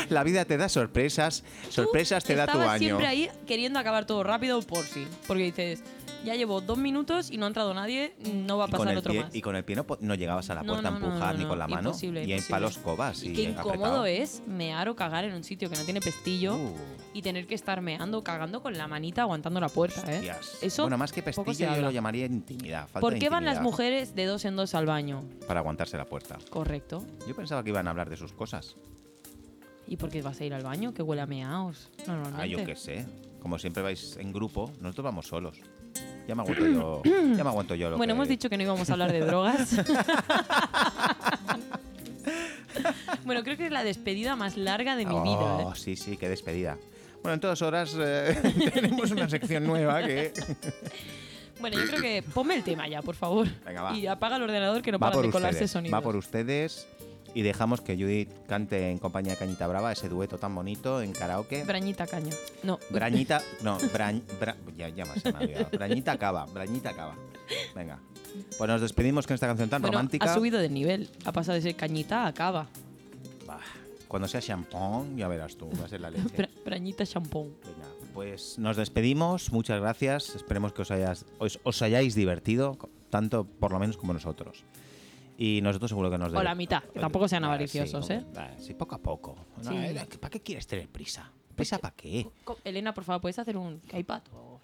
[SPEAKER 2] La vida te da sorpresas, sorpresas te da tu
[SPEAKER 4] Estabas
[SPEAKER 2] año.
[SPEAKER 4] siempre ahí queriendo acabar todo rápido por sí. Porque dices, ya llevo dos minutos y no ha entrado nadie, no va a
[SPEAKER 2] y con,
[SPEAKER 4] pasar
[SPEAKER 2] el
[SPEAKER 4] otro
[SPEAKER 2] pie,
[SPEAKER 4] más.
[SPEAKER 2] y con el pie no, po- no llegabas a la
[SPEAKER 4] No,
[SPEAKER 2] puerta
[SPEAKER 4] no,
[SPEAKER 2] a
[SPEAKER 4] no,
[SPEAKER 2] empujar
[SPEAKER 4] no,
[SPEAKER 2] ni con la
[SPEAKER 4] no,
[SPEAKER 2] mano.
[SPEAKER 4] imposible,
[SPEAKER 2] y hay
[SPEAKER 4] imposible.
[SPEAKER 2] palos cobas.
[SPEAKER 4] Y
[SPEAKER 2] Y
[SPEAKER 4] qué incómodo
[SPEAKER 2] apretado.
[SPEAKER 4] es mear o cagar en un sitio que no tiene pestillo
[SPEAKER 2] Uh.
[SPEAKER 4] y tener que estar meando o cagando con la manita aguantando la puerta, ¿eh?
[SPEAKER 2] Hostias.
[SPEAKER 4] Eso
[SPEAKER 2] bueno, más que
[SPEAKER 4] poco se
[SPEAKER 2] pestillo, yo
[SPEAKER 4] habla.
[SPEAKER 2] lo llamaría intimidad. falta
[SPEAKER 4] ¿Por
[SPEAKER 2] de
[SPEAKER 4] qué van las
[SPEAKER 2] intimidad
[SPEAKER 4] mujeres de dos en dos al baño?
[SPEAKER 2] Para aguantarse la puerta.
[SPEAKER 4] Correcto.
[SPEAKER 2] Yo pensaba que iban a hablar de sus cosas.
[SPEAKER 4] ¿Y por qué vas a ir al baño? Que huele a meaos. Normalmente.
[SPEAKER 2] Ah, yo qué sé. Como siempre vais en grupo, nosotros vamos solos. Ya me aguanto yo. ya me aguanto yo lo
[SPEAKER 4] Bueno,
[SPEAKER 2] que-
[SPEAKER 4] hemos dicho que no íbamos a hablar de drogas. bueno, creo que es la despedida más larga de mi
[SPEAKER 2] Oh,
[SPEAKER 4] vida. ¿eh?
[SPEAKER 2] Sí, sí, qué despedida. Bueno, en todas horas eh, tenemos una sección nueva que.
[SPEAKER 4] Bueno, yo creo que ponme el tema ya, por favor.
[SPEAKER 2] Venga, va.
[SPEAKER 4] Y apaga el ordenador que no para de colarse sonidos.
[SPEAKER 2] Va por ustedes. Y dejamos que Judith cante en compañía de Cañita Brava ese dueto tan bonito en karaoke.
[SPEAKER 4] Brañita caña. No.
[SPEAKER 2] Brañita. No, Brañ. Bra- ya, ya más se me ha olvidado. Brañita Cava. Brañita Cava. Venga. Pues nos despedimos con esta canción tan
[SPEAKER 4] Bueno,
[SPEAKER 2] romántica.
[SPEAKER 4] ha subido de nivel. Ha pasado de ser cañita a cava.
[SPEAKER 2] Bah, Cuando sea champón, ya verás tú, va a ser la leche.
[SPEAKER 4] Bra- brañita champón.
[SPEAKER 2] Venga, pues nos despedimos, muchas gracias, esperemos que os, hayas- os, os hayáis divertido, tanto por lo menos como nosotros. Y nosotros seguro que nos...
[SPEAKER 4] O la mitad, que tampoco sean
[SPEAKER 2] Ah, sí,
[SPEAKER 4] avariciosos,
[SPEAKER 2] hombre,
[SPEAKER 4] ¿eh?
[SPEAKER 2] ah, Sí, poco a poco. No,
[SPEAKER 4] Sí. Pues
[SPEAKER 2] eh, ¿Para qué quieres tener prisa? ¿Prisa para qué?
[SPEAKER 4] Co- Elena, por favor, ¿puedes hacer un iPad? o-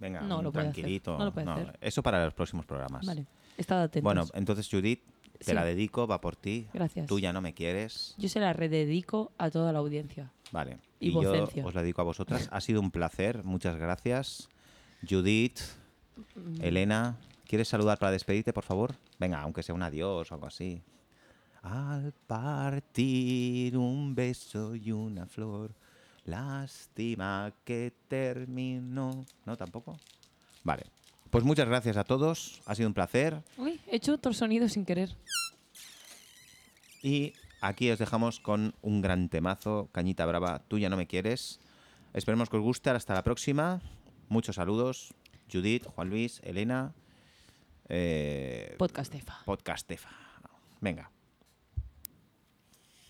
[SPEAKER 2] Venga,
[SPEAKER 4] No
[SPEAKER 2] un
[SPEAKER 4] lo puede hacer,
[SPEAKER 2] tranquilito.
[SPEAKER 4] no lo puede hacer.
[SPEAKER 2] Eso para los próximos programas.
[SPEAKER 4] Vale. Estad atentos.
[SPEAKER 2] Bueno, entonces Judith, te
[SPEAKER 4] Sí.
[SPEAKER 2] la dedico, va por ti.
[SPEAKER 4] Gracias.
[SPEAKER 2] Tú ya no me quieres.
[SPEAKER 4] yo se la rededico a toda la audiencia.
[SPEAKER 2] Vale.
[SPEAKER 4] Y
[SPEAKER 2] Y, yo
[SPEAKER 4] vocencia.
[SPEAKER 2] os la dedico a vosotras. Ha sido un placer. Muchas gracias. Judith, Elena, ¿quieres saludar para despedirte, por favor? Venga, aunque sea un adiós o algo así. Al partir un beso y una flor, lástima que terminó. ¿No, tampoco? Vale. Pues muchas gracias a todos. Ha sido un placer.
[SPEAKER 4] Uy, he hecho otro sonido sin querer.
[SPEAKER 2] Y aquí os dejamos con un gran temazo, Cañita Brava, tú ya no me quieres. Esperemos que os guste, hasta la próxima. Muchos saludos, Judith, Juan Luis, Elena, eh,
[SPEAKER 4] Podcast Efa.
[SPEAKER 2] Podcastefa. Venga.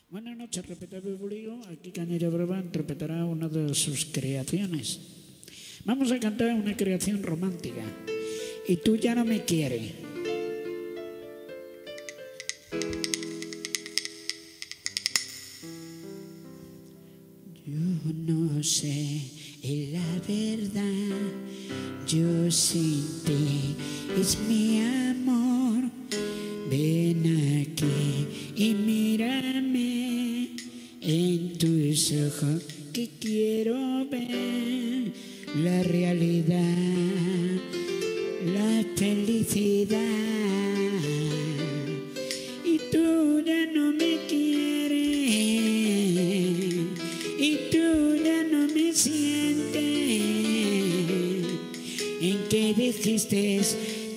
[SPEAKER 7] Buenas noches, respetable público. Aquí Cañero Brava interpretará una de sus creaciones. Vamos a cantar una creación romántica. Y tú ya no me quieres. Yo no sé la verdad, yo sin ti es mi amor. Ven aquí y mírame en tus ojos que quiero ver la realidad, la felicidad. Y tú ya no me quieres, y tú dijiste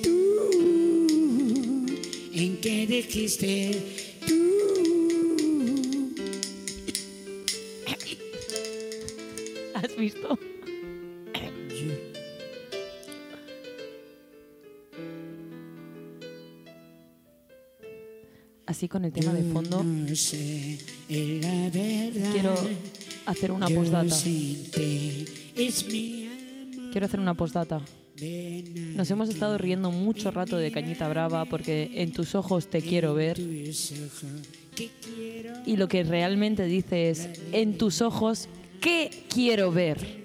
[SPEAKER 7] tú? ¿En qué dijiste tú?
[SPEAKER 4] ¿Has visto? Así con el tema de fondo,
[SPEAKER 7] No sé, es la verdad.
[SPEAKER 4] quiero hacer una
[SPEAKER 7] Yo
[SPEAKER 4] postdata.
[SPEAKER 7] sin ti es mi alma.
[SPEAKER 4] Quiero hacer una postdata.
[SPEAKER 7] Ven
[SPEAKER 4] Nos hemos estado riendo mucho rato de Cañita Brava porque en tus ojos te quiero ver.
[SPEAKER 7] a tus ojos que quiero
[SPEAKER 4] Y lo que realmente dice es, en tus ojos, ¿qué quiero ver?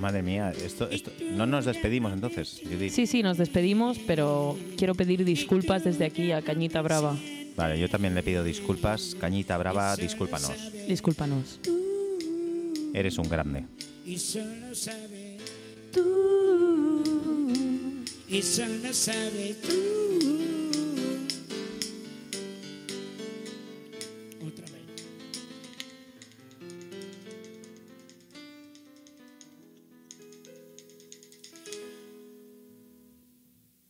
[SPEAKER 2] Madre mía, esto, esto, no nos despedimos entonces, Judith.
[SPEAKER 4] Sí, sí, nos despedimos, pero quiero pedir disculpas desde aquí a Cañita Brava.
[SPEAKER 2] Vale, yo también le pido disculpas. Cañita Brava, discúlpanos.
[SPEAKER 4] Discúlpanos.
[SPEAKER 2] Eres un grande.
[SPEAKER 7] y solo sabes tú y solo sabes tú otra vez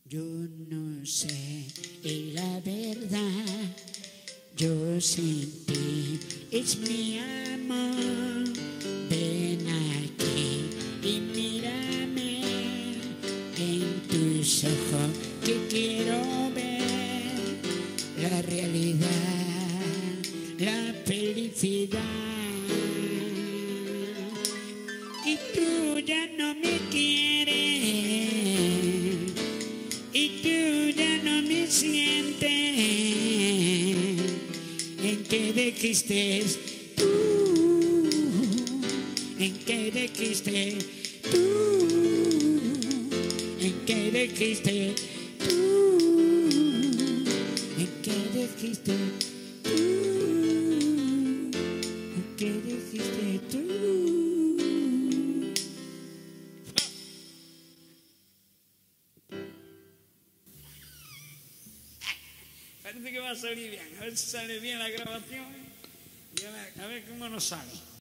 [SPEAKER 7] yo no sé y la verdad yo sin ti es mi amor. Ven aquí y mírame en tus ojos que quiero ver la realidad, la felicidad. Y tú ya no me quieres y tú ya no me sientes. ¿En qué dijiste tú? ¿En qué dijiste tú? ¿En qué dijiste tú? ¿En qué dijiste tú? ¿En qué dijiste tú?
[SPEAKER 8] Parece que va a salir bien. A ver si sale bien la grabación. Y a, ver, a ver cómo nos sale.